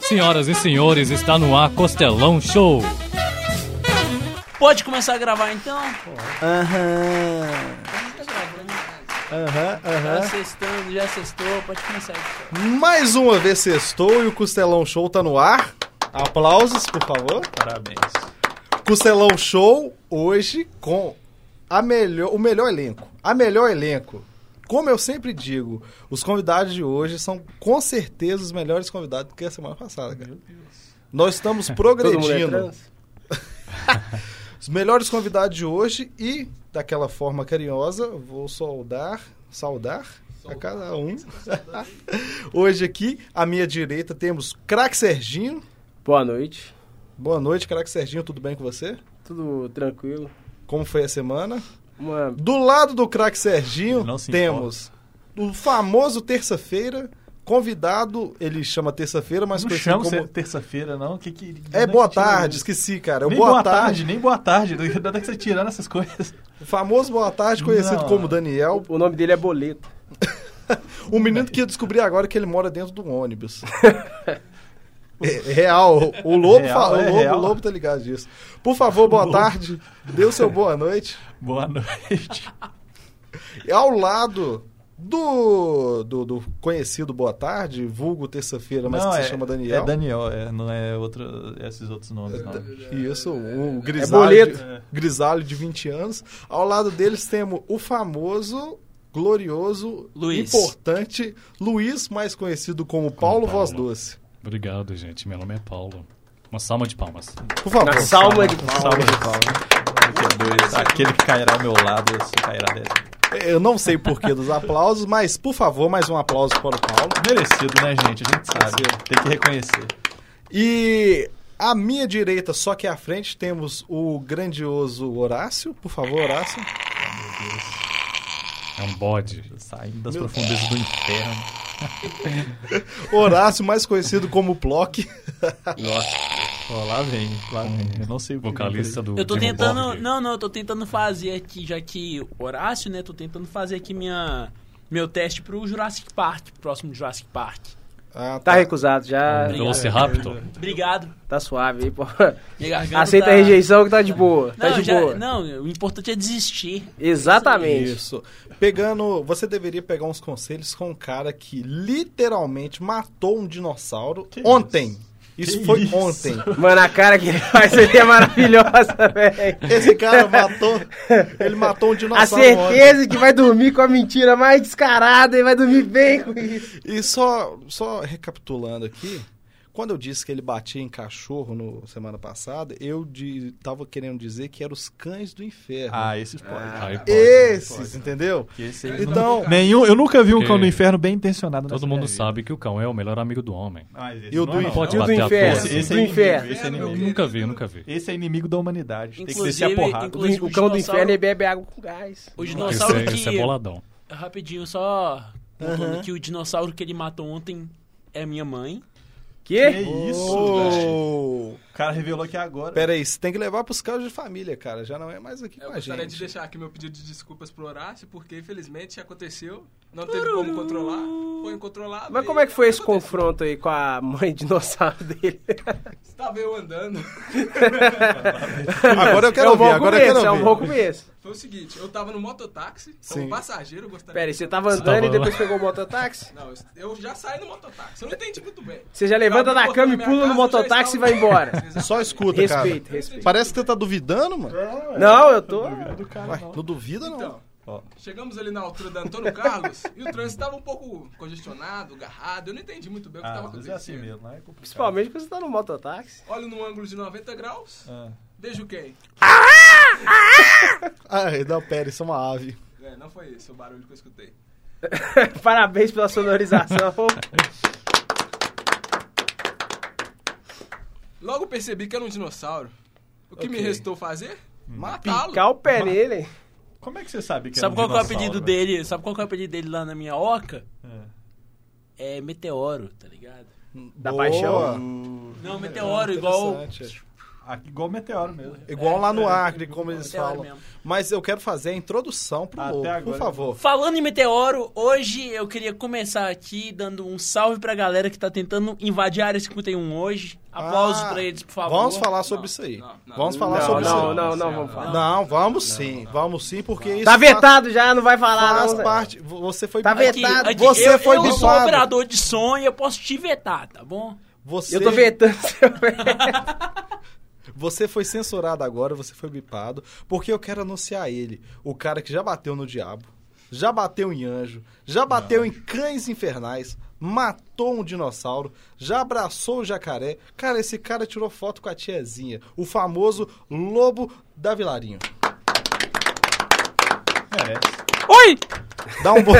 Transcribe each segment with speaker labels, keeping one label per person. Speaker 1: Senhoras e senhores, está no ar Costelão Show.
Speaker 2: Pode começar a gravar então?
Speaker 3: Aham. Aham,
Speaker 4: É.
Speaker 2: Já
Speaker 3: aham.
Speaker 2: sextando, já sextou, pode começar. aí.
Speaker 3: Mais uma vez sextou e o Costelão Show tá no ar. Aplausos, por favor.
Speaker 5: Parabéns.
Speaker 3: Costelão Show hoje com a melhor, o melhor elenco. A melhor elenco. Como eu sempre digo, os convidados de hoje são com certeza os melhores convidados que a semana passada, cara. Nós estamos progredindo. Os melhores convidados de hoje e, daquela forma carinhosa, vou saudar, saudar a cada um. hoje aqui, à minha direita, temos Craque Serginho.
Speaker 4: Boa noite,
Speaker 3: Boa noite, Craque Serginho, tudo bem com você?
Speaker 4: tudo tranquilo.
Speaker 3: Como foi a semana?
Speaker 4: Uma
Speaker 3: Do lado do Craque Serginho,
Speaker 5: Ele não se
Speaker 3: temos o famoso terça-feira, convidado, ele chama terça-feira, mas
Speaker 5: não
Speaker 3: conhecido
Speaker 5: chama
Speaker 3: como...
Speaker 5: você terça-feira, não. Que, que,
Speaker 3: É
Speaker 5: onde
Speaker 3: boa
Speaker 5: que tira
Speaker 3: tarde,
Speaker 5: isso?
Speaker 3: esqueci, cara. É o
Speaker 5: nem
Speaker 3: boa,
Speaker 5: boa tarde.
Speaker 3: tarde.
Speaker 5: nem boa tarde. Da hora que você tirar essas coisas.
Speaker 3: O famoso boa tarde, conhecido
Speaker 5: Não.
Speaker 3: como Daniel.
Speaker 4: o nome dele é Boleto.
Speaker 3: O menino que eu descobri agora que ele mora dentro do ônibus. É real. O Lobo,
Speaker 5: Real,
Speaker 3: fa- o
Speaker 5: é
Speaker 3: Lobo-
Speaker 5: real.
Speaker 3: o Lobo tá ligado disso. Por favor, boa
Speaker 5: Lobo.
Speaker 3: tarde. Dê o seu boa noite.
Speaker 5: Boa noite.
Speaker 3: E É ao lado do, do, do conhecido Boa Tarde, vulgo terça-feira, mas
Speaker 5: não,
Speaker 3: que se
Speaker 5: é,
Speaker 3: chama Daniel.
Speaker 5: É Daniel, é, não é outro, esses outros nomes, não.
Speaker 3: Isso, o
Speaker 4: É
Speaker 3: grisalho,
Speaker 4: boleto.
Speaker 3: de- grisalho de 20 anos. Ao lado deles temos o famoso, glorioso,
Speaker 2: Luiz.
Speaker 3: importante Luiz, mais conhecido como Paulo, Voz
Speaker 1: Paulo.
Speaker 3: Doce.
Speaker 1: Obrigado, gente. Meu nome é Paulo. Uma salva de palmas.
Speaker 3: Por favor.
Speaker 4: Na salva é de
Speaker 5: Salve
Speaker 4: palmas.
Speaker 5: de palma. Que é dois. Aquele que cairá ao meu lado, esse cairá dele.
Speaker 3: Eu não sei o porquê dos aplausos, mas por favor, mais um aplauso para o Paulo.
Speaker 5: Merecido, né, gente? A gente sabe. Tem que reconhecer.
Speaker 3: E à minha direita, só que à frente, temos o grandioso Horácio. Por favor, Horácio.
Speaker 1: É um bode.
Speaker 5: Saindo das profundezas do inferno.
Speaker 3: Horácio, mais conhecido como Plock.
Speaker 5: Ó, lá vem, lá vem. Eu não sei o que
Speaker 1: Vocalista do
Speaker 2: Eu tô
Speaker 1: Dimmu
Speaker 2: tentando.
Speaker 1: Borgir.
Speaker 2: Não, não, eu tô tentando fazer aqui, já que Horácio, né? Tô tentando fazer aqui minha, meu teste pro Jurassic Park, próximo de Jurassic Park.
Speaker 3: Ah,
Speaker 4: Tá recusado já.
Speaker 1: Velociraptor.
Speaker 2: Obrigado.
Speaker 4: Tá suave aí, pô.
Speaker 2: Minha garganta
Speaker 4: Aceita
Speaker 2: tá-
Speaker 4: a rejeição que tá de boa. Tá
Speaker 2: Não,
Speaker 4: de
Speaker 2: já,
Speaker 4: boa.
Speaker 2: não, o importante é desistir.
Speaker 4: Exatamente.
Speaker 3: Isso. Pegando. Você deveria pegar uns conselhos com um cara que literalmente matou um dinossauro
Speaker 5: Que
Speaker 3: ontem. Isso,
Speaker 5: Que
Speaker 3: foi
Speaker 5: isso?
Speaker 3: ontem.
Speaker 4: Mano, a cara que ele faz ele é maravilhosa, velho.
Speaker 3: Esse cara matou. Ele matou um
Speaker 4: A
Speaker 3: dinossauro ontem.
Speaker 4: certeza que vai dormir com a mentira mais descarada e vai dormir bem com isso.
Speaker 3: E só, só recapitulando aqui, quando eu disse que ele batia em cachorro no semana passada, eu di- tava querendo dizer que eram os cães do inferno.
Speaker 5: Ah, esses podem.
Speaker 1: Aí,
Speaker 3: É.
Speaker 1: pô,
Speaker 3: Esses, entendeu?
Speaker 5: Que esse aí não-
Speaker 3: Então,
Speaker 5: Nenhum, eu nunca vi um
Speaker 1: Porque
Speaker 5: cão do inferno bem intencionado.
Speaker 1: Todo mundo sabe que o cão é o melhor amigo do homem.
Speaker 3: E o do inferno? É,
Speaker 1: Pode
Speaker 4: E o do
Speaker 1: bater a
Speaker 4: inferno?
Speaker 1: porta.
Speaker 4: Do inferno.
Speaker 5: é Esse é
Speaker 1: Eu
Speaker 5: inimigo.
Speaker 1: nunca vi, eu nunca vi.
Speaker 5: Esse é inimigo da humanidade. Tem que descer a
Speaker 2: Inclusive-
Speaker 5: porrada.
Speaker 2: inclu- Inclusive,
Speaker 4: O cão do
Speaker 2: dinossauro-
Speaker 4: inferno ele bebe água com gás.
Speaker 2: O
Speaker 1: Esse
Speaker 2: dinossauro
Speaker 1: é,
Speaker 2: que.
Speaker 1: esse é boladão.
Speaker 2: Rapidinho, só. contando
Speaker 3: Aham.
Speaker 2: Que o dinossauro que ele matou ontem é minha mãe.
Speaker 5: Que
Speaker 4: Que?
Speaker 5: isso, velho.
Speaker 3: Oh,
Speaker 5: O cara revelou aqui agora.
Speaker 3: Pera aí, você tem que levar pros caras de família, cara. Já não é mais aqui
Speaker 6: Eu
Speaker 3: com a
Speaker 6: gostaria
Speaker 3: gente.
Speaker 6: de deixar aqui meu pedido de desculpas pro Horácio, porque infelizmente aconteceu, não teve como controlar, foi incontrolável.
Speaker 4: Mas
Speaker 6: e
Speaker 4: como é que foi esse
Speaker 6: aconteceu.
Speaker 4: confronto aí com a mãe dinossauro dele?
Speaker 6: Estava eu andando.
Speaker 3: Agora eu quero
Speaker 4: é um
Speaker 3: ouvir,
Speaker 4: bom
Speaker 3: agora eu
Speaker 4: começo,
Speaker 3: quero
Speaker 4: é um
Speaker 3: ouvir.
Speaker 4: bom começo.
Speaker 6: Foi o seguinte, eu tava no mototáxi,
Speaker 3: Sim.
Speaker 6: como passageiro, eu gostaria...
Speaker 4: Pera aí, você tava andando
Speaker 1: tava
Speaker 4: e depois pegou o mototáxi?
Speaker 6: Não, eu já saí no mototáxi, eu não entendi muito bem.
Speaker 4: Você já levanta
Speaker 6: Tá
Speaker 4: da cama e pula no mototáxi e vai embora.
Speaker 3: Só escuta,
Speaker 4: Respeito,
Speaker 3: cara.
Speaker 4: respeito.
Speaker 3: Parece que você tá duvidando, mano.
Speaker 4: Não, eu tô.
Speaker 3: Ué, não duvida, não.
Speaker 6: É, Então,
Speaker 5: Ó.
Speaker 6: chegamos ali na altura da Antônio Carlos e o trânsito tava um pouco congestionado, garrado, eu não entendi muito bem o que
Speaker 5: Ah,
Speaker 6: tava
Speaker 5: às vezes é assim
Speaker 6: acontecendo.
Speaker 5: mesmo, né? É complicado.
Speaker 4: Principalmente quando você tá no mototáxi.
Speaker 6: Olho num ângulo de 90 graus,
Speaker 5: Ah.
Speaker 6: vejo quem?
Speaker 3: Ah, não, pera, isso é uma ave.
Speaker 6: É, não foi esse o barulho que eu escutei.
Speaker 4: Parabéns pela sonorização.
Speaker 6: Logo percebi que era um dinossauro. O que me restou fazer? Matá-lo.
Speaker 4: Hum. Picar o pé nele. hein?
Speaker 5: Como é que você sabe que
Speaker 2: Sabe
Speaker 5: era um
Speaker 2: qual que é o
Speaker 5: dinossauro,
Speaker 3: né?
Speaker 2: apelido
Speaker 5: velho?
Speaker 2: dele? Sabe qual que é o apelido dele lá na minha oca?
Speaker 5: É.
Speaker 2: É meteoro, tá ligado?
Speaker 4: Da paixão.
Speaker 2: Não, meteoro, igual.
Speaker 3: É, um Interessante.
Speaker 5: Aqui, igual meteoro mesmo.
Speaker 3: Igual lá no Acre, como eles
Speaker 2: meteoro
Speaker 3: falam.
Speaker 2: É. mesmo.
Speaker 3: Mas eu quero fazer a introdução pro
Speaker 5: Até
Speaker 3: Lobo, por
Speaker 5: agora-
Speaker 3: favor.
Speaker 2: Falando em meteoro, hoje eu queria começar aqui dando um salve pra galera que tá tentando invadir a área 51 hoje. Aplausos
Speaker 3: Ah,
Speaker 2: pra eles, por favor.
Speaker 3: Vamos falar sobre isso aí. Vamos falar
Speaker 4: Não,
Speaker 3: sobre
Speaker 4: não,
Speaker 3: isso aí.
Speaker 4: não, não, vamos falar.
Speaker 3: Não, vamos sim, vamos sim, porque isso
Speaker 4: Tá
Speaker 3: faz-
Speaker 4: vetado já, não vai falar
Speaker 3: faz,
Speaker 4: não. Zé.
Speaker 3: parte. vo- Você foi
Speaker 4: Tá
Speaker 2: Aqui,
Speaker 4: vetado.
Speaker 2: aqui,
Speaker 3: Você
Speaker 2: eu,
Speaker 3: foi
Speaker 2: eu sou
Speaker 3: bipado.
Speaker 2: operador de som e eu posso te vetar, tá bom?
Speaker 3: Você,
Speaker 4: Eu tô vetando seu
Speaker 3: você foi censurado agora, você foi bipado, porque eu quero anunciar ele, o cara que já bateu no diabo, já bateu em anjo, já bateu em cães infernais, matou um dinossauro, já abraçou o jacaré. Cara, esse cara tirou foto com a tiazinha, o famoso lobo da Vilarinho.
Speaker 5: Merece.
Speaker 2: Oi!
Speaker 3: Dá um bom.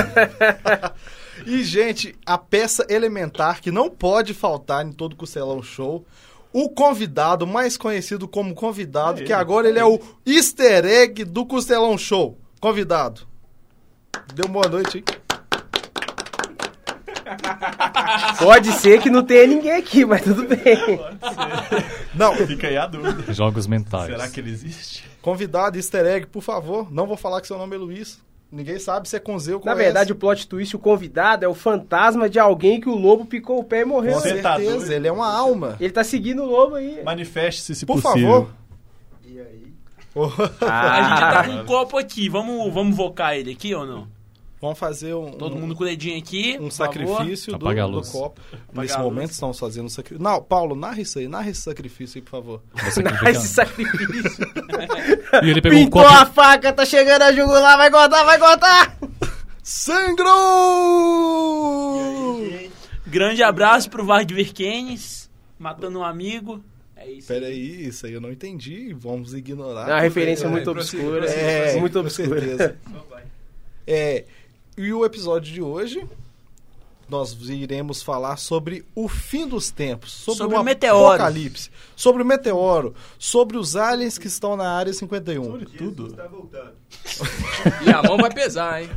Speaker 3: e, gente, a peça elementar que não pode faltar em todo Costelão Show. O convidado, mais conhecido como convidado,
Speaker 5: É
Speaker 3: que
Speaker 5: ele.
Speaker 3: agora ele é o easter egg do Costelão Show. Convidado. Deu boa noite, hein?
Speaker 4: Pode ser que não tenha ninguém aqui, mas tudo bem.
Speaker 3: Não,
Speaker 5: Fica aí a dúvida.
Speaker 1: Jogos mentais.
Speaker 5: Será que ele existe?
Speaker 3: convidado, easter egg, por favor. Não vou falar que seu nome é Luiz. Ninguém sabe se é com Z ou com
Speaker 4: Na
Speaker 3: S.
Speaker 4: verdade, o plot twist, o convidado é o fantasma de alguém que o lobo picou o pé e morreu.
Speaker 3: com
Speaker 5: Você tá
Speaker 3: certeza,
Speaker 5: doido?
Speaker 3: ele é uma alma.
Speaker 4: Ele tá seguindo o lobo aí.
Speaker 5: Manifeste-se se
Speaker 3: Por
Speaker 5: possível.
Speaker 3: favor. Oh,
Speaker 2: A gente tá
Speaker 4: Ah,
Speaker 2: com um copo aqui, vamos, vamos vocar ele aqui ou não?
Speaker 3: Vamos fazer um,
Speaker 2: Todo
Speaker 3: um-
Speaker 2: mundo com o dedinho aqui.
Speaker 3: um
Speaker 2: por favor.
Speaker 3: sacrifício do,
Speaker 1: Apaga a
Speaker 3: do
Speaker 1: luz.
Speaker 3: copo. Nesse
Speaker 2: a luz.
Speaker 3: momento estão fazendo um sacrifício. Não, Paulo, narra isso aí, narra esse sacrifício aí, por favor.
Speaker 1: Você que
Speaker 4: esse
Speaker 1: fica...
Speaker 4: sacrifício.
Speaker 1: E ele pegou um
Speaker 4: Pintou
Speaker 1: copo.
Speaker 4: a faca, tá chegando a jugular, vai cortar, vai cortar!
Speaker 3: Sangrou!
Speaker 2: Grande abraço pro Varg Verkenes, matando um amigo. É isso.
Speaker 3: Pera aí, isso aí eu não entendi. Vamos ignorar.
Speaker 4: É uma referência
Speaker 3: É,
Speaker 4: muito
Speaker 6: é, prossiga,
Speaker 4: obscura.
Speaker 3: É,
Speaker 4: muito
Speaker 3: com
Speaker 4: obscura.
Speaker 3: certeza.
Speaker 6: Só vai.
Speaker 3: É, e o episódio de hoje nós iremos falar sobre o fim dos tempos, sobre,
Speaker 2: Sobre
Speaker 3: o
Speaker 2: o meteoro.
Speaker 3: apocalipse, sobre o meteoro, sobre os aliens que estão na área 51.
Speaker 5: Sobre tudo.
Speaker 3: tá
Speaker 6: E a mão vai pesar, hein?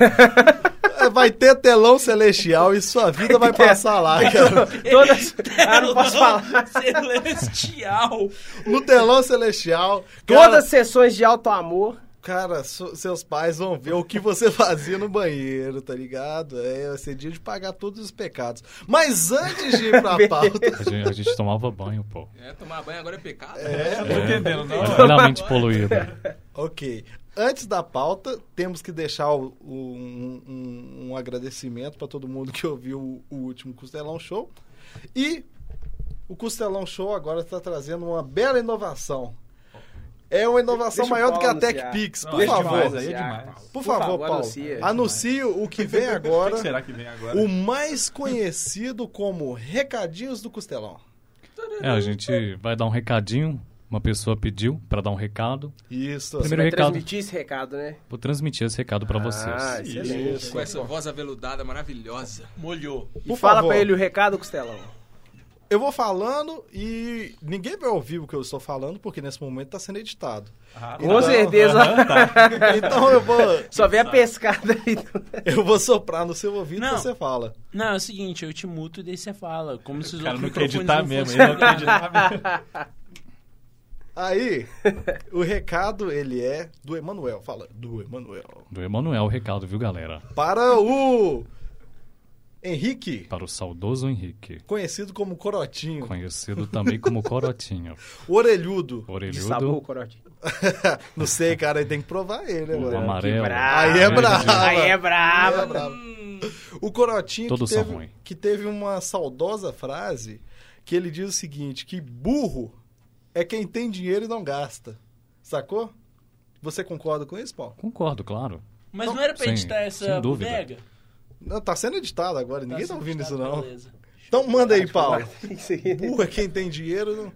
Speaker 3: É, Vai ter telão celestial e sua vida vai passar lá, cara.
Speaker 4: Todas. Ah, não posso falar.
Speaker 2: Celestial.
Speaker 3: No telão celestial. cara,
Speaker 4: Todas as sessões de alto amor.
Speaker 3: Cara, so- seus pais vão ver o que você fazia no banheiro, tá ligado? É, vai ser dia de pagar todos os pecados. Mas antes de ir pra pauta,
Speaker 1: A gente, a gente tomava banho, pô.
Speaker 6: É, tomar banho agora é pecado.
Speaker 5: É, não tô entendendo, não.
Speaker 1: Olha a mente poluída.
Speaker 3: ok. Antes da pauta, temos que deixar o- o- um, um- um agradecimento pra todo mundo que ouviu o, o último Costelão Show. E o Costelão Show agora está trazendo uma bela inovação. É uma inovação
Speaker 4: Deixa o
Speaker 3: maior do que a
Speaker 4: Paulo anunciar.
Speaker 3: TechPix, por
Speaker 5: Deixa
Speaker 3: favor.
Speaker 5: demais aí, é demais.
Speaker 3: Por favor, Paulo,
Speaker 4: anuncia.
Speaker 3: anuncie o que vem
Speaker 5: O que
Speaker 3: agora.
Speaker 5: que será que vem agora?
Speaker 3: O mais conhecido como Recadinhos do Costelão.
Speaker 1: É, a gente vai dar um recadinho. Uma pessoa pediu pra dar um recado.
Speaker 3: Isso.
Speaker 4: Você
Speaker 1: Primeiro
Speaker 4: vai
Speaker 1: recado.
Speaker 4: transmitir esse recado, né?
Speaker 1: Vou transmitir esse recado pra
Speaker 4: Ah,
Speaker 1: vocês.
Speaker 4: excelente.
Speaker 6: Com essa voz aveludada maravilhosa.
Speaker 2: Molhou.
Speaker 4: E
Speaker 3: Por
Speaker 4: fala
Speaker 3: favor.
Speaker 4: pra ele o recado, Costelão.
Speaker 3: Eu vou falando e ninguém vai ouvir o que eu estou falando, porque nesse momento está sendo editado.
Speaker 5: Ah,
Speaker 4: Com certeza.
Speaker 1: tá.
Speaker 3: Então eu vou,
Speaker 4: Só vem a pescada aí.
Speaker 3: eu vou soprar no seu ouvido e
Speaker 2: Não.
Speaker 3: você fala.
Speaker 2: Não, é o seguinte, eu te muto e daí você fala. Como se
Speaker 5: O
Speaker 2: os
Speaker 5: cara
Speaker 2: outros
Speaker 5: não
Speaker 2: microfones
Speaker 5: acreditar
Speaker 2: não
Speaker 5: mesmo,
Speaker 2: fossem
Speaker 5: ele não
Speaker 2: ligados.
Speaker 5: acreditar mesmo.
Speaker 3: Aí, o recado, ele é do Emanuel. Fala, do Emanuel.
Speaker 1: Do Emanuel o recado, viu, galera?
Speaker 3: Para o Henrique,
Speaker 1: Para o saudoso Henrique.
Speaker 3: conhecido como Corotinho,
Speaker 1: é Conhecido também como Corotinho.
Speaker 3: o Orelhudo.
Speaker 4: De sabor,
Speaker 1: Orelhudo,
Speaker 4: corote.
Speaker 3: Não sei, cara, aí tem que provar ele
Speaker 1: o
Speaker 3: agora.
Speaker 1: amarelo.
Speaker 4: bravo.
Speaker 3: Aí é
Speaker 1: verde.
Speaker 3: bravo.
Speaker 4: Aí é
Speaker 3: Aí é
Speaker 4: brabo.
Speaker 3: brabo. O Corotinho
Speaker 1: Todos
Speaker 3: que,
Speaker 1: são
Speaker 3: teve,
Speaker 1: ruim.
Speaker 3: que teve uma saudosa frase que ele diz o seguinte: que burro é quem tem dinheiro e não gasta. Sacou? Você concorda com isso, Paulo?
Speaker 1: Concordo, claro.
Speaker 2: Mas não era pra
Speaker 1: Sim,
Speaker 2: editar essa
Speaker 1: sem dúvida.
Speaker 2: bodega?
Speaker 3: Não, tá sendo editado agora, ninguém tá
Speaker 2: sendo
Speaker 3: ouvindo isso,
Speaker 2: editado, Tá
Speaker 3: não.
Speaker 2: beleza.
Speaker 3: Então manda aí, Paulo.
Speaker 4: Isso aí.
Speaker 3: Burro é quem tem dinheiro. e Não...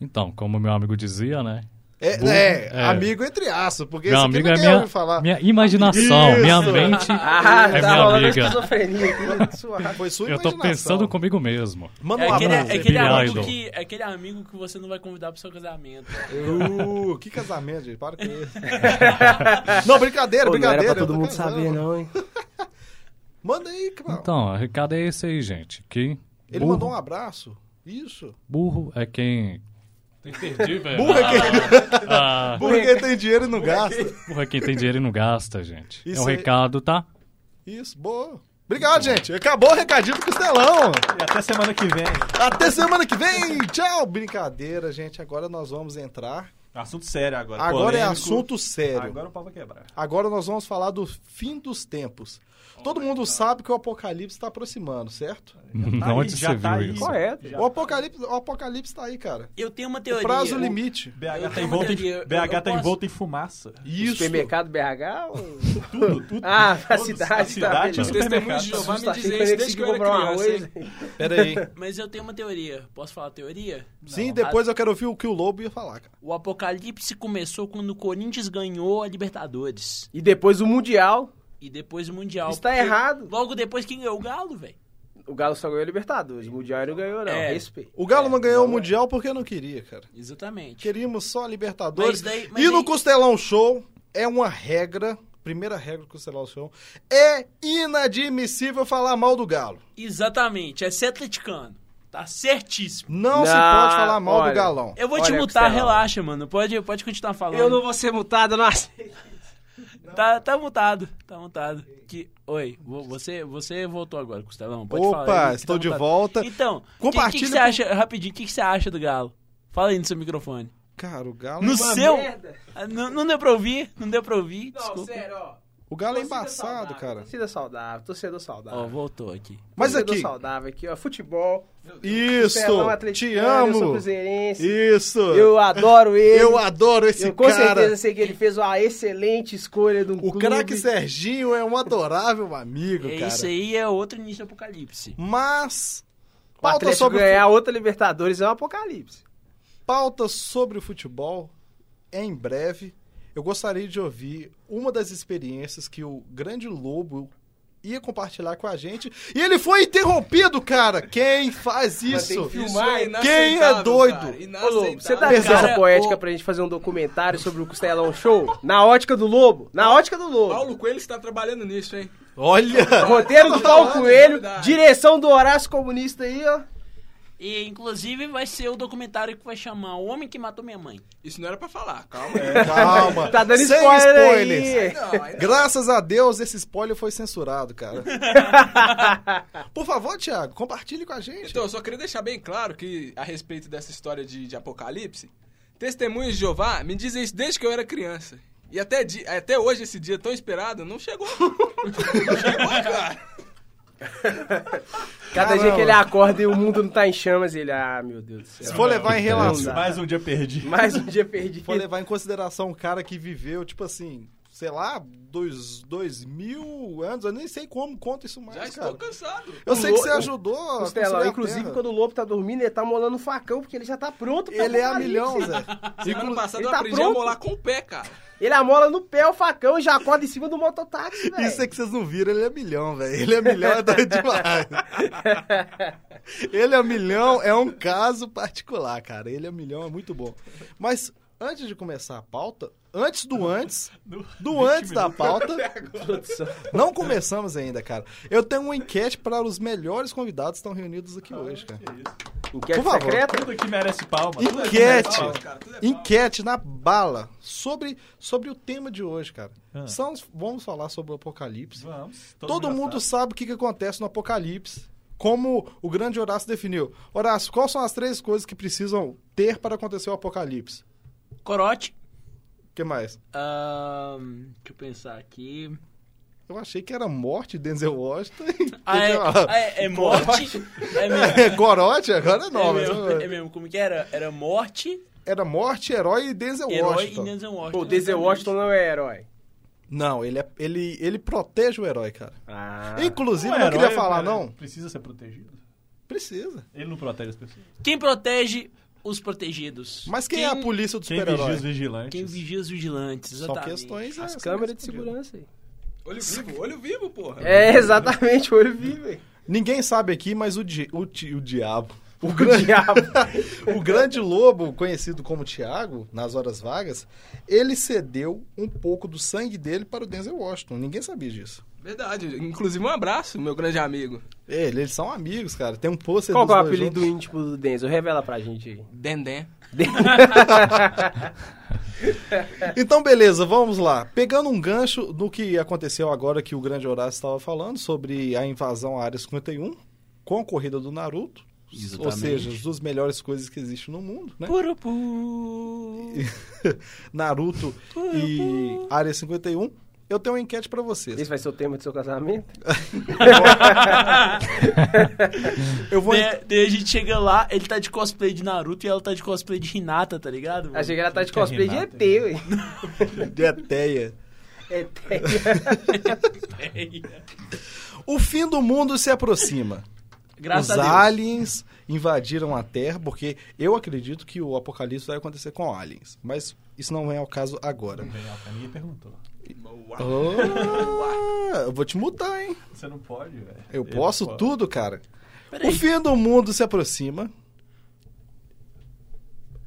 Speaker 1: Então, como meu amigo dizia, né?
Speaker 3: É,
Speaker 1: Burro,
Speaker 3: é,
Speaker 1: é.
Speaker 3: amigo entre aço, porque
Speaker 1: meu
Speaker 3: isso
Speaker 1: amigo
Speaker 3: aqui
Speaker 1: é
Speaker 3: ninguém
Speaker 1: minha,
Speaker 3: ouve falar.
Speaker 1: minha imaginação,
Speaker 3: Isso.
Speaker 1: minha mente.
Speaker 4: Ah,
Speaker 1: É
Speaker 4: tá
Speaker 1: minha
Speaker 4: rolando
Speaker 1: amiga.
Speaker 4: esquizofrenia aqui, suave.
Speaker 3: Foi sua
Speaker 1: eu tô
Speaker 3: imaginação.
Speaker 1: pensando comigo mesmo.
Speaker 3: Manda
Speaker 2: É
Speaker 3: um
Speaker 2: aquele,
Speaker 3: abraço.
Speaker 2: é aquele
Speaker 1: Billy
Speaker 2: amigo
Speaker 1: Idol.
Speaker 2: que, é aquele amigo que você não vai convidar pro seu casamento.
Speaker 3: Uh, que casamento, gente. Para com isso. não, brincadeira,
Speaker 4: Pô, não
Speaker 3: brincadeira. eu
Speaker 4: era pra todo
Speaker 3: tô
Speaker 4: mundo
Speaker 3: casando.
Speaker 4: saber, não, hein?
Speaker 3: Manda aí, cara.
Speaker 1: Então, o recado é esse aí, gente. Que
Speaker 3: Ele
Speaker 1: burro,
Speaker 3: mandou um abraço. Isso.
Speaker 1: burro é quem Entendi, velho.
Speaker 3: Burra
Speaker 4: é
Speaker 1: quem... Ah,
Speaker 3: Porque é tem dinheiro e não gasta.
Speaker 1: burra quem tem dinheiro e não gasta, gente.
Speaker 3: Isso
Speaker 1: é um
Speaker 3: aí.
Speaker 1: recado, tá?
Speaker 3: Isso, boa. Obrigado, gente. Acabou o recadinho do Costelão.
Speaker 5: E até semana que vem.
Speaker 3: Até semana que vem. Tchau. Brincadeira, gente. Agora nós vamos entrar.
Speaker 5: Assunto sério agora.
Speaker 3: Agora é
Speaker 5: polêmico.
Speaker 3: assunto sério.
Speaker 5: Agora o pau vai quebrar.
Speaker 3: Agora nós vamos falar do fim dos tempos. Todo mundo sabe que o apocalipse está aproximando, certo?
Speaker 5: tá aí,
Speaker 1: Onde você
Speaker 5: já
Speaker 1: viu
Speaker 5: tá aí.
Speaker 1: é isso?
Speaker 4: Correto.
Speaker 3: O apocalipse, o apocalipse tá aí, cara.
Speaker 2: Eu tenho uma
Speaker 3: O
Speaker 2: teoria.
Speaker 3: prazo é
Speaker 2: Eu-
Speaker 3: limite.
Speaker 5: BH
Speaker 2: Eu
Speaker 5: tá
Speaker 2: tenho uma
Speaker 5: envolto em,
Speaker 2: teoria. Eu-
Speaker 5: BH
Speaker 2: eu
Speaker 5: tá
Speaker 2: posso-
Speaker 5: envolto em fumaça.
Speaker 3: Isso.
Speaker 4: Supermercado BH? ou-
Speaker 5: Tudo, tudo.
Speaker 4: Ah, a
Speaker 5: Todos-
Speaker 4: cidade
Speaker 5: a
Speaker 4: tá
Speaker 5: cidade
Speaker 4: bem.
Speaker 5: e
Speaker 4: Os
Speaker 5: supermercado.
Speaker 6: testemunhos de Jeová me
Speaker 4: Assusta, achei
Speaker 6: dizem
Speaker 4: que eu
Speaker 6: isso
Speaker 4: ia
Speaker 6: desde
Speaker 4: conseguir
Speaker 6: que eu era
Speaker 4: comprar um
Speaker 6: criança.
Speaker 4: arroz.
Speaker 6: hein?
Speaker 3: Pera aí.
Speaker 2: Mas eu tenho uma teoria. Posso falar a teoria?
Speaker 3: Sim, depois eu quero ouvir o que o Lobo ia falar, cara.
Speaker 2: O apocalipse começou quando o Corinthians ganhou a Libertadores.
Speaker 4: E depois o Mundial.
Speaker 2: E depois o Mundial.
Speaker 4: Isso tá
Speaker 2: Porque
Speaker 4: errado.
Speaker 2: Logo depois quem ganhou o Galo, velho.
Speaker 4: O Galo só ganhou a Libertadores. O Mundial não ganhou, não.
Speaker 2: É.
Speaker 4: Respeito.
Speaker 3: O Galo não ganhou o Mundial porque não queria, cara.
Speaker 2: Exatamente.
Speaker 3: Queríamos só a Libertadores.
Speaker 2: Mas daí- mas
Speaker 3: e no
Speaker 2: aí-
Speaker 3: Costelão Show é uma regra, primeira regra do Costelão Show, é inadmissível falar mal do Galo.
Speaker 2: Exatamente. É ser atleticano. Tá certíssimo.
Speaker 3: Não, se
Speaker 4: Não,
Speaker 3: pode falar mal
Speaker 4: olha.
Speaker 3: do Galão.
Speaker 2: Eu vou te
Speaker 4: Olha,
Speaker 2: mutar,
Speaker 4: Costela.
Speaker 2: relaxa, mano. Pode, pode continuar falando.
Speaker 4: Eu não vou ser multado, não aceito.
Speaker 2: Tá, tá mutado, tá mutado. Que, oi, vo- você, você voltou agora, Costelão. Pode
Speaker 3: Opa,
Speaker 2: falar. aí, que
Speaker 3: estou
Speaker 2: tá
Speaker 3: de
Speaker 2: mutado.
Speaker 3: volta.
Speaker 2: Então, o que,
Speaker 3: Compartilha
Speaker 2: que você
Speaker 3: com-
Speaker 2: acha, rapidinho, o que, que você acha do Galo? Fala aí no seu microfone.
Speaker 3: Cara, o Galo,
Speaker 2: No seu?
Speaker 4: merda.
Speaker 2: Ah, Não, não deu pra ouvir, não deu pra ouvir,
Speaker 4: Não,
Speaker 2: desculpa.
Speaker 4: sério, ó.
Speaker 3: o Galo é
Speaker 4: Torcida
Speaker 3: embaçado,
Speaker 4: saudável,
Speaker 3: cara.
Speaker 4: Torcida saudável, torcedor
Speaker 2: Ó,
Speaker 4: saudável.
Speaker 2: voltou aqui.
Speaker 3: Mas
Speaker 4: torcedor
Speaker 3: aqui,
Speaker 4: saudável aqui, ó. Futebol.
Speaker 3: isso,
Speaker 4: Pelão,
Speaker 3: te
Speaker 4: é um atleticano, Eu sou
Speaker 3: amo.
Speaker 4: cruzeirense.
Speaker 3: Isso,
Speaker 4: Eu adoro ele.
Speaker 3: eu adoro esse
Speaker 4: Eu com
Speaker 3: cara.
Speaker 4: certeza sei que ele fez uma excelente escolha de um
Speaker 3: O
Speaker 4: clube.
Speaker 3: craque Serginho é um adorável amigo,
Speaker 2: É
Speaker 3: cara.
Speaker 2: isso aí, é outro início do apocalipse.
Speaker 3: Mas,
Speaker 4: O
Speaker 3: pauta
Speaker 4: Atlético
Speaker 3: sobre o
Speaker 4: ganhar outra Libertadores é um apocalipse.
Speaker 3: Pauta sobre o futebol é em breve. Eu gostaria de ouvir uma das experiências que o grande lobo ia compartilhar com a gente. E ele foi interrompido, cara! Quem faz isso?
Speaker 4: filme.
Speaker 6: Isso é inaceitável,
Speaker 3: Quem é doido?
Speaker 6: cara,
Speaker 4: Ô, Lobo,
Speaker 6: inaceitável.
Speaker 3: tá
Speaker 4: você tá dá
Speaker 2: Cara,
Speaker 4: licença poética
Speaker 2: o-
Speaker 4: pra gente fazer um documentário sobre o Costelão Show? Na ótica do Lobo? Na ótica do Lobo.
Speaker 6: Paulo Coelho está trabalhando nisso, hein?
Speaker 3: Olha!
Speaker 4: Roteiro do Paulo
Speaker 6: Verdade,
Speaker 4: Coelho,
Speaker 6: verdade.
Speaker 4: direção do Horácio Comunista aí, ó.
Speaker 2: E, inclusive, vai ser o documentário que vai chamar O Homem que Matou Minha Mãe.
Speaker 6: Isso não era pra falar, calma aí.
Speaker 3: Calma!
Speaker 4: Tá dando
Speaker 3: Sem
Speaker 4: spoiler
Speaker 3: spoilers!
Speaker 4: aí.
Speaker 6: Não, ainda-
Speaker 3: Graças a Deus, esse spoiler foi censurado, cara. Por favor, Thiago, compartilhe com a gente.
Speaker 6: Então, eu só queria deixar bem claro que, a respeito dessa história de, de Apocalipse, testemunhos de Jeová me dizem isso desde que eu era criança. E até, di- até hoje, esse dia tão esperado, não chegou. não chegou, cara.
Speaker 4: Cada dia que ele acorda e o mundo não tá em chamas, ele, ah, meu Deus do
Speaker 3: Se
Speaker 4: céu.
Speaker 3: for levar em relação.
Speaker 4: dá.
Speaker 5: Mais um dia perdido.
Speaker 4: Mais um dia perdido.
Speaker 3: for levar em consideração um cara que viveu, tipo assim, sei lá, dois, dois mil anos, eu nem sei como conta isso mais,
Speaker 6: Já estou
Speaker 3: cara.
Speaker 6: cansado.
Speaker 3: Eu sei que você
Speaker 4: O-
Speaker 3: ajudou. a
Speaker 4: Costelão,
Speaker 3: construir é a
Speaker 4: inclusive,
Speaker 3: Terra.
Speaker 4: quando o Lobo tá dormindo, ele tá molando um facão, porque ele já tá pronto pra
Speaker 3: Ele é a
Speaker 4: apocalipse.
Speaker 3: milhão, Zé.
Speaker 6: Semana passada
Speaker 4: ele
Speaker 6: eu
Speaker 4: tá
Speaker 6: aprendi
Speaker 4: pronto.
Speaker 6: a molar com o pé, cara.
Speaker 4: Ele amola no pé o facão e já acorda em cima do mototáxi, velho.
Speaker 3: Isso é que vocês não viram, ele é milhão, velho. Ele é milhão, é doido demais. ele é milhão, é um caso particular, cara. Ele é milhão, é muito bom. Mas antes de começar a pauta, antes do antes, do antes da pauta, não começamos ainda, cara. Eu tenho uma enquete para os melhores convidados que estão reunidos aqui hoje, cara.
Speaker 4: Enquete
Speaker 3: Por favor.
Speaker 4: secreta?
Speaker 5: É Tudo aqui merece palma. Tudo aqui merece palma.
Speaker 3: Enquete,
Speaker 6: cara, tudo é palma.
Speaker 3: enquete na bala sobre, sobre o tema de hoje, cara.
Speaker 5: Ah.
Speaker 3: São, vamos falar sobre o apocalipse.
Speaker 5: Vamos. tá-
Speaker 3: Todo, mundo
Speaker 5: já
Speaker 3: sabe o que, que acontece no Apocalipse, como o grande Horácio definiu. Horácio, quais são as três coisas que precisam ter para acontecer o Apocalipse?
Speaker 2: Corote.
Speaker 3: O que mais?
Speaker 2: Ahn, deixa eu pensar aqui.
Speaker 3: Eu achei que era morte, Denzel Washington.
Speaker 2: Ah, é, ah, é, é morte. É mesmo.
Speaker 3: Corote? Agora
Speaker 2: é,
Speaker 3: não. mas-
Speaker 2: mesmo, é mesmo, como que era? Era morte,
Speaker 3: Era morte, herói e Denzel
Speaker 2: herói
Speaker 3: É Washington.
Speaker 2: e Denzel Washington.
Speaker 4: Pô, o Denzel Washington não é herói.
Speaker 3: Não, ele, é- ele, ele protege o herói, cara.
Speaker 4: Ah. um
Speaker 3: Inclusive,
Speaker 5: Não
Speaker 3: eu
Speaker 5: é
Speaker 3: não queria
Speaker 5: herói,
Speaker 3: falar,
Speaker 5: cara.
Speaker 3: não.
Speaker 5: Precisa ser protegido.
Speaker 3: Precisa.
Speaker 5: Ele não protege as pessoas.
Speaker 2: Quem protege os protegidos?
Speaker 3: Mas quem, é a polícia do
Speaker 5: Quem vigia os
Speaker 3: super-herói?
Speaker 5: vigilantes.
Speaker 2: Quem vigia os vigilantes,
Speaker 3: São
Speaker 2: exatamente.
Speaker 3: questões...
Speaker 4: As
Speaker 3: é,
Speaker 4: câmeras de
Speaker 3: são questões.
Speaker 4: segurança aí.
Speaker 6: Olho vivo, olho vivo, porra.
Speaker 4: É, exatamente, o olho vivo, velho.
Speaker 3: Ninguém sabe aqui, mas o, di o, ti- o diabo...
Speaker 4: O diabo.
Speaker 3: O grande lobo, conhecido como Tiago, nas horas vagas, ele cedeu um pouco do sangue dele para o Denzel Washington. Ninguém sabia disso.
Speaker 6: Verdade. Inclusive, um abraço, meu grande amigo.
Speaker 3: Ele, eles são amigos, cara. Tem um pôster
Speaker 4: Qual que
Speaker 3: dos
Speaker 4: é o
Speaker 3: dois
Speaker 4: apelido
Speaker 3: juntos.
Speaker 4: íntimo do Denzel? Revela pra gente aí.
Speaker 6: Dendem.
Speaker 3: Então, beleza, vamos lá. Pegando um gancho do que aconteceu agora que o grande Horácio estava falando sobre a invasão à Área 51 com a corrida do Naruto. Ou
Speaker 7: Exatamente.
Speaker 3: seja, as duas melhores coisas que existem no mundo, né?
Speaker 2: Purupu.
Speaker 3: Naruto e Área 51. Eu tenho uma enquete pra vocês.
Speaker 4: Esse vai ser o tema do seu casamento?
Speaker 3: Eu vou.
Speaker 2: Daí, Né, daí a gente chega lá, ele tá de cosplay de Naruto e ela tá de cosplay de Hinata, tá ligado? mano?
Speaker 4: Achei que ela tá de
Speaker 5: Que é
Speaker 4: cosplay de
Speaker 5: Renata,
Speaker 4: ET, ué.
Speaker 3: de Ateia.
Speaker 4: ET.
Speaker 3: O fim do mundo se aproxima. Os
Speaker 2: Graças a Deus.
Speaker 3: aliens invadiram a Terra, porque eu acredito que o apocalipse vai acontecer com aliens. Mas isso não vem ao caso agora.
Speaker 5: Ninguém perguntou.
Speaker 2: Oh.
Speaker 3: Ah, eu vou te mudar, hein?
Speaker 5: Você não pode, velho.
Speaker 3: Eu posso
Speaker 5: pode.
Speaker 3: tudo, cara.
Speaker 2: Peraí.
Speaker 3: O fim do mundo se aproxima.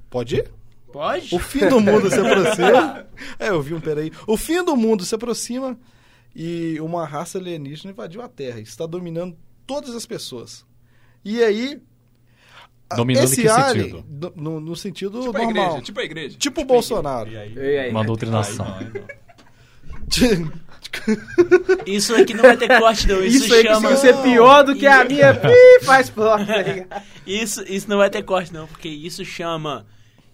Speaker 3: Pode ir?
Speaker 2: Pode?
Speaker 3: O fim do mundo se aproxima. É, eu vi um peraí. O fim do mundo se aproxima e uma raça alienígena invadiu a Terra. Está dominando todas as pessoas. E aí. a-
Speaker 1: Dominando em
Speaker 3: esse
Speaker 1: que
Speaker 3: alien,
Speaker 1: sentido?
Speaker 3: do- No, no sentido
Speaker 6: Tipo a
Speaker 3: normal.
Speaker 6: igreja, tipo a igreja.
Speaker 3: Tipo o Bolsonaro.
Speaker 5: E é? tá aí?
Speaker 4: E aí?
Speaker 1: Uma doutrinação.
Speaker 5: Aí não, aí não.
Speaker 2: Isso aqui não vai ter corte, não. Isso,
Speaker 4: Isso aí
Speaker 2: chama.
Speaker 4: conseguiu ser pior do que a minha. Ih, faz plot. tá ligado?
Speaker 2: Isso, isso não vai ter corte, não, porque isso chama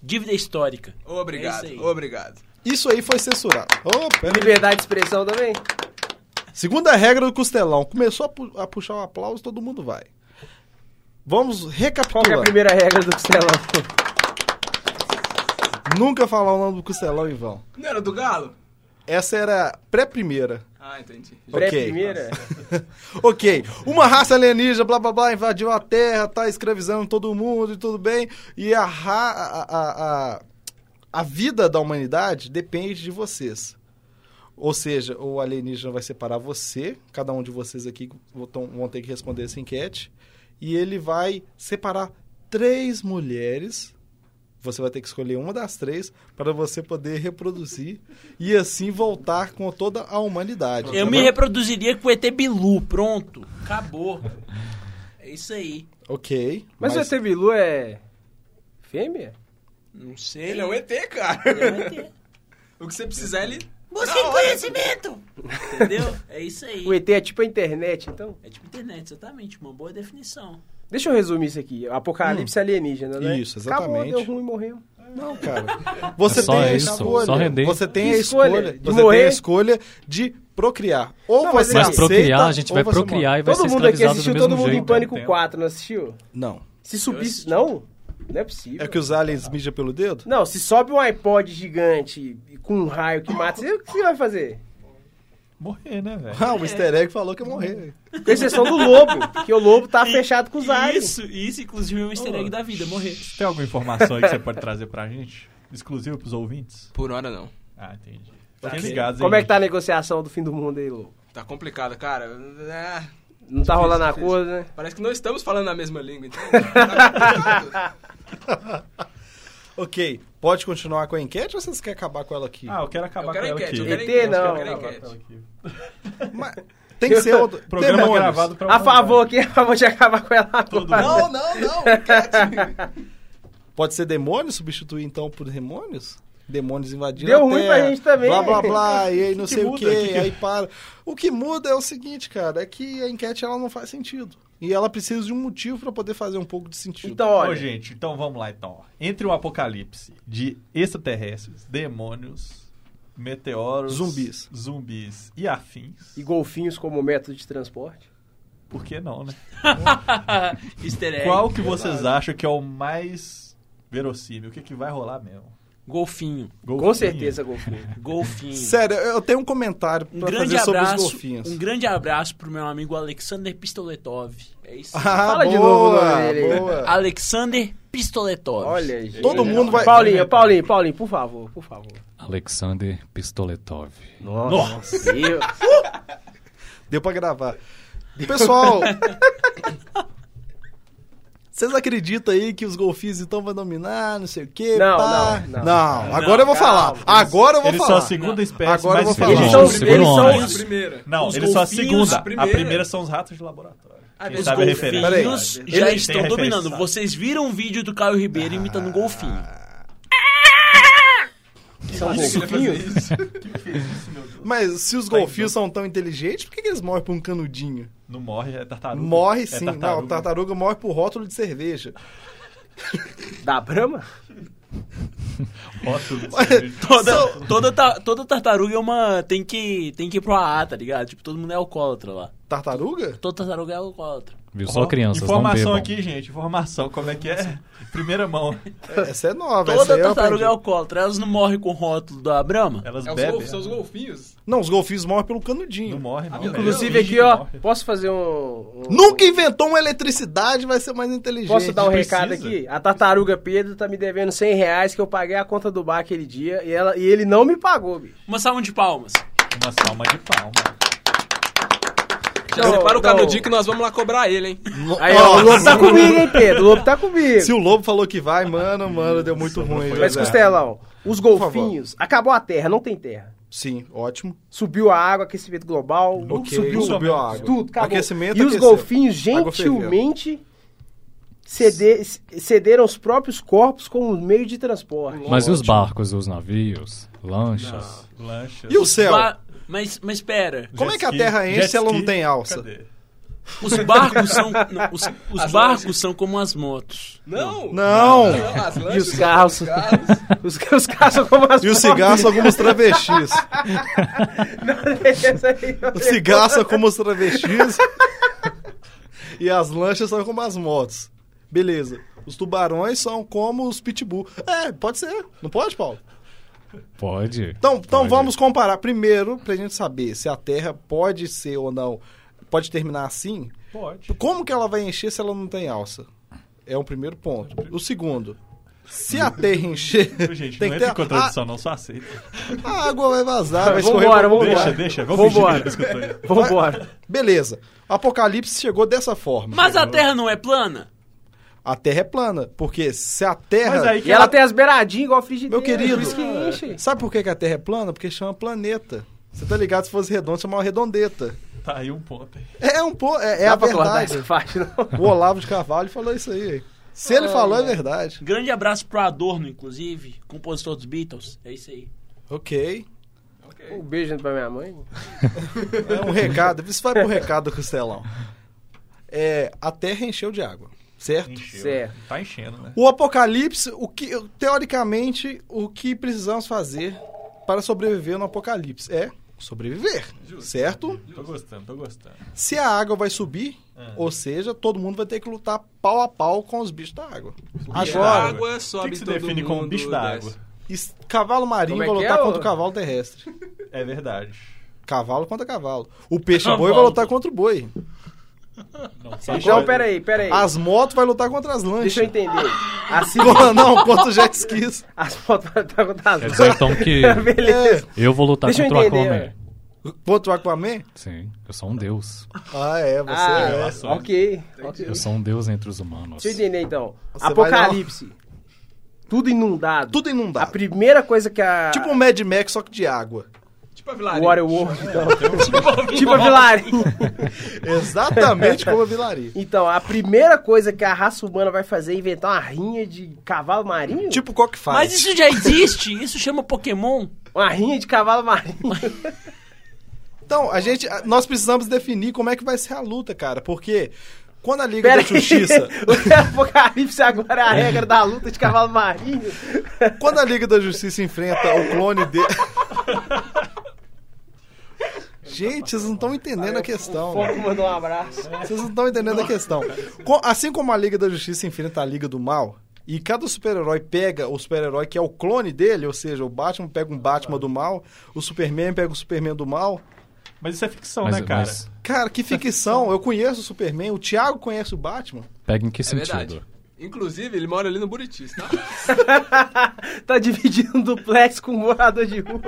Speaker 2: dívida histórica.
Speaker 6: Obrigado,
Speaker 2: É isso aí.
Speaker 6: obrigado.
Speaker 3: Isso aí foi censurado. Ô, peraí.
Speaker 4: Liberdade de expressão também?
Speaker 3: Segunda regra do Costelão. Começou a, pu- a puxar o aplauso, todo mundo vai. Vamos
Speaker 4: Qual que é a
Speaker 3: recapitular.
Speaker 4: primeira regra do Costelão?
Speaker 3: Nunca falar o nome do Costelão em vão.
Speaker 6: Não era do Galo?
Speaker 3: Essa era a pré-primeira.
Speaker 6: Ah, entendi.
Speaker 3: Ok.
Speaker 4: Pré-primeira?
Speaker 3: Ok, uma raça alienígena, blá blá blá, invadiu a Terra, tá escravizando todo mundo e tudo bem. E a, ra- a, a, a, a vida da humanidade depende de vocês. Ou seja, o alienígena vai separar você, cada um de vocês aqui vão tom- vão ter que responder essa enquete, e ele vai separar três mulheres. Você vai ter que escolher uma das três para você poder reproduzir e assim voltar com toda a humanidade.
Speaker 2: Eu me reproduziria com o ET Bilu, pronto. Acabou. É isso aí.
Speaker 3: Ok.
Speaker 4: Mas, o ET Bilu é. fêmea?
Speaker 2: Não sei.
Speaker 6: Ele é um ET, cara. O que você precisar, ele.
Speaker 2: Busquem conhecimento! Entendeu? É isso aí.
Speaker 4: O ET é tipo a internet, então.
Speaker 2: É tipo internet, exatamente. Uma boa definição.
Speaker 4: Deixa eu resumir isso aqui. Apocalipse alienígena, né?
Speaker 3: Hum. Isso,
Speaker 4: Acabou,
Speaker 3: exatamente.
Speaker 4: deu ruim e morremos.
Speaker 3: Não, cara. Você
Speaker 1: É só
Speaker 3: tem a
Speaker 1: isso,
Speaker 3: escolha.
Speaker 1: só render.
Speaker 3: Você tem a
Speaker 4: Escolha
Speaker 3: escolha.
Speaker 4: de
Speaker 3: você
Speaker 4: morrer.
Speaker 3: tem a escolha de procriar. Ou
Speaker 4: Não, mas
Speaker 3: você
Speaker 4: é-
Speaker 1: Mas
Speaker 3: aceita,
Speaker 1: procriar, a gente vai
Speaker 3: ou você
Speaker 1: procriar e vai
Speaker 4: Todo
Speaker 1: ser
Speaker 4: mundo aqui
Speaker 1: escravizado do
Speaker 4: assistiu
Speaker 1: mesmo
Speaker 4: Todo Mundo em
Speaker 1: jeito. né?
Speaker 4: Pânico
Speaker 5: Tempo.
Speaker 4: 4, não assistiu?
Speaker 3: morre. Não.
Speaker 4: Se subisse. Não? Não é possível.
Speaker 3: É que os aliens mijam pelo dedo?
Speaker 4: Não, se sobe um iPod gigante com um raio que mata, você- o que você vai fazer?
Speaker 5: Morrer, né, velho?
Speaker 3: Ah, o easter egg falou que ia morrer.
Speaker 4: Com exceção do lobo, porque o lobo tá fechado com os aliens.
Speaker 2: Isso, isso, inclusive, é um easter
Speaker 4: Oh.
Speaker 2: egg da vida, morrer.
Speaker 5: Tem alguma informação aí que você pode trazer pra gente? Exclusivo pros ouvintes?
Speaker 6: Por hora não.
Speaker 5: Ah, entendi. Fiquem ligados aí.
Speaker 4: Como é que tá a negociação do fim do mundo aí, lobo?
Speaker 6: Tá complicado, cara. Ah,
Speaker 4: Não tá rolando a
Speaker 6: difícil.
Speaker 4: coisa, né?
Speaker 6: parece que não estamos falando a mesma língua, então. Tá complicado.
Speaker 3: Ok. Pode continuar com a enquete ou vocês querem acabar com ela aqui?
Speaker 5: Ah, eu quero acabar
Speaker 6: Eu quero
Speaker 5: com ela aqui.
Speaker 6: enquete, eu quero
Speaker 4: ET
Speaker 6: enquete.
Speaker 4: não.
Speaker 6: Eu quero
Speaker 5: Acabar com
Speaker 6: enquete.
Speaker 5: ela aqui.
Speaker 3: Mas tem que ser outro.
Speaker 5: Programa
Speaker 3: Demônios.
Speaker 5: gravado pra
Speaker 4: A favor aqui, a favor de acabar com ela agora.
Speaker 6: Não, não, não. enquete.
Speaker 3: Pode ser demônios? Substituir então por demônios? Demônios invadiram
Speaker 4: Deu
Speaker 3: a
Speaker 4: ruim
Speaker 3: terra,
Speaker 4: pra gente também.
Speaker 3: Blá, blá, blá, e aí não
Speaker 5: que
Speaker 3: sei o
Speaker 5: muda?
Speaker 3: quê,
Speaker 5: Que que-
Speaker 3: aí para. O que muda é o seguinte, cara, é que a enquete ela não faz sentido. E ela precisa de um motivo pra poder fazer um pouco de sentido.
Speaker 4: Então,
Speaker 5: Ô,
Speaker 4: olha,
Speaker 5: gente, então vamos lá, então. ó. Entre o apocalipse de extraterrestres, demônios, meteoros...
Speaker 3: Zumbis.
Speaker 5: Zumbis e afins.
Speaker 4: e golfinhos como método de transporte.
Speaker 5: Por que não, né?
Speaker 2: easter egg.
Speaker 5: Qual que vocês acham que é o mais verossímil? O que, que vai rolar mesmo?
Speaker 2: Golfinho.
Speaker 4: Com
Speaker 5: Golfinho?
Speaker 4: certeza, golfinho.
Speaker 2: Golfinho.
Speaker 3: Sério, eu tenho um comentário
Speaker 2: Um
Speaker 3: pra
Speaker 2: grande
Speaker 3: fazer sobre os
Speaker 2: abraço.
Speaker 3: golfinhos.
Speaker 2: Um grande abraço pro meu amigo Alexander Pistoletov. É isso. aí.
Speaker 3: Ah,
Speaker 4: Fala de novo o
Speaker 3: boa,
Speaker 4: nome dele aí.
Speaker 3: boa.
Speaker 2: Alexander Pistoletov.
Speaker 4: Olha, gente.
Speaker 3: Todo mundo vai-
Speaker 4: Paulinho, Paulinho, Paulinho, por favor, por favor.
Speaker 1: Alexander Pistoletov.
Speaker 4: Nossa. Deus.
Speaker 3: Deu pra gravar. Pessoal... Vocês acreditam aí que os golfinhos então vão dominar, não sei o quê?
Speaker 4: Não,
Speaker 3: pá?
Speaker 4: não, não.
Speaker 3: agora eu vou falar. Agora eu vou
Speaker 5: Eles são
Speaker 3: falar.
Speaker 5: a segunda espécie
Speaker 3: Agora eu
Speaker 5: mais
Speaker 3: vou falar.
Speaker 4: Eles
Speaker 5: feliz.
Speaker 4: são-
Speaker 1: Não, segura
Speaker 4: eles
Speaker 1: o
Speaker 4: são-
Speaker 1: homem.
Speaker 6: A primeira.
Speaker 5: Não,
Speaker 2: Os
Speaker 5: eles são a
Speaker 2: golfinhos,
Speaker 5: segunda.
Speaker 6: a
Speaker 5: A
Speaker 6: primeira.
Speaker 5: primeira, são os ratos de laboratório.
Speaker 6: Ah,
Speaker 5: Quem
Speaker 6: os
Speaker 5: sabe a referência.
Speaker 3: Peraí.
Speaker 2: golfinhos
Speaker 6: Peraí.
Speaker 2: já
Speaker 5: Eles
Speaker 2: estão
Speaker 5: têm
Speaker 2: dominando.
Speaker 5: referência. Ah.
Speaker 2: Vocês viram o vídeo do Caio Ribeiro imitando um golfinho.
Speaker 4: São golfinhos?
Speaker 3: Mas se
Speaker 5: Tá, então.
Speaker 3: os golfinhos são tão inteligentes, por que, que eles morrem por um canudinho?
Speaker 5: Não morre, é tartaruga.
Speaker 3: Morre
Speaker 5: É
Speaker 3: sim.
Speaker 5: tartaruga.
Speaker 3: Não, tartaruga morre por rótulo de cerveja.
Speaker 4: Da Brahma?
Speaker 3: tá.
Speaker 5: Rótulo de
Speaker 2: Toda, toda, ta- toda tartaruga é uma. Tem que, tem que ir pro AA, tá ligado? Tipo, todo mundo é alcoólatra lá.
Speaker 3: Tartaruga?
Speaker 2: Toda tartaruga é alcoólatra.
Speaker 1: Viu? Só crianças, não
Speaker 5: Informação
Speaker 1: bebam.
Speaker 5: aqui, gente. Informação. Como é que é? Primeira mão.
Speaker 3: Essa é nova. essa
Speaker 2: Toda
Speaker 3: aí eu
Speaker 2: tartaruga é
Speaker 3: aprendi.
Speaker 2: alcoólatra. Elas não morrem com o rótulo da Brahma?
Speaker 5: Elas
Speaker 6: É os
Speaker 5: bebem. né?
Speaker 6: golf- são os golfinhos.
Speaker 3: Não, os golfinhos morrem pelo
Speaker 5: Não
Speaker 3: canudinho.
Speaker 5: morre, não. velho.
Speaker 4: Inclusive aqui, ó, posso fazer um... um-
Speaker 3: Nunca inventou uma eletricidade, vai ser mais inteligente.
Speaker 4: Posso dar um
Speaker 5: precisa.
Speaker 4: recado aqui? A tartaruga Pedro tá me devendo 100 reais que eu paguei a conta do bar aquele dia e, ela, e ele não me pagou, bicho.
Speaker 2: Uma salva de palmas.
Speaker 5: Uma salma de palma.
Speaker 6: Já
Speaker 4: Não,
Speaker 6: separa
Speaker 4: não.
Speaker 6: o canudinho que nós vamos lá cobrar ele, hein?
Speaker 3: No-
Speaker 4: Aí, ó, o Lobo tá
Speaker 3: Nossa.
Speaker 4: comigo, hein, Pedro? O Lobo tá comigo.
Speaker 3: Se o Lobo falou que vai, mano, mano, deu muito ruim.
Speaker 4: Mas,
Speaker 3: José.
Speaker 4: Costelão, os golfinhos... Acabou a terra, não tem terra.
Speaker 3: Sim, ótimo.
Speaker 4: Subiu a água, aquecimento global,
Speaker 3: Ok,
Speaker 4: subiu,
Speaker 3: subiu a água.
Speaker 4: tudo, acabou.
Speaker 3: Aquecimento,
Speaker 4: e os
Speaker 3: aqueceu.
Speaker 4: golfinhos
Speaker 3: Água ferveu.
Speaker 4: gentilmente ceder- cederam os próprios corpos como meio de transporte.
Speaker 1: Mas e os barcos, os navios, lanchas?
Speaker 5: Lanchas.
Speaker 3: E o céu?
Speaker 2: Ba- Mas, mas pera,
Speaker 3: Como é
Speaker 5: Jet
Speaker 3: que a
Speaker 5: ski.
Speaker 3: terra enche
Speaker 5: Jet
Speaker 3: se ela não
Speaker 5: ski.
Speaker 3: tem alça?
Speaker 5: Cadê?
Speaker 2: os barcos são. não, os os
Speaker 6: As
Speaker 2: barcos
Speaker 6: lanchas.
Speaker 2: são como as motos.
Speaker 6: Não!
Speaker 3: Não!
Speaker 6: as
Speaker 4: E
Speaker 6: lanchas,
Speaker 4: os carros.
Speaker 6: Os carros.
Speaker 4: Os, os carros são como as
Speaker 3: E o cigarro são como os travestis. O
Speaker 4: cigarro.
Speaker 3: cigarro são como os travestis. E as lanchas são como as motos. Beleza. Os tubarões são como os pitbull. É, pode ser. Não pode, Paulo?
Speaker 1: Pode.
Speaker 3: Então, então
Speaker 1: Pode.
Speaker 3: vamos comparar. Primeiro, pra gente saber se a Terra pode ser ou não, pode terminar assim.
Speaker 5: Pode.
Speaker 3: Como que ela vai encher se ela não tem alça? É um primeiro ponto. O segundo, se a Terra encher,
Speaker 5: Viu, Gente,
Speaker 3: tem
Speaker 5: não
Speaker 3: que
Speaker 5: entra
Speaker 3: ter Ah.
Speaker 5: em contradição, não, só aceita.
Speaker 3: a, a água vai vazar, vai escorrer.
Speaker 4: Vambora,
Speaker 3: pra-
Speaker 4: vambora.
Speaker 5: Deixa, deixa, vamos fingir que
Speaker 4: Vambora.
Speaker 5: ele escutou isso.
Speaker 4: Vambora.
Speaker 3: Beleza. O Apocalipse chegou dessa forma.
Speaker 2: Mas a Terra não é plana?
Speaker 3: A Terra é plana, porque se a Terra
Speaker 5: Mas aí
Speaker 4: E
Speaker 5: que é
Speaker 4: ela tem as beiradinhas igual a frigideira.
Speaker 3: Meu querido.
Speaker 4: Por isso que enche.
Speaker 3: Sabe por que que a Terra é plana? Porque chama planeta. Você tá ligado? Se fosse redondo, chamava redondeta.
Speaker 5: Tá aí um ponto. aí.
Speaker 3: É um pouco. É, é
Speaker 4: Dá
Speaker 3: a
Speaker 4: pra cortar
Speaker 3: verdade.
Speaker 4: essa parte, não?
Speaker 3: O Olavo de Carvalho falou isso aí. Se ele falou, é verdade.
Speaker 2: Grande abraço pro Adorno, inclusive, compositor dos Beatles. É isso aí.
Speaker 3: Ok.
Speaker 4: Um beijo pra minha mãe.
Speaker 3: É um recado. Isso vai pro recado, Costelão. É, a Terra encheu de água, certo?
Speaker 5: Encheu.
Speaker 4: Certo.
Speaker 5: Tá enchendo, né?
Speaker 3: O apocalipse, o que teoricamente, o que precisamos fazer para sobreviver no apocalipse é sobreviver, certo?
Speaker 5: Tô gostando, tô gostando.
Speaker 3: Se a água vai subir, ou seja, todo mundo vai ter que lutar pau a pau com os bichos da água.
Speaker 6: bicho
Speaker 3: Agora,
Speaker 6: da água
Speaker 5: O que,
Speaker 6: sobe
Speaker 5: que se
Speaker 6: todo
Speaker 5: define como um
Speaker 6: mundo
Speaker 5: bicho da
Speaker 6: desce.
Speaker 5: água?
Speaker 3: es- cavalo marinho
Speaker 4: Como é
Speaker 3: vai
Speaker 4: que
Speaker 3: lutar
Speaker 4: é, ô?
Speaker 3: contra o cavalo terrestre.
Speaker 5: É verdade.
Speaker 3: Cavalo contra cavalo. O peixe-boi
Speaker 2: Cavalo.
Speaker 3: vai lutar contra o boi.
Speaker 5: Não,
Speaker 4: Não, peraí, peraí.
Speaker 3: As motos vai lutar contra as lanchas.
Speaker 4: Deixa eu entender. Assim,
Speaker 3: Não, contra os jet skis.
Speaker 4: as fotos tá com as
Speaker 1: Quer dizer então que
Speaker 4: Beleza.
Speaker 1: eu vou lutar
Speaker 4: É Deixa eu
Speaker 1: contra o
Speaker 4: entender,
Speaker 1: Aquaman.
Speaker 3: Contra o Aquaman?
Speaker 1: Sim, eu sou um deus.
Speaker 3: Ah, é, você
Speaker 4: Ah,
Speaker 3: é.
Speaker 4: ok. ok.
Speaker 1: Eu sou um deus entre os humanos.
Speaker 4: Deixa eu entender então.
Speaker 3: Você
Speaker 4: Apocalipse. Tudo inundado.
Speaker 3: Tudo
Speaker 4: A
Speaker 3: inundado.
Speaker 4: primeira coisa que a.
Speaker 3: Tipo um Mad Max, só que de água.
Speaker 6: Tipo a vilarinha.
Speaker 4: Waterworld, então. tipo a Vilarinho.
Speaker 3: Exatamente como a vilaria.
Speaker 4: Então, a primeira coisa que a raça humana vai fazer é inventar uma rinha de cavalo marinho?
Speaker 3: Tipo cockfight.
Speaker 2: Mas isso já existe, isso chama Pokémon.
Speaker 4: Uma rinha de cavalo marinho.
Speaker 3: Então, a gente, a- nós precisamos definir como é que vai ser a luta, cara. Porque quando a Liga
Speaker 4: Pera
Speaker 3: da
Speaker 4: aí.
Speaker 3: Justiça...
Speaker 4: O apocalipse agora é a regra da luta de cavalo marinho.
Speaker 3: Quando a Liga da Justiça enfrenta o clone dele. Gente, vocês não estão entendendo a questão.
Speaker 4: Foco mandou um abraço.
Speaker 3: Vocês não estão entendendo a questão. Co- Assim como a Liga da Justiça enfrenta a Liga do Mal, e cada super-herói pega o super-herói que é o clone dele, ou seja, o Batman pega um Batman do mal, o Superman pega o Superman do mal.
Speaker 5: Mas isso é ficção,
Speaker 1: Mas,
Speaker 5: né, cara?
Speaker 1: mas
Speaker 3: Cara, que ficção. Eu conheço o Superman, o Thiago conhece o Batman.
Speaker 1: pega em que
Speaker 6: É verdade.
Speaker 1: sentido?
Speaker 6: Inclusive, ele mora ali no Buritis, tá?
Speaker 4: Tá dividindo um duplex com um morador de rua.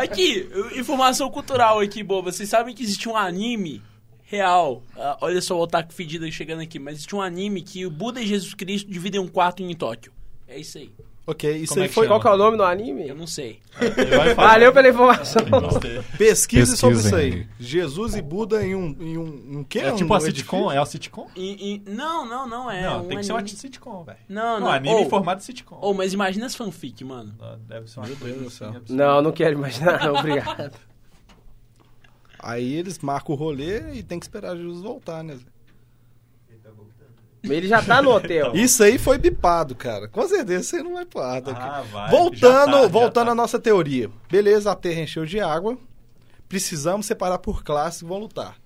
Speaker 2: Aqui, informação cultural aqui, boba. Vocês sabem que existe um anime real. Ah, olha só o otaku fedido aí chegando aqui, mas tinha um anime que o Buda e Jesus Cristo dividem um quarto em Tóquio. É isso aí.
Speaker 3: Ok, isso
Speaker 1: Como
Speaker 3: aí
Speaker 1: é que
Speaker 3: foi.
Speaker 1: chama?
Speaker 4: Qual que é o nome do
Speaker 2: Eu
Speaker 4: anime?
Speaker 2: não sei.
Speaker 5: Ele vai falar.
Speaker 4: Valeu pela informação.
Speaker 5: Gostei.
Speaker 3: Pesquise sobre isso
Speaker 1: Pesquisem
Speaker 3: aí. Jesus e Buda em um. Em um, um quê?
Speaker 5: É
Speaker 3: Um
Speaker 5: tipo a
Speaker 3: edifício?
Speaker 5: sitcom? É o sitcom?
Speaker 2: E- e- não, não, não é.
Speaker 5: não,
Speaker 2: um
Speaker 5: tem que ser um
Speaker 2: anime.
Speaker 5: anime sitcom, velho.
Speaker 2: Não,
Speaker 5: Um
Speaker 2: não.
Speaker 5: anime em
Speaker 2: Ou-
Speaker 5: formato de sitcom.
Speaker 2: Ou, mas imagina as fanfic, mano.
Speaker 5: Ah, Deve ser uma coisa assim. absurda.
Speaker 4: Não, não quero imaginar, não, obrigado.
Speaker 3: Aí eles marcam o rolê e tem que esperar Jesus voltar, né?
Speaker 4: Mas Ele já tá no hotel.
Speaker 3: Isso aí foi bipado, cara. Com certeza você não vai pro ar daqui.
Speaker 5: Ah, vai. Já
Speaker 3: voltando
Speaker 5: tá, já
Speaker 3: voltando
Speaker 5: tá.
Speaker 3: à nossa teoria. Beleza, a terra encheu de água. Precisamos separar por classe e vão lutar.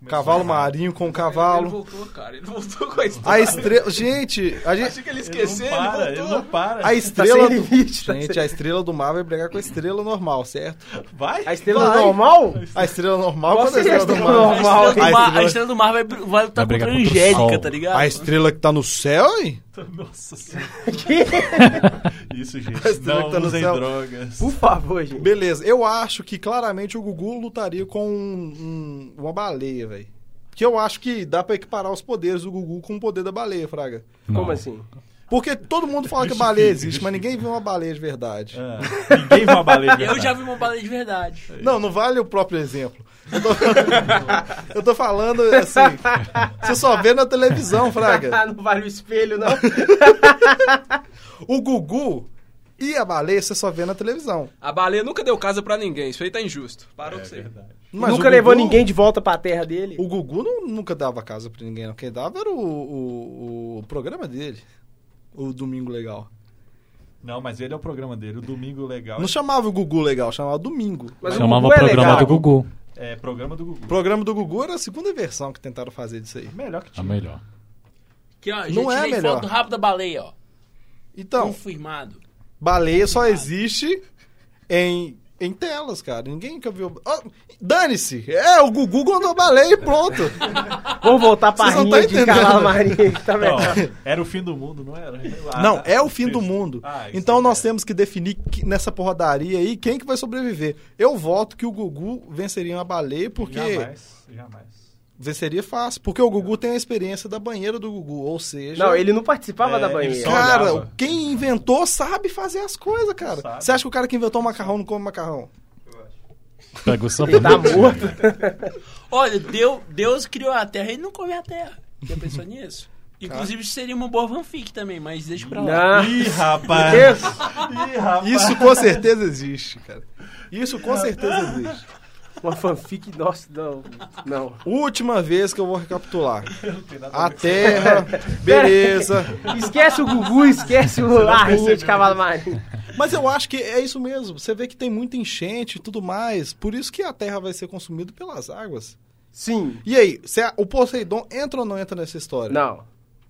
Speaker 5: Começou
Speaker 3: Cavalo
Speaker 5: errado.
Speaker 3: marinho com
Speaker 6: Ele
Speaker 3: cavalo.
Speaker 6: voltou, cara. Ele voltou com a estrela.
Speaker 3: A estrela. Gente, a gente.
Speaker 6: Achei que ele
Speaker 5: Ele
Speaker 6: esqueceu,
Speaker 5: não para,
Speaker 6: ele
Speaker 5: ele
Speaker 6: voltou.
Speaker 5: não para.
Speaker 3: A estrela
Speaker 4: sem
Speaker 3: do...
Speaker 4: limite, tá
Speaker 3: Gente,
Speaker 4: sem-
Speaker 3: a estrela do mar vai brigar com a estrela normal, certo?
Speaker 5: Vai.
Speaker 4: A estrela
Speaker 3: Vai.
Speaker 4: normal?
Speaker 3: A estrela normal
Speaker 4: Qual
Speaker 3: quando a
Speaker 4: seria a
Speaker 3: estrela do
Speaker 4: estrela
Speaker 3: mar.
Speaker 2: A estrela, do
Speaker 3: A
Speaker 2: mar,
Speaker 3: estrela-
Speaker 2: a estrela do mar vai, vai lutar
Speaker 1: Vai brigar
Speaker 2: contra a
Speaker 1: contra o
Speaker 2: Angélica,
Speaker 1: sol.
Speaker 2: tá ligado?
Speaker 3: A estrela que tá no céu, hein?
Speaker 5: Nossa senhora. Isso, gente.
Speaker 3: estrela
Speaker 5: Não
Speaker 3: que tá no
Speaker 5: usem
Speaker 3: céu.
Speaker 5: drogas.
Speaker 4: Por favor, gente.
Speaker 3: Beleza, eu acho que claramente o Gugu lutaria com um- um- uma baleia, velho. Que eu acho que dá pra equiparar os poderes do Gugu com o poder da baleia, Fraga.
Speaker 1: Não.
Speaker 4: Como assim?
Speaker 3: Porque todo mundo fala que a baleia existe, mas ninguém viu uma baleia de verdade.
Speaker 5: Ah, ninguém vai baleia.
Speaker 2: Eu já vi uma baleia de verdade.
Speaker 3: Não, não vale o próprio exemplo. Eu tô, eu tô falando assim. Você só vê na televisão, Fraga.
Speaker 4: Ah, não vale o espelho, não.
Speaker 3: O Gugu e a baleia você só vê na televisão.
Speaker 6: A baleia nunca deu casa pra ninguém. Isso aí tá injusto. Parou com
Speaker 5: É
Speaker 6: isso aí.
Speaker 5: verdade.
Speaker 3: Mas
Speaker 4: Nunca
Speaker 3: o
Speaker 4: levou
Speaker 3: Gugu-
Speaker 4: ninguém de volta pra terra dele.
Speaker 3: O Gugu não- nunca dava casa pra ninguém, não. Quem dava era o, o- o programa dele. O Domingo Legal.
Speaker 5: Não, mas ele é o programa dele. O Domingo Legal
Speaker 3: Não chamava o Gugu Legal, chamava Domingo.
Speaker 4: Mas
Speaker 1: Chamava o
Speaker 4: Gugu é
Speaker 1: programa
Speaker 4: legal.
Speaker 1: do Gugu.
Speaker 5: é programa do
Speaker 3: O
Speaker 5: Gugu.
Speaker 3: programa do Gugu era a segunda versão que tentaram fazer disso aí.
Speaker 5: Melhor que
Speaker 1: A
Speaker 5: tinha.
Speaker 1: melhor.
Speaker 2: Que, ó, já
Speaker 3: Não é a
Speaker 2: tirei
Speaker 3: melhor.
Speaker 2: foto do rabo da baleia, ó.
Speaker 3: Então,
Speaker 2: Confirmado.
Speaker 3: baleia só existe em, em telas, cara. Ninguém nunca viu. Ó, Ah, Dane-se! É, o Gugu contra a baleia e pronto.
Speaker 4: Vamos voltar pra
Speaker 3: Vocês não
Speaker 4: rinha
Speaker 3: tá
Speaker 4: de calar a
Speaker 3: entendendo.
Speaker 4: marinha que tá melhor.
Speaker 5: Não, era o fim do mundo, não era? Ah,
Speaker 3: Não,
Speaker 5: tá.
Speaker 3: é o fim do
Speaker 5: Isso.
Speaker 3: mundo.
Speaker 5: Ah, isso
Speaker 3: então
Speaker 5: aí,
Speaker 3: nós
Speaker 5: é.
Speaker 3: temos que definir que- nessa porradaria aí quem que vai sobreviver. Eu voto que o Gugu venceria uma baleia porque
Speaker 5: Jamais, jamais.
Speaker 3: venceria fácil, porque o Gugu tem a experiência da banheira do Gugu, ou seja,
Speaker 4: Não, ele não participava
Speaker 5: É,
Speaker 4: da
Speaker 5: ele
Speaker 4: banheira.
Speaker 5: só
Speaker 3: Cara,
Speaker 5: olhava.
Speaker 3: quem inventou sabe fazer as coisas, cara.
Speaker 5: Sabe.
Speaker 3: Você acha que o cara que inventou o macarrão não come macarrão?
Speaker 1: Pegou só
Speaker 4: Ele tá
Speaker 1: pra
Speaker 4: morto.
Speaker 2: Olha, Deus, Deus criou a terra e ele não come a terra. Já pensou nisso? Inclusive, isso seria uma boa fanfic também, mas deixa pra lá.
Speaker 4: Não.
Speaker 5: Ih,
Speaker 1: É.
Speaker 5: rapaz.
Speaker 4: Deus.
Speaker 5: Ih, rapaz.
Speaker 3: Isso com certeza existe, cara. Isso com certeza existe.
Speaker 4: Uma fanfic, nossa, não. Não.
Speaker 3: Última vez que eu vou recapitular.
Speaker 5: Não tem nada a
Speaker 3: A
Speaker 5: ver.
Speaker 3: terra, beleza.
Speaker 4: Esquece o Gugu, esquece o a rinha de cavalo marinho.
Speaker 3: Mas eu acho que é isso mesmo. Você vê que tem muita enchente e tudo mais. Por isso que a terra vai ser consumida pelas águas.
Speaker 4: Sim.
Speaker 3: E aí, se a- o Poseidon entra ou não entra nessa história?
Speaker 4: Não.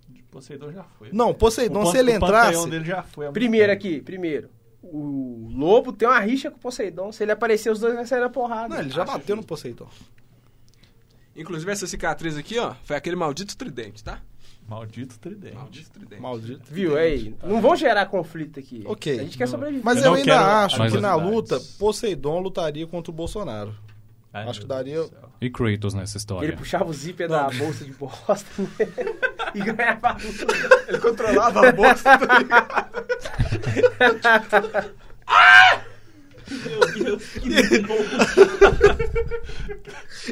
Speaker 5: O Poseidon já foi.
Speaker 3: Não,
Speaker 5: O
Speaker 3: Poseidon,
Speaker 5: pan-
Speaker 3: se ele
Speaker 5: o panteão
Speaker 3: entrasse.
Speaker 5: dele já foi. há muito
Speaker 4: Primeiro
Speaker 5: tempo.
Speaker 4: aqui, primeiro. O lobo tem uma rixa com o Poseidon. Se ele aparecer, os dois vão sair na porrada.
Speaker 3: Não, ele já bateu no Poseidon.
Speaker 6: Inclusive, essa cicatriz aqui, ó, foi aquele maldito tridente, tá?
Speaker 5: Maldito 3D.
Speaker 6: Maldito tridente.
Speaker 3: Maldito.
Speaker 4: Viu aí? Não vão gerar conflito aqui.
Speaker 3: Ok.
Speaker 4: A gente quer sobreviver.
Speaker 3: Mas
Speaker 5: Eu
Speaker 3: eu,
Speaker 5: não
Speaker 3: ainda
Speaker 5: quero
Speaker 3: acho
Speaker 1: mais
Speaker 3: que na luta,
Speaker 5: novidades.
Speaker 3: Poseidon lutaria contra o Bolsonaro. Acho que daria-
Speaker 1: E Kratos nessa
Speaker 4: Ele
Speaker 1: história.
Speaker 4: puxava o zíper da bolsa de bosta né? e ganhava tudo.
Speaker 6: Ele controlava a bolsa.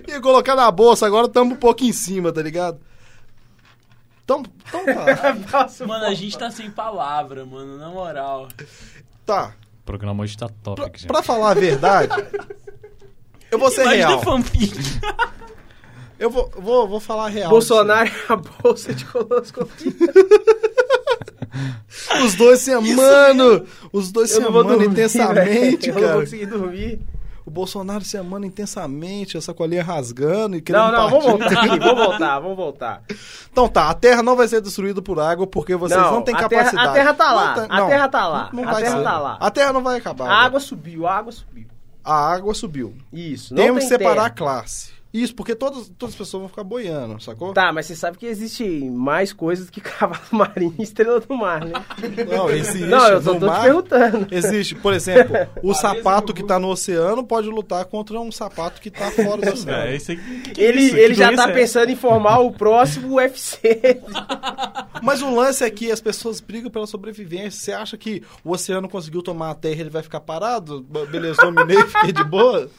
Speaker 3: E colocar na bolsa, agora tamo um pouco em cima, tá ligado? Então, então tá.
Speaker 4: Nossa,
Speaker 2: Mano, a gente tá sem palavra, mano, na moral.
Speaker 3: tá.
Speaker 1: O programa hoje tá top
Speaker 3: Pra,
Speaker 1: aqui, gente.
Speaker 3: pra falar a verdade, eu vou ser
Speaker 2: Imagina
Speaker 3: é real.
Speaker 2: fanfic.
Speaker 3: Eu vou, vou, vou falar a real.
Speaker 4: Bolsonaro é a bolsa de colonoscopia.
Speaker 3: Os dois se amando. Os dois se amando intensamente,
Speaker 4: velho. Eu não vou
Speaker 3: cara.
Speaker 4: conseguir dormir.
Speaker 3: O Bolsonaro se amando intensamente, essa colinha rasgando e querendo
Speaker 4: Não, não,
Speaker 3: partir.
Speaker 4: vamos voltar aqui, vamos voltar, vamos voltar.
Speaker 3: Então tá, a Terra não vai ser destruída por água porque vocês não,
Speaker 4: Não,
Speaker 3: têm
Speaker 4: a Terra-
Speaker 3: capacidade.
Speaker 4: a Terra tá lá,
Speaker 3: Não tem-
Speaker 4: a Terra tá lá,
Speaker 3: Não
Speaker 4: a
Speaker 3: vai
Speaker 4: Terra
Speaker 3: ser.
Speaker 4: tá lá.
Speaker 3: A Terra não vai acabar.
Speaker 4: A água subiu, a água subiu.
Speaker 3: A água subiu.
Speaker 4: Isso, não
Speaker 3: Temos que
Speaker 4: tem
Speaker 3: separar a
Speaker 4: terra.
Speaker 3: classe. Isso, porque todas, todas as pessoas vão ficar boiando, sacou?
Speaker 4: Tá, mas você sabe que existe mais coisas do que cavalo marinho e estrela do mar, né?
Speaker 3: Não, existe.
Speaker 4: Não, eu só
Speaker 3: no
Speaker 4: tô
Speaker 3: mar,
Speaker 4: te perguntando.
Speaker 3: Existe, por exemplo, o
Speaker 6: Parece
Speaker 3: sapato
Speaker 6: Gugu.
Speaker 3: que tá no oceano pode lutar contra um sapato que tá fora do oceano.
Speaker 5: É, isso aí. que que é
Speaker 4: Ele,
Speaker 5: isso? Que
Speaker 4: ele já
Speaker 5: doença
Speaker 4: tá
Speaker 5: é?
Speaker 4: pensando em formar o próximo UFC.
Speaker 3: Mas o lance é que as pessoas brigam pela sobrevivência. Você acha que o oceano conseguiu tomar a terra ele vai ficar parado? Be- Beleza, dominei, fiquei de boa?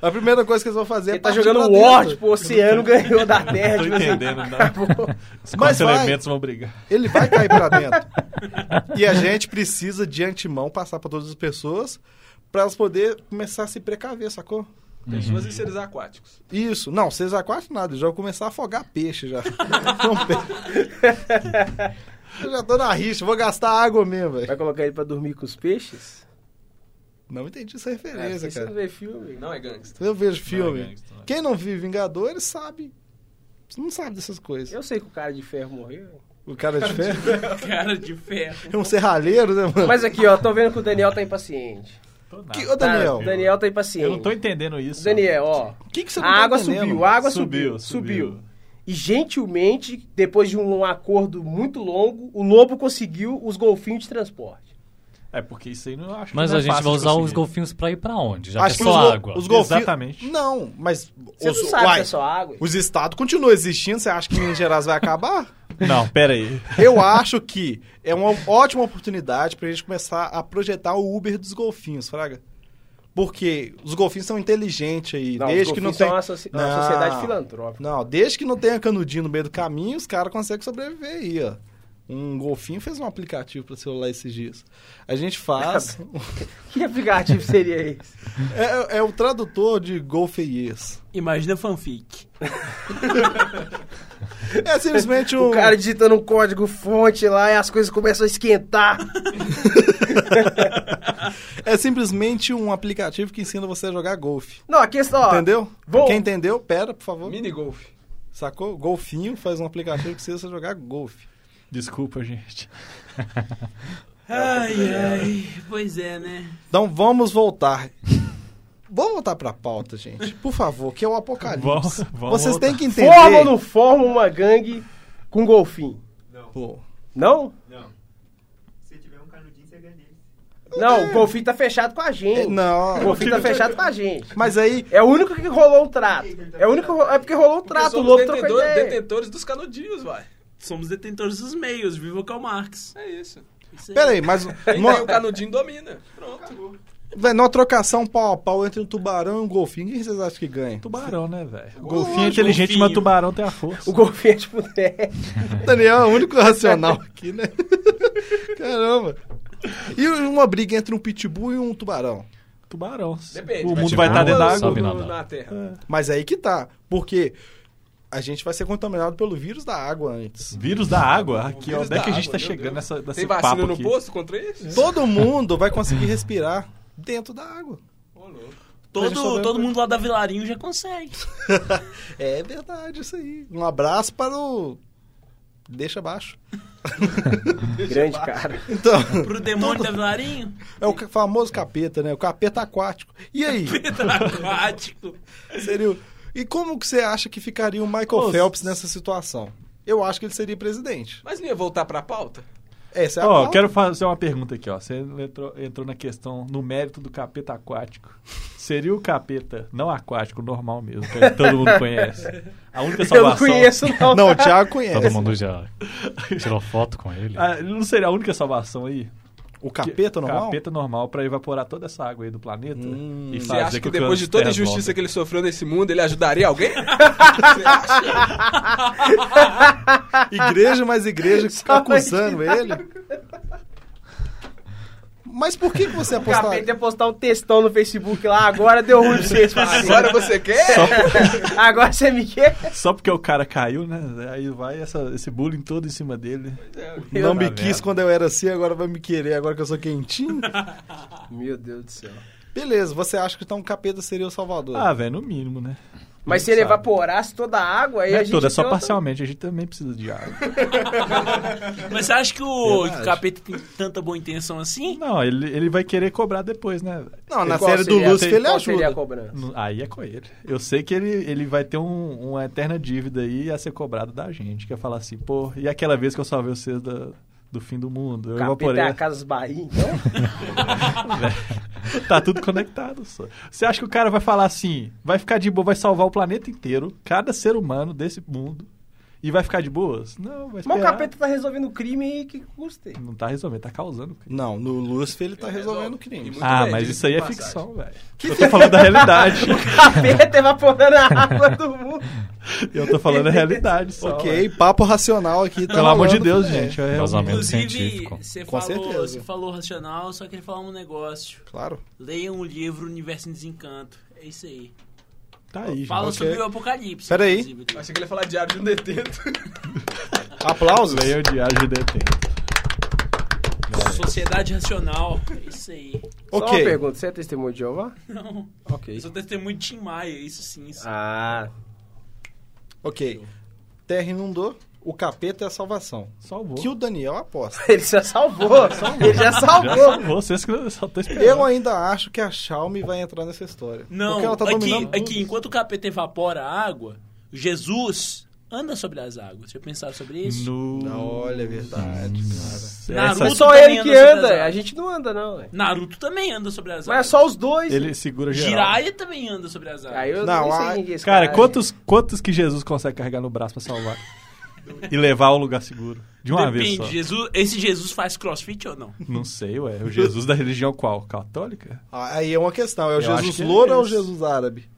Speaker 3: A primeira coisa que eles vão fazer
Speaker 4: Ele
Speaker 3: é
Speaker 4: tá
Speaker 3: partir
Speaker 4: jogando
Speaker 3: pra
Speaker 4: War,
Speaker 3: dentro.
Speaker 4: tipo, o oceano ganhou da terra.
Speaker 5: Tô
Speaker 4: tipo assim.
Speaker 5: entendendo, não. Os
Speaker 3: Mas
Speaker 5: quatro
Speaker 3: vai.
Speaker 5: elementos vão brigar.
Speaker 3: Ele vai cair pra dentro. E a gente precisa, de antemão, passar pra todas as pessoas pra elas poderem começar a se precaver, sacou?
Speaker 6: Pessoas e seres aquáticos.
Speaker 3: Isso. Não, vocês aquáticos nada. Eu já vou começar a afogar peixe já. Não pe- Eu já tô na rixa, vou gastar água mesmo, velho.
Speaker 4: Vai colocar ele pra dormir com os peixes?
Speaker 3: Não entendi essa
Speaker 4: Ah, porque
Speaker 3: referência,
Speaker 4: Você não
Speaker 3: cara.
Speaker 4: vê filme.
Speaker 6: Não é gangsta.
Speaker 3: Eu vejo filme.
Speaker 5: Não é gangsta, não é.
Speaker 3: Quem não viu Vingadores sabe. Você não sabe dessas coisas.
Speaker 4: Eu sei que o cara de ferro morreu.
Speaker 3: O cara de ferro
Speaker 2: Cara de ferro.
Speaker 3: é um serralheiro, né, mano?
Speaker 4: Mas aqui, ó, tô vendo que o Daniel tá impaciente.
Speaker 5: Tô nada.
Speaker 3: Que, ô,
Speaker 4: Tá,
Speaker 3: Daniel,
Speaker 4: o Daniel tá
Speaker 5: Eu não
Speaker 4: impaciente.
Speaker 5: tô entendendo isso.
Speaker 4: Daniel, ó.
Speaker 3: o que, que você não
Speaker 4: A
Speaker 3: tá
Speaker 4: água
Speaker 3: entendendo?
Speaker 4: subiu, a água
Speaker 5: Subiu,
Speaker 4: subiu,
Speaker 5: subiu.
Speaker 4: subiu. E gentilmente, depois de um acordo muito longo, o lobo conseguiu os golfinhos de transporte.
Speaker 5: É porque isso aí não eu acho que
Speaker 1: Mas
Speaker 5: não é
Speaker 1: a gente
Speaker 5: fácil
Speaker 1: vai
Speaker 5: de
Speaker 1: usar os
Speaker 5: conseguir.
Speaker 1: golfinhos pra ir pra onde? Já
Speaker 3: Acho
Speaker 1: que é
Speaker 3: os
Speaker 1: só
Speaker 3: gol-
Speaker 1: água.
Speaker 3: Os golfinhos.
Speaker 5: Exatamente.
Speaker 3: Não, mas.
Speaker 4: Você
Speaker 3: os,
Speaker 4: não sabe
Speaker 3: uai,
Speaker 4: que é só água.
Speaker 3: Os estados continuam existindo. Você acha que Minas Gerais vai acabar?
Speaker 5: Não, pera aí.
Speaker 3: Eu acho que é uma ótima oportunidade pra gente começar a projetar o Uber dos golfinhos, Fraga. Porque os golfinhos são inteligentes aí.
Speaker 4: Não,
Speaker 3: desde
Speaker 4: os
Speaker 3: que não
Speaker 4: golfinhos são
Speaker 3: tem...
Speaker 4: uma, soci- uma sociedade filantrópica.
Speaker 3: Não, desde que não tenha canudinho no meio do caminho, os caras conseguem sobreviver aí, ó. Um golfinho fez um aplicativo para celular esses dias. A gente faz. um-
Speaker 4: Que aplicativo seria esse?
Speaker 3: é, é o tradutor de golfeiês.
Speaker 2: Imagina fanfic.
Speaker 3: É simplesmente um.
Speaker 4: O cara digitando um código fonte lá e as coisas começam a esquentar.
Speaker 3: É simplesmente um aplicativo que ensina você a jogar golfe.
Speaker 4: Não, a questão, ó,
Speaker 3: Entendeu?
Speaker 4: vou-
Speaker 3: Quem entendeu, pera, por favor.
Speaker 6: Mini golf.
Speaker 3: Sacou? Golfinho faz um aplicativo que ensina você a jogar golfe.
Speaker 5: Desculpa, gente.
Speaker 2: Ai, ai. Pois é, né?
Speaker 3: Então vamos voltar. Vamos voltar pra pauta, gente. Por favor, que é o apocalipse.
Speaker 5: Vamos- vamos
Speaker 3: Vocês têm
Speaker 5: voltar.
Speaker 3: que entender.
Speaker 4: forma ou não forma uma gangue com golfinho?
Speaker 3: Pô.
Speaker 4: Não?
Speaker 7: Se tiver um canudinho, você ganha ele.
Speaker 4: Não, o golfinho tá fechado com a
Speaker 3: É,
Speaker 4: gente. O
Speaker 3: Não.
Speaker 4: golfinho tá fechado com a gente.
Speaker 3: Mas aí,
Speaker 4: É o único que rolou um trato. É o único que ro- é porque rolou um
Speaker 6: Porque
Speaker 4: trato, o
Speaker 6: somos
Speaker 4: lobo trocou
Speaker 6: detentor-
Speaker 4: ideia.
Speaker 6: detentores dos canudinhos, vai.
Speaker 2: Somos detentores dos meios. Viva o Karl Marx.
Speaker 6: É isso.
Speaker 2: Isso aí.
Speaker 3: peraí, mas
Speaker 6: Quem
Speaker 3: numa,
Speaker 6: tem o canudinho domina. Pronto.
Speaker 3: véi, numa trocação pau a pau entre um tubarão e um golfinho, quem vocês acham que ganha?
Speaker 5: Tubarão, né, velho?
Speaker 3: Golfinho
Speaker 5: Golfinho é inteligente,
Speaker 2: golfinho.
Speaker 5: mas tubarão tem a força.
Speaker 4: O golfinho é tipo né?
Speaker 3: Daniel é o único racional aqui, né? Caramba. E uma briga entre um pitbull e um tubarão.
Speaker 5: Tubarão.
Speaker 6: Depende.
Speaker 5: O
Speaker 6: vai
Speaker 5: mundo
Speaker 6: te
Speaker 5: vai estar
Speaker 1: voar,
Speaker 5: dentro da
Speaker 1: sobe
Speaker 5: água.
Speaker 1: na-
Speaker 6: no-
Speaker 1: nadar.
Speaker 6: na terra.
Speaker 3: Mas aí que tá, porque a gente vai ser contaminado pelo vírus da água antes.
Speaker 5: Vírus da água? Aqui, ó,
Speaker 6: Vírus
Speaker 5: onde é
Speaker 6: da
Speaker 5: que a gente tá
Speaker 6: água, meu
Speaker 5: chegando
Speaker 6: Deus.
Speaker 5: nessa, nesse
Speaker 6: Tem
Speaker 5: papo
Speaker 6: vacina no
Speaker 5: aqui?
Speaker 6: posto contra isso?
Speaker 3: Todo mundo vai conseguir respirar dentro da água.
Speaker 6: Ô, louco.
Speaker 3: Mas eu só
Speaker 2: Todo,
Speaker 3: lembro-
Speaker 2: todo mundo lá da Vilarinho já consegue.
Speaker 3: É verdade isso aí. Um abraço para o... Deixa abaixo.
Speaker 4: Grande cara.
Speaker 3: Então,
Speaker 2: Pro demônio da Vilarinho,
Speaker 3: é o ca- famoso capeta, né? O capeta aquático. E aí?
Speaker 2: Tá aquático.
Speaker 3: Seria o- E como que você acha que ficaria o Michael
Speaker 5: Ô,
Speaker 3: Phelps nessa situação? Eu acho que ele seria presidente.
Speaker 6: Mas não ia voltar pra pauta?
Speaker 3: Essa
Speaker 6: Tá
Speaker 3: é a
Speaker 5: Ó,
Speaker 3: pauta.
Speaker 5: quero fazer uma pergunta aqui, ó. Você entrou, entrou na questão, no mérito do capeta aquático. Seria o capeta não aquático, normal mesmo, que todo mundo conhece. A única
Speaker 4: Eu não
Speaker 5: salvação.
Speaker 4: conheço, não.
Speaker 3: Não, o Thiago
Speaker 4: É.
Speaker 1: Todo
Speaker 3: conhece.
Speaker 1: mundo já tirou foto com ele.
Speaker 5: Ah, não seria a única salvação aí?
Speaker 3: O capeta é um? normal?
Speaker 5: Capeta normal pra evaporar toda essa água aí do planeta.
Speaker 3: Hum.
Speaker 5: e
Speaker 6: Você acha
Speaker 5: fazer
Speaker 6: que
Speaker 5: com
Speaker 6: depois
Speaker 5: as
Speaker 6: de toda a
Speaker 5: terras
Speaker 6: injustiça
Speaker 5: voltem.
Speaker 6: que ele sofreu nesse mundo, ele ajudaria alguém?
Speaker 3: Igreja mais igreja que fica
Speaker 4: Só vai
Speaker 3: acusando ele. Mas por que que você
Speaker 4: O capeta
Speaker 3: apostaria?
Speaker 4: ia postar um textão no Facebook lá, agora deu ruim pra vocês.
Speaker 6: Agora você quer?
Speaker 4: Agora você me quer?
Speaker 5: Só porque o cara caiu, né? Aí vai essa- esse bullying todo em cima dele.
Speaker 3: Não me
Speaker 5: Tá
Speaker 3: quis
Speaker 5: vendo?
Speaker 3: quando eu era assim, agora vai me querer, agora que eu sou quentinho.
Speaker 4: Meu Deus do céu.
Speaker 3: Beleza, você acha que então o capeta seria o salvador?
Speaker 5: Ah, velho, Ah, no mínimo, né?
Speaker 4: Mas
Speaker 5: Não
Speaker 4: se ele
Speaker 5: sabe.
Speaker 4: evaporasse toda a água, aí
Speaker 5: Não
Speaker 4: a
Speaker 5: é
Speaker 4: gente. né?
Speaker 5: toda, é só
Speaker 4: tem outra-
Speaker 5: parcialmente. A gente também precisa de água.
Speaker 2: Mas você acha que o,
Speaker 3: Verdade.
Speaker 2: que o capeta tem tanta boa intenção assim?
Speaker 5: Não, ele, ele vai querer cobrar depois, né?
Speaker 3: Não, na
Speaker 4: Qual
Speaker 3: série do
Speaker 4: seria-
Speaker 3: Lúcifer ele
Speaker 4: qual seria a
Speaker 3: ajuda.
Speaker 4: cobrança?
Speaker 5: Não, Aí é com ele. Eu sei que ele, ele vai ter um- uma eterna dívida aí a ser cobrada da gente. Que é falar assim, pô, e aquela vez que eu salvei vocês da- do fim do mundo? Eu
Speaker 4: Capeta
Speaker 5: evaporei.
Speaker 4: é a Casas Bahia, então?
Speaker 5: tá tudo conectado. Só. Você acha que o cara vai falar assim, vai ficar de boa, vai salvar o planeta inteiro, cada ser humano desse mundo, e vai ficar de boas? Não, vai
Speaker 4: Mas
Speaker 5: esperar.
Speaker 4: o capeta tá resolvendo o crime aí que custe.
Speaker 5: Não tá resolvendo, tá causando. crime.
Speaker 3: Não, no Lúcifer ele tá
Speaker 4: é
Speaker 6: Ele
Speaker 3: resolvendo
Speaker 6: resolve. E
Speaker 3: crimes.
Speaker 6: muito-
Speaker 5: Ah,
Speaker 6: bem,
Speaker 5: mas
Speaker 6: diga-se
Speaker 5: isso aí
Speaker 6: de
Speaker 5: é
Speaker 6: passagem.
Speaker 5: ficção, velho. Eu tô falando da realidade.
Speaker 4: Capeta evaporando a água do mundo.
Speaker 5: Eu tô falando da realidade só.
Speaker 3: Ok,
Speaker 5: velho.
Speaker 3: papo racional aqui. tá
Speaker 5: Pelo amor de
Speaker 3: rolando,
Speaker 5: Deus,
Speaker 3: é.
Speaker 5: gente. é
Speaker 1: Vazamento.
Speaker 5: realmente-
Speaker 2: Inclusive,
Speaker 1: científico.
Speaker 2: você
Speaker 3: Com
Speaker 2: falou,
Speaker 3: certeza.
Speaker 2: você falou racional, só queria falar um negócio.
Speaker 3: Claro.
Speaker 2: Leia um livro Universo em Desencanto. É isso aí.
Speaker 5: Tá aí,
Speaker 2: Fala
Speaker 5: gente.
Speaker 3: Ok.
Speaker 2: sobre o Apocalipse.
Speaker 3: Pera aí.
Speaker 2: inclusive.
Speaker 6: Eu Achei que ele ia falar diário de um detento.
Speaker 3: Aplausos.
Speaker 5: Leia o diário um de detento.
Speaker 2: Sociedade Racional. É isso aí.
Speaker 4: Só uma
Speaker 3: Ok.
Speaker 4: pergunta, você é testemunho de Jeová?
Speaker 2: Não.
Speaker 4: Ok.
Speaker 2: Eu sou testemunho de Tim Maia, é isso sim. Isso.
Speaker 4: Ah,
Speaker 3: Ok. Terra inundou, o capeta é a salvação.
Speaker 5: Salvou.
Speaker 3: Que o Daniel aposta.
Speaker 4: ele já salvou. ele já
Speaker 5: Já
Speaker 4: salvou.
Speaker 5: salvou. Vocês que eu só tô esperando.
Speaker 3: Eu ainda acho que a Xiaomi vai entrar nessa história.
Speaker 2: Não, é
Speaker 3: Porque ela
Speaker 5: é
Speaker 3: tá
Speaker 2: aqui,
Speaker 3: dominando tudo.
Speaker 2: aqui, enquanto o capeta evapora a água, Jesus anda sobre as águas. Já pensaram sobre isso?
Speaker 5: No...
Speaker 3: Não, olha, é verdade, cara.
Speaker 5: Essa-
Speaker 4: É
Speaker 2: Naruto
Speaker 4: só
Speaker 2: também
Speaker 4: ele que
Speaker 2: anda sobre as
Speaker 4: anda.
Speaker 2: águas.
Speaker 4: A gente não anda, não. ué.
Speaker 2: Naruto também anda sobre as
Speaker 4: Mas é
Speaker 2: águas.
Speaker 4: só os dois.
Speaker 5: Ele segura geral.
Speaker 2: Jiraiya também anda sobre as águas.
Speaker 4: Aí eu
Speaker 3: Não,
Speaker 4: não, nem
Speaker 3: a-
Speaker 4: sei quem que é esse
Speaker 5: Cara,
Speaker 4: cara.
Speaker 5: quantos, quantos que Jesus consegue carregar no braço pra salvar? e levar ao lugar seguro? De uma
Speaker 2: Depende,
Speaker 5: vez só.
Speaker 2: Jesus, esse Jesus faz crossfit ou não?
Speaker 5: Não sei, ué. O Jesus da religião qual? Católica?
Speaker 3: Ah, Aí é uma questão. É o
Speaker 5: Eu acho
Speaker 3: Jesus
Speaker 5: que é
Speaker 3: louro ou o
Speaker 5: isso.
Speaker 3: Jesus árabe?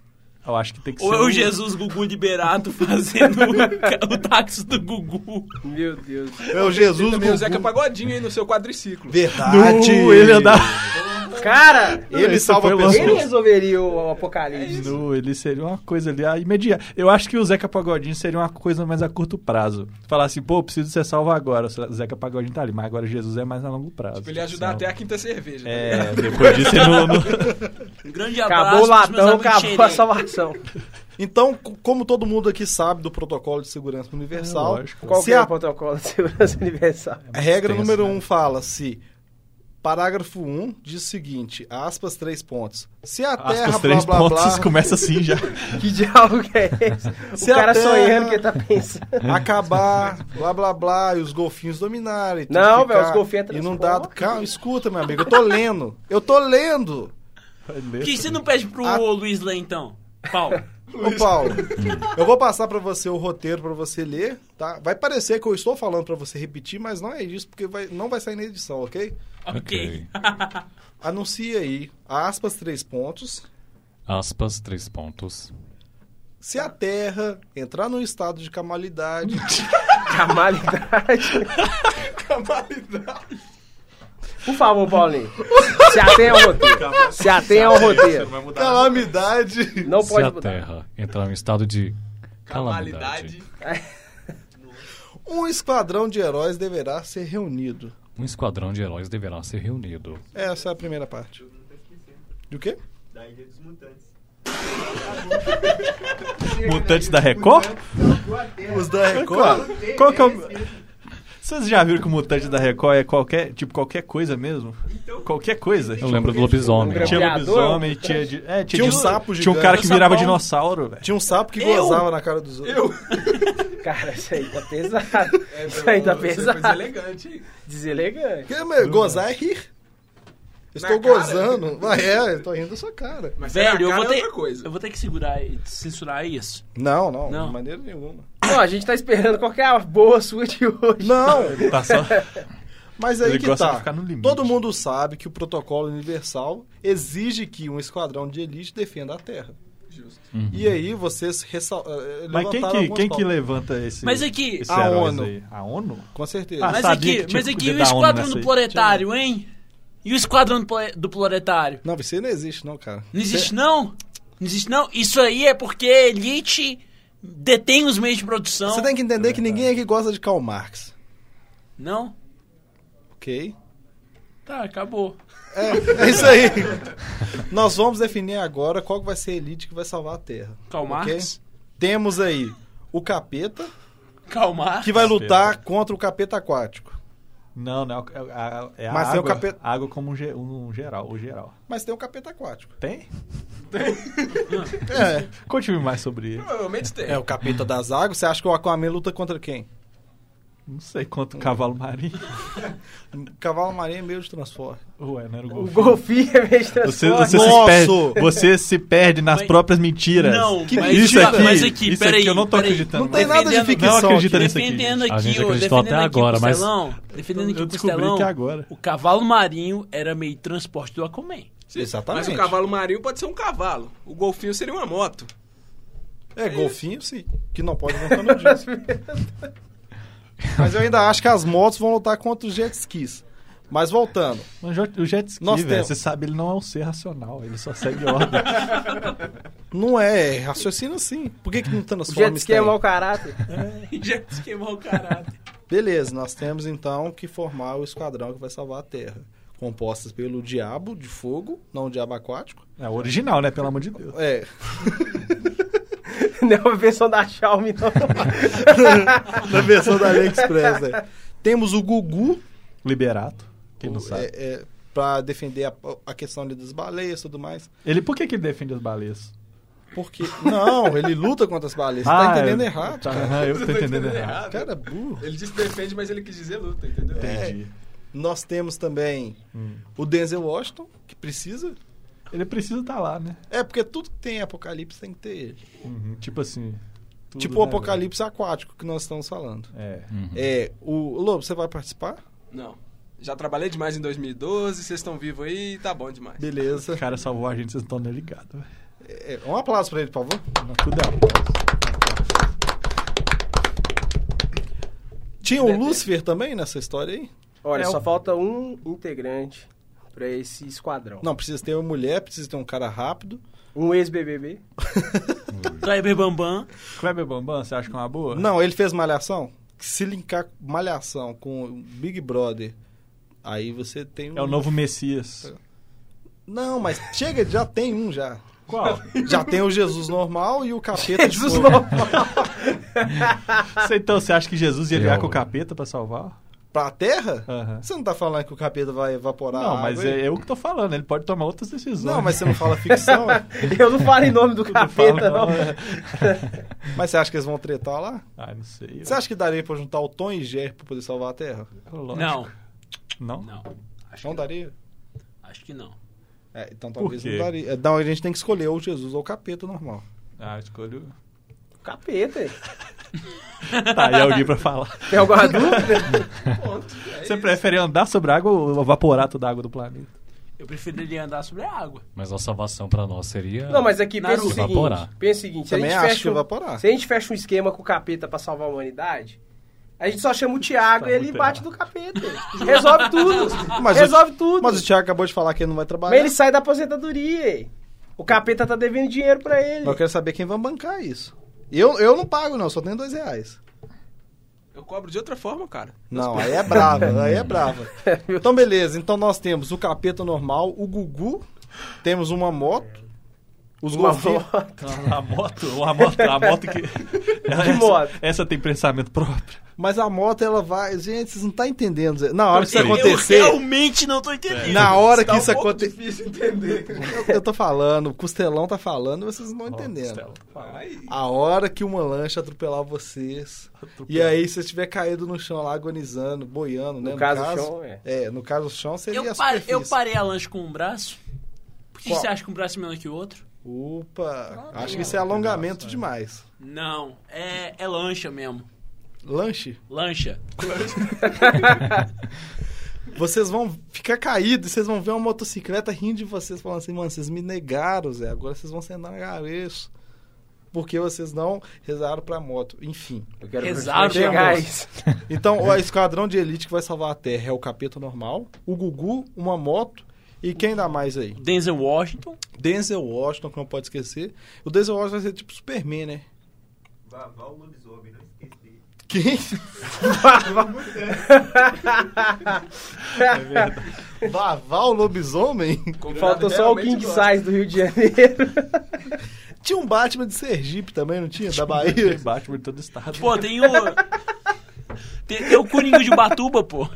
Speaker 5: Eu acho que tem que
Speaker 2: Ou
Speaker 5: ser.
Speaker 2: é o
Speaker 5: um-
Speaker 2: Jesus Gugu Liberato fazendo o, ca- o táxi do Gugu?
Speaker 4: Meu Deus.
Speaker 3: É o Jesus
Speaker 6: Também o Zeca
Speaker 3: Gugu.
Speaker 6: Pagodinho aí no seu quadriciclo.
Speaker 3: Verdade.
Speaker 5: Nu, ele é andava.
Speaker 4: Cara,
Speaker 3: Ele
Speaker 5: Isso
Speaker 3: salva
Speaker 5: foi
Speaker 3: pessoas.
Speaker 5: louco.
Speaker 4: ele resolveria o, o
Speaker 5: É
Speaker 4: apocalipse.
Speaker 5: Nu, ele seria uma coisa ali ah, imediata. Eu acho que o Zeca Pagodinho seria uma coisa mais a curto prazo. Falar assim, pô, eu preciso ser salvo agora. O Zeca Pagodinho tá ali, mas agora Jesus é mais a longo prazo.
Speaker 6: Tipo, ele ia ajudar até
Speaker 5: Então,
Speaker 6: a quinta cerveja. tá ligado?
Speaker 5: É, depois disso ele não. não-
Speaker 2: Um grande abraço
Speaker 4: Acabou o
Speaker 2: pros meus
Speaker 4: latão,
Speaker 2: amigos
Speaker 4: acabou a
Speaker 2: Xerém.
Speaker 4: salvação.
Speaker 3: Então, co- como todo mundo aqui sabe do protocolo de segurança universal,
Speaker 5: É, lógico.
Speaker 4: Qual
Speaker 3: Se
Speaker 4: que é
Speaker 3: a-
Speaker 4: o protocolo de segurança universal?
Speaker 3: a regra
Speaker 5: Extenso,
Speaker 3: número
Speaker 5: né?
Speaker 3: 1 um fala se parágrafo 1 um diz o seguinte, aspas três pontos. Se a Terra
Speaker 5: Aspas,
Speaker 3: blá,
Speaker 5: três
Speaker 3: blá,
Speaker 5: pontos
Speaker 3: blá,
Speaker 5: começa assim já.
Speaker 4: Que diabo que é esse?
Speaker 3: Se
Speaker 4: o cara
Speaker 3: a terra-
Speaker 4: sonhando que ele tá pensando.
Speaker 3: acabar, blá blá blá, e os golfinhos dominarem. tudo
Speaker 4: Não,
Speaker 3: ficar
Speaker 4: velho, os golfinhos é
Speaker 3: Inundado.
Speaker 4: transforma.
Speaker 3: Calma, escuta, meu amigo, eu tô lendo. Eu tô lendo.
Speaker 2: Por que você não pede pro
Speaker 3: Ah.
Speaker 2: Luiz Lê, então? Paulo.
Speaker 3: Ô, Paulo, eu vou passar pra você o roteiro pra você ler, tá? Vai parecer que eu estou falando pra você repetir, mas não é isso, porque vai- não vai sair na edição, ok?
Speaker 2: ok.
Speaker 1: Ok.
Speaker 3: Anuncia aí, aspas, três pontos.
Speaker 1: Aspas, três pontos.
Speaker 3: Se a Terra entrar num estado de camalidade,
Speaker 4: Camalidade.
Speaker 6: Camalidade.
Speaker 4: Por favor, Paulinho. Se atenha ao roteiro. Se atenha ao roteiro.
Speaker 5: vai mudar.
Speaker 3: calamidade,
Speaker 4: Não
Speaker 1: Se
Speaker 4: pode
Speaker 1: a
Speaker 4: mudar.
Speaker 1: Terra entrar em estado de calamidade,
Speaker 6: Camalidade.
Speaker 3: um esquadrão de heróis deverá ser reunido.
Speaker 1: um esquadrão de heróis deverá ser reunido.
Speaker 3: Essa é a primeira parte.
Speaker 7: Não tá esquecendo.
Speaker 3: Do quê?
Speaker 7: Da Ilha dos Mutantes.
Speaker 5: Mutantes da Record?
Speaker 7: Salvou a Terra.
Speaker 3: Os da
Speaker 5: Qual,
Speaker 3: Record?
Speaker 5: qual que é o... Vocês já viram que o mutante da Record é qualquer, tipo, qualquer coisa mesmo?
Speaker 3: Então,
Speaker 5: Qualquer coisa.
Speaker 1: Eu lembro do lobisomem.
Speaker 4: Um
Speaker 5: Tinha
Speaker 4: Criador?
Speaker 5: lobisomem, tinha... de- É, tinha,
Speaker 3: Tinha um
Speaker 5: de-
Speaker 3: sapo
Speaker 5: Tinha um
Speaker 3: gigante.
Speaker 5: cara que
Speaker 2: Tinha um
Speaker 5: virava
Speaker 2: sapão.
Speaker 5: dinossauro, velho.
Speaker 3: Tinha um sapo que
Speaker 2: Eu?
Speaker 3: gozava na cara dos outros.
Speaker 6: Eu?
Speaker 4: Cara, isso aí tá pesado.
Speaker 6: É,
Speaker 4: Isso aí tá pesado.
Speaker 6: elegante, hein?
Speaker 4: Deselegante.
Speaker 3: Que, meu, Gozar é rir. Eu
Speaker 6: Na
Speaker 3: Estou
Speaker 6: cara?
Speaker 3: gozando. Vai, é, eu tô rindo da sua cara.
Speaker 6: Mas
Speaker 2: Velho, eu
Speaker 6: cara
Speaker 2: vou,
Speaker 6: é
Speaker 2: ter,
Speaker 6: outra coisa.
Speaker 2: eu vou ter que segurar e censurar isso.
Speaker 3: Não, não,
Speaker 2: Não.
Speaker 3: de maneira nenhuma.
Speaker 4: Não, a gente tá esperando qual que é a boa sua de hoje.
Speaker 3: Não,
Speaker 5: Tá só...
Speaker 3: mas aí
Speaker 5: Ele
Speaker 3: que
Speaker 5: gosta
Speaker 3: tá.
Speaker 5: de ficar no limite.
Speaker 3: Todo mundo sabe que o protocolo universal exige que um esquadrão de elite defenda a Terra.
Speaker 6: Justo.
Speaker 3: E aí vocês ressal... eh,
Speaker 5: Uhum. Mas quem
Speaker 3: levantaram
Speaker 5: que,
Speaker 3: algumas
Speaker 5: quem que
Speaker 3: pautas.
Speaker 5: levanta esse...
Speaker 2: Mas aqui-
Speaker 5: esses
Speaker 3: A
Speaker 5: heróis
Speaker 3: ONU.
Speaker 5: aí? A ONU?
Speaker 3: Com certeza.
Speaker 5: Ah,
Speaker 2: Mas
Speaker 5: sabia
Speaker 2: aqui,
Speaker 5: que tinha
Speaker 2: mas aqui
Speaker 5: que
Speaker 2: o
Speaker 5: dar onda
Speaker 2: esquadrão
Speaker 5: nessa
Speaker 2: do
Speaker 5: aí.
Speaker 2: proletário, hein? E o esquadrão do pole- do proletário?
Speaker 3: Não, você não existe não, cara.
Speaker 2: Não existe não? Não existe não? Isso aí é porque a elite detém os meios de produção.
Speaker 3: Você tem que
Speaker 5: É
Speaker 3: entender que ninguém aqui gosta de Karl Marx,
Speaker 2: Não?
Speaker 3: ok?
Speaker 2: Tá, acabou.
Speaker 3: É isso aí. Nós vamos definir agora qual que vai ser a elite que vai salvar a Terra.
Speaker 2: Karl Marx.
Speaker 3: Temos aí o capeta,
Speaker 2: Calmar.
Speaker 3: que vai lutar contra o capeta aquático.
Speaker 5: Não, não. É, a- é a
Speaker 3: Mas tem o
Speaker 5: água,
Speaker 3: capeta-
Speaker 5: água como um, ge- um geral, o geral.
Speaker 3: Mas tem o capeta aquático.
Speaker 5: Tem?
Speaker 3: É.
Speaker 5: Conte-me mais sobre ele.
Speaker 6: Provavelmente tem.
Speaker 3: É o capeta das águas. Você acha que o Aquaman luta contra quem?
Speaker 5: Não sei quanto cavalo marinho.
Speaker 3: Cavalo marinho é meio de transforme.
Speaker 5: Ué, não era o
Speaker 4: O
Speaker 5: golfinho.
Speaker 4: golfinho é meio
Speaker 5: Você,
Speaker 4: transforme.
Speaker 5: você,
Speaker 3: Nossa!
Speaker 5: se perde, você se perde nas
Speaker 2: Mas-
Speaker 5: próprias mentiras.
Speaker 2: Não,
Speaker 3: Que
Speaker 2: mas, tipo,
Speaker 5: isso aqui,
Speaker 2: mas aqui,
Speaker 5: isso
Speaker 2: peraí.
Speaker 5: aqui eu não tô
Speaker 2: peraí.
Speaker 5: acreditando.
Speaker 3: Não tem
Speaker 5: mais.
Speaker 3: nada de
Speaker 2: Defendendo-
Speaker 3: ficção.
Speaker 5: não acredita
Speaker 3: aqui.
Speaker 5: nisso aqui,
Speaker 2: Defendendo
Speaker 5: gente.
Speaker 2: aqui,
Speaker 1: A gente
Speaker 2: ó,
Speaker 1: acreditou
Speaker 2: defendendo
Speaker 1: até
Speaker 2: aqui
Speaker 1: agora, mas-
Speaker 2: Costelão, defendendo aqui
Speaker 5: Eu
Speaker 2: o
Speaker 5: descobri
Speaker 2: Costelão,
Speaker 5: que é agora.
Speaker 2: o cavalo marinho era meio transporte do Aquaman.
Speaker 3: Exatamente.
Speaker 6: Mas o cavalo marinho pode ser um cavalo. O golfinho seria uma moto.
Speaker 3: É, golfinho sim, que não pode voltar no disco. Mas eu ainda acho que as motos vão lutar contra os jet skis. Mas voltando,
Speaker 5: Mas o jet- o jet ski,
Speaker 3: Nós
Speaker 5: velho,
Speaker 3: temos-
Speaker 5: você sabe, ele não é um ser racional. Ele só segue ordem.
Speaker 3: não é, é raciocínio sim. Por que, que não
Speaker 4: O jet
Speaker 3: transforma
Speaker 4: ski é mau caráter.
Speaker 2: Já esquemou o caráter.
Speaker 3: Beleza, nós temos então que formar o esquadrão que vai salvar a Terra. Compostas pelo Diabo de Fogo, não o Diabo Aquático.
Speaker 5: É o original, né? Pelo amor de Deus.
Speaker 3: É,
Speaker 4: Não é uma versão da Xiaomi, não.
Speaker 3: na versão da AliExpress. Né? Temos o Gugu,
Speaker 5: Liberato, quem não sabe.
Speaker 3: é, é, pra defender a, a questão ali das baleias e tudo mais.
Speaker 5: Ele, por que, que ele defende as baleias?
Speaker 3: Porque. Não, ele luta contra as baleias. Você tá entendendo
Speaker 5: eu-
Speaker 3: errado.
Speaker 5: tá,
Speaker 3: cara.
Speaker 5: aham, eu tô entendendo
Speaker 6: entendendo
Speaker 5: errado.
Speaker 6: errado.
Speaker 3: Cara, é burro.
Speaker 6: Ele disse defende, mas ele quis dizer luta, entendeu? É.
Speaker 5: Entendi.
Speaker 3: Nós temos também
Speaker 5: Hum.
Speaker 3: o Denzel Washington, que precisa.
Speaker 5: Ele precisa estar lá, né?
Speaker 3: É, porque tudo que tem apocalipse tem que ter ele.
Speaker 5: Uhum, Tipo assim. tudo,
Speaker 3: tipo
Speaker 5: né,
Speaker 3: o apocalipse aquático que nós estamos falando.
Speaker 5: velho? É.
Speaker 3: É, o Lobo, você vai participar?
Speaker 6: Não. Já trabalhei demais em 2012, vocês estão vivos aí, tá bom demais.
Speaker 3: Beleza.
Speaker 5: O cara salvou a gente, vocês não estão nem ligados, velho.
Speaker 3: É, um aplauso pra ele, por favor.
Speaker 5: Mas Tudo é aplauso.
Speaker 3: Tinha o Lúcifer também nessa história aí?
Speaker 4: Olha,
Speaker 5: É
Speaker 4: só
Speaker 5: o-
Speaker 4: falta um integrante pra esse esquadrão.
Speaker 3: Não, precisa ter uma mulher, precisa ter um cara rápido.
Speaker 4: Um ex-BBB.
Speaker 2: Kleber Bambam.
Speaker 5: Kleber Bambam, você acha que é uma boa?
Speaker 3: Não, ele fez Malhação? Que se linkar Malhação com o Big Brother, aí você tem um...
Speaker 5: É o novo Messias.
Speaker 3: Não, mas chega, já tem um já.
Speaker 5: Qual?
Speaker 3: Já tem o Jesus normal e o capeta de
Speaker 4: Jesus
Speaker 3: fogo.
Speaker 5: Você, então, você acha que Jesus ia
Speaker 1: Eu-
Speaker 5: virar com o capeta pra salvar?
Speaker 3: Pra terra?
Speaker 5: Aham.
Speaker 3: Você não tá falando que o capeta vai evaporar a
Speaker 5: Ah. Não,
Speaker 3: água
Speaker 5: mas
Speaker 3: aí?
Speaker 5: é eu que tô falando, ele pode tomar outras decisões.
Speaker 3: Não, mas você não fala ficção? é?
Speaker 4: Eu não falo em nome do
Speaker 5: Eu falo,
Speaker 4: capeta, não.
Speaker 5: é.
Speaker 3: mas você acha que eles vão tretar lá?
Speaker 5: Ai, Ah, não sei. é
Speaker 3: Você acha que daria pra juntar o Tom e Ger pra poder salvar a terra?
Speaker 5: Lógico.
Speaker 2: Não,
Speaker 5: Não?
Speaker 2: não. Acho
Speaker 3: Não
Speaker 2: que,
Speaker 3: daria?
Speaker 2: acho que não.
Speaker 3: É, então talvez
Speaker 5: quê?
Speaker 3: não daria. É, Não, a gente tem que escolher ou Jesus ou o capeta normal.
Speaker 5: Ah, escolho.
Speaker 4: Capeta, hein?
Speaker 5: Tá, e alguém pra falar.
Speaker 4: Tem alguma dúvida?
Speaker 6: Ponto. É
Speaker 5: Você
Speaker 6: isso.
Speaker 5: prefere andar sobre a água ou evaporar toda a água do planeta?
Speaker 2: Eu preferiria andar sobre a água.
Speaker 1: Mas a salvação pra nós seria.
Speaker 4: Não, mas aqui pensa o
Speaker 2: Naruto.
Speaker 4: seguinte.
Speaker 1: Evaporar.
Speaker 4: Pensa o seguinte, se a,
Speaker 3: Também
Speaker 4: gente
Speaker 3: acho
Speaker 4: fecha
Speaker 3: que
Speaker 4: um,
Speaker 3: evaporar.
Speaker 4: se a gente fecha um esquema com o capeta pra salvar a humanidade, a gente só chama o Thiago
Speaker 5: Tá
Speaker 4: e ele
Speaker 5: muito
Speaker 4: bate no capeta. Resolve tudo.
Speaker 3: Mas
Speaker 4: Ah, resolve
Speaker 3: o...
Speaker 4: tudo.
Speaker 3: Mas o Thiago acabou de falar que ele não vai
Speaker 4: Mas
Speaker 3: trabalhar.
Speaker 4: ele sai da aposentadoria. hein? O capeta tá devendo dinheiro pra ele.
Speaker 3: Mas eu quero saber quem vai bancar isso. Eu, eu não pago, não, só tenho dois reais.
Speaker 6: Eu cobro de outra forma, cara.
Speaker 3: Não, aí é brava, aí é brava. Então, beleza. Então, nós temos o capeta normal, o Gugu, temos uma moto, os
Speaker 4: Uma
Speaker 3: golfinhos.
Speaker 5: A moto, a moto, a moto que. Ela- essa-
Speaker 4: moto?
Speaker 5: Essa tem pensamento próprio.
Speaker 3: Mas a moto, ela vai... Gente, vocês não estão entendendo. Zé. Na hora que isso
Speaker 5: Eu- eu
Speaker 3: acontecer...
Speaker 2: realmente não tô entendendo.
Speaker 3: Na hora que
Speaker 6: Tá
Speaker 3: isso
Speaker 6: um pouco
Speaker 3: acontecer...
Speaker 6: difícil entender.
Speaker 3: Eu tô falando, o Costelão tá falando, vocês não estão entendendo.
Speaker 5: Costela.
Speaker 6: Aí,
Speaker 3: A hora que uma lancha atropelar vocês... E aí, se você estiver caído no chão lá, agonizando, boiando, né?
Speaker 4: No caso, o chão, é.
Speaker 3: É, no caso, o chão seria
Speaker 2: Eu,
Speaker 3: a
Speaker 2: pa-
Speaker 3: superfície.
Speaker 2: eu parei a lanche com um braço. Por que
Speaker 3: Qual?
Speaker 2: você acha que um braço é menor que o outro?
Speaker 3: Opa, acho que isso é alongamento demais.
Speaker 2: Não, é, é lancha mesmo.
Speaker 3: Lanche?
Speaker 2: Lancha.
Speaker 3: Vocês vão ficar caídos, vocês vão ver uma motocicleta rindo de vocês, falando assim, mano, vocês me negaram, Zé, agora vocês vão sentar na cabeça. Porque vocês não rezaram pra moto. Enfim.
Speaker 4: Eu quero
Speaker 3: Ah,
Speaker 2: Rezar,
Speaker 4: chegar a
Speaker 2: Deus.
Speaker 4: isso.
Speaker 3: Então, o esquadrão de elite que vai salvar a Terra é o capeta normal, o Gugu, uma moto e quem dá mais aí?
Speaker 2: Denzel Washington.
Speaker 3: Denzel Washington, que não pode esquecer. O Denzel Washington vai ser tipo Superman, né?
Speaker 7: Vá, vá o lobisomem, não esqueça dele.
Speaker 3: É Quem? Vaval lobisomem?
Speaker 4: Faltou só o King Size do Rio de Janeiro.
Speaker 3: Tinha um Batman de Sergipe também, não tinha? um Da Bahia?
Speaker 5: Tem Batman de todo estado.
Speaker 2: Pô, tem o. Tem, tem o Coringa de Batuba, pô.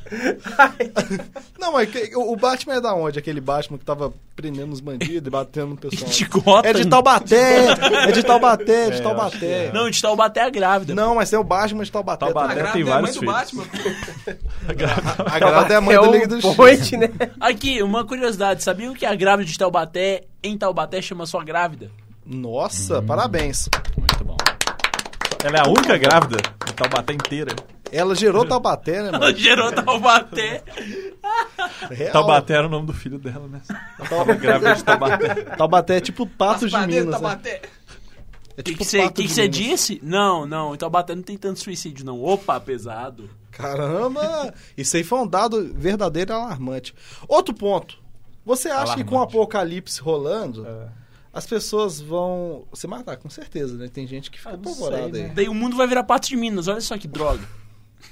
Speaker 3: Não, mas que- o o Batman é da onde? Aquele Batman que tava prendendo os bandidos e batendo no pessoal.
Speaker 2: De Gotham.
Speaker 3: É de Taubaté! É de Taubaté, é de Taubaté.
Speaker 2: Não, de Taubaté é grávida.
Speaker 3: Não, mas tem o Batman de Taubaté.
Speaker 5: Taubaté.
Speaker 3: também.
Speaker 6: A
Speaker 5: Tem
Speaker 6: grávida é a mãe
Speaker 5: vários
Speaker 6: do
Speaker 5: filhos.
Speaker 6: Batman. pô.
Speaker 3: A grada é a mãe
Speaker 4: é
Speaker 3: do
Speaker 4: o
Speaker 3: Liga do X.
Speaker 4: point, né?
Speaker 2: Aqui, uma curiosidade. Sabiam que a grávida de Taubaté, em Taubaté, chama só grávida?
Speaker 3: Nossa, parabéns.
Speaker 1: Muito bom.
Speaker 5: Ela é a única grávida de Taubaté inteira.
Speaker 3: Ela gerou Taubaté, né, mano?
Speaker 2: Gerou
Speaker 3: É.
Speaker 2: Taubaté.
Speaker 3: Real.
Speaker 5: Taubaté era o nome do filho dela, né? Ela tava grávida de Taubaté.
Speaker 3: Taubaté é tipo o Pato de
Speaker 6: Raspadeiro,
Speaker 3: Minas, né?
Speaker 6: Tabaté.
Speaker 3: É
Speaker 2: O que
Speaker 3: tipo o Pato de
Speaker 2: você
Speaker 3: Minas.
Speaker 2: disse? Não, não. Em Taubaté não tem tanto suicídio, não. Opa, pesado.
Speaker 3: Caramba! Isso aí foi um dado verdadeiro e alarmante. Outro ponto. Você acha que com o
Speaker 5: Alarmante.
Speaker 3: apocalipse rolando,
Speaker 5: É.
Speaker 3: as pessoas vão se matar, com certeza, né? Tem gente que fica
Speaker 5: não sei,
Speaker 3: apavorada aí.
Speaker 5: né?
Speaker 2: Daí o mundo vai virar pato de Minas. Olha só que droga.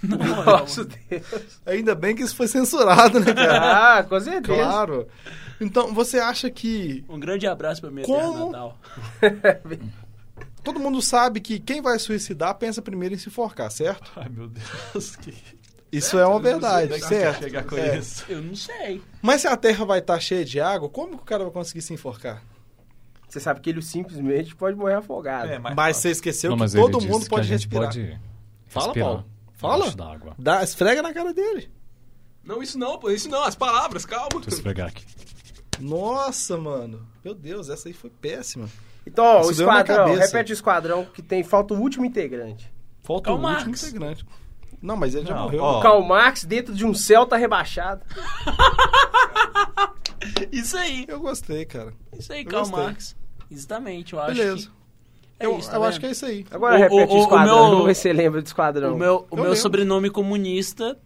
Speaker 2: Não,
Speaker 4: Nossa, Deus.
Speaker 3: Ainda bem que isso foi censurado, né, cara?
Speaker 4: Ah, com certeza.
Speaker 3: claro. Então, você acha que
Speaker 2: Um grande abraço pra minha
Speaker 3: Como?
Speaker 2: terra natal.
Speaker 3: todo mundo sabe que quem vai suicidar pensa primeiro em se forcar, certo?
Speaker 5: Ai, meu Deus. Que...
Speaker 3: Isso é uma verdade,
Speaker 5: Onde é que você quer
Speaker 3: certo?
Speaker 5: chegar com
Speaker 3: É.
Speaker 5: isso?
Speaker 2: Eu não sei.
Speaker 3: Mas se a terra vai estar cheia de água, como que o cara vai conseguir se enforcar?
Speaker 4: Você sabe que ele simplesmente pode morrer afogado.
Speaker 5: É, mas,
Speaker 3: Mas você esqueceu
Speaker 1: Não,
Speaker 3: que
Speaker 1: mas
Speaker 3: todo
Speaker 1: ele
Speaker 3: mundo
Speaker 1: disse
Speaker 3: pode
Speaker 1: que a gente
Speaker 3: respirar.
Speaker 1: pode
Speaker 3: Fala,
Speaker 1: respirar
Speaker 3: Paulo. Fala.
Speaker 1: debaixo d'água.
Speaker 3: Dá, esfrega na cara dele.
Speaker 6: Não, isso não, pô. Isso não. As palavras, calma.
Speaker 1: Deixa eu esfregar aqui.
Speaker 3: Nossa, mano. Meu Deus, essa aí foi péssima.
Speaker 4: Então, ó, o
Speaker 3: Isso deu na
Speaker 4: esquadrão,
Speaker 3: cabeça.
Speaker 4: repete o esquadrão que tem falta o último integrante.
Speaker 3: Falta
Speaker 2: Karl
Speaker 3: o último
Speaker 2: Marx.
Speaker 3: integrante. Não, mas ele já
Speaker 5: Não,
Speaker 3: morreu. né?
Speaker 5: ó.
Speaker 4: Karl Marx dentro de um Celta rebaixado.
Speaker 2: Isso aí.
Speaker 3: Eu gostei, cara.
Speaker 2: Isso aí,
Speaker 3: Eu
Speaker 2: Karl
Speaker 3: gostei.
Speaker 2: Marx. Exatamente, eu acho
Speaker 3: Beleza.
Speaker 2: que... É
Speaker 3: eu
Speaker 2: isso, tá
Speaker 3: eu
Speaker 2: vendo?
Speaker 3: acho que é isso aí.
Speaker 4: Agora
Speaker 2: O-
Speaker 4: repete
Speaker 2: o-
Speaker 4: o,
Speaker 2: o
Speaker 4: esquadrão,
Speaker 2: meu-
Speaker 4: vamos ver se você lembra do esquadrão.
Speaker 2: O meu, o
Speaker 3: Eu
Speaker 2: meu
Speaker 3: lembro.
Speaker 2: sobrenome comunista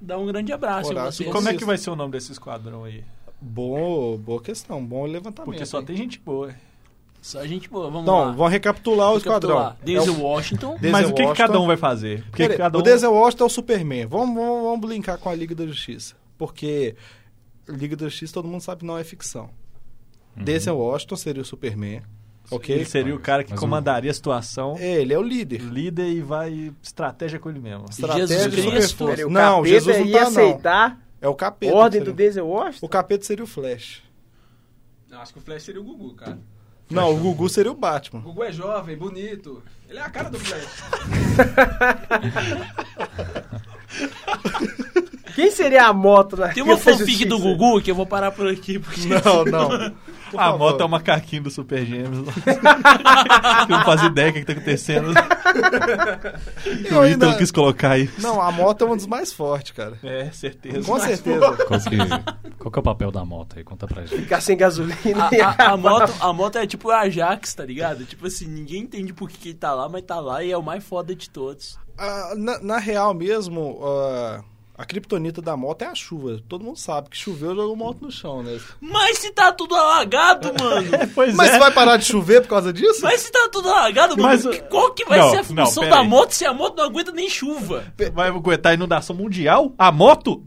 Speaker 2: dá um grande abraço. em
Speaker 3: Horácio
Speaker 2: vocês.
Speaker 5: E como é que vai ser o nome desse esquadrão aí?
Speaker 3: Boa, boa questão, bom levantamento.
Speaker 5: Porque só
Speaker 3: hein?
Speaker 5: tem gente boa.
Speaker 2: Só gente boa, vamos lá.
Speaker 3: Então, vamos recapitular o esquadrão.
Speaker 2: Desde
Speaker 3: É o-
Speaker 2: Washington.
Speaker 3: Denzel
Speaker 5: Mas o que, que
Speaker 3: Washington.
Speaker 5: cada um vai fazer? Porque
Speaker 3: Peraí,
Speaker 5: cada um...
Speaker 3: O Denzel Washington é o Superman. Vamos, vamos, vamos brincar com a Liga da Justiça. Porque Liga da Justiça todo mundo sabe que não é ficção. Denzel Washington seria o Superman. Ok?
Speaker 5: Uhum. Ele seria um- o cara que
Speaker 1: Mas o-
Speaker 5: comandaria a situação,
Speaker 3: É, ele é o líder.
Speaker 5: líder e vai estratégia com ele mesmo.
Speaker 3: Estratégia de
Speaker 2: Jesus Cristo.
Speaker 3: superforça.
Speaker 4: Peraí, o
Speaker 3: Não,
Speaker 4: capeta
Speaker 3: Jesus não
Speaker 4: ia
Speaker 3: tá, não.
Speaker 4: aceitar
Speaker 3: É o capeta.
Speaker 4: ordem
Speaker 3: que
Speaker 4: do
Speaker 3: seria.
Speaker 4: Denzel Washington?
Speaker 3: O capeta seria o Flash.
Speaker 6: Não, acho que o Flash seria o Gugu, cara.
Speaker 3: Não, o Gugu seria o
Speaker 6: O
Speaker 3: Batman.
Speaker 6: Gugu é jovem, bonito. Ele é a cara do Flash.
Speaker 4: Quem seria a moto na
Speaker 2: Tem uma
Speaker 4: Liga da
Speaker 2: fanfic
Speaker 4: Justiça?
Speaker 2: do Gugu que eu vou parar por aqui. Porque...
Speaker 3: Não, não. Por
Speaker 5: A
Speaker 3: favor.
Speaker 5: moto é o macaquinho do Super Gêmeos. Eu não faz ideia do que, que tá acontecendo.
Speaker 3: Eu
Speaker 5: o
Speaker 3: ainda-
Speaker 5: Ítalo quis colocar aí.
Speaker 3: Não, a moto é um dos mais fortes, cara.
Speaker 5: É, certeza.
Speaker 3: Com certeza.
Speaker 1: Qual que, qual que é o papel da moto aí? Conta pra gente.
Speaker 4: Ficar sem gasolina e
Speaker 2: A, a-
Speaker 4: acabar.
Speaker 2: a moto, a moto é tipo o Ajax, tá ligado? Tipo assim, ninguém entende por que que ele tá lá, mas tá lá e é o mais foda de todos.
Speaker 3: Ah, na, na real mesmo, ah, a criptonita da moto é a chuva. Todo mundo sabe que choveu, jogou moto no chão, né?
Speaker 2: Mas se tá tudo alagado, mano!
Speaker 5: Pois
Speaker 3: Mas
Speaker 5: é.
Speaker 3: vai parar de chover por causa disso?
Speaker 2: Mas se tá tudo alagado, mano,
Speaker 5: Mas,
Speaker 2: que- qual que vai
Speaker 5: não,
Speaker 2: ser a
Speaker 5: não,
Speaker 2: função
Speaker 5: pera
Speaker 2: da
Speaker 5: aí.
Speaker 2: moto se a moto não aguenta nem chuva?
Speaker 5: Vai aguentar a inundação mundial? A moto?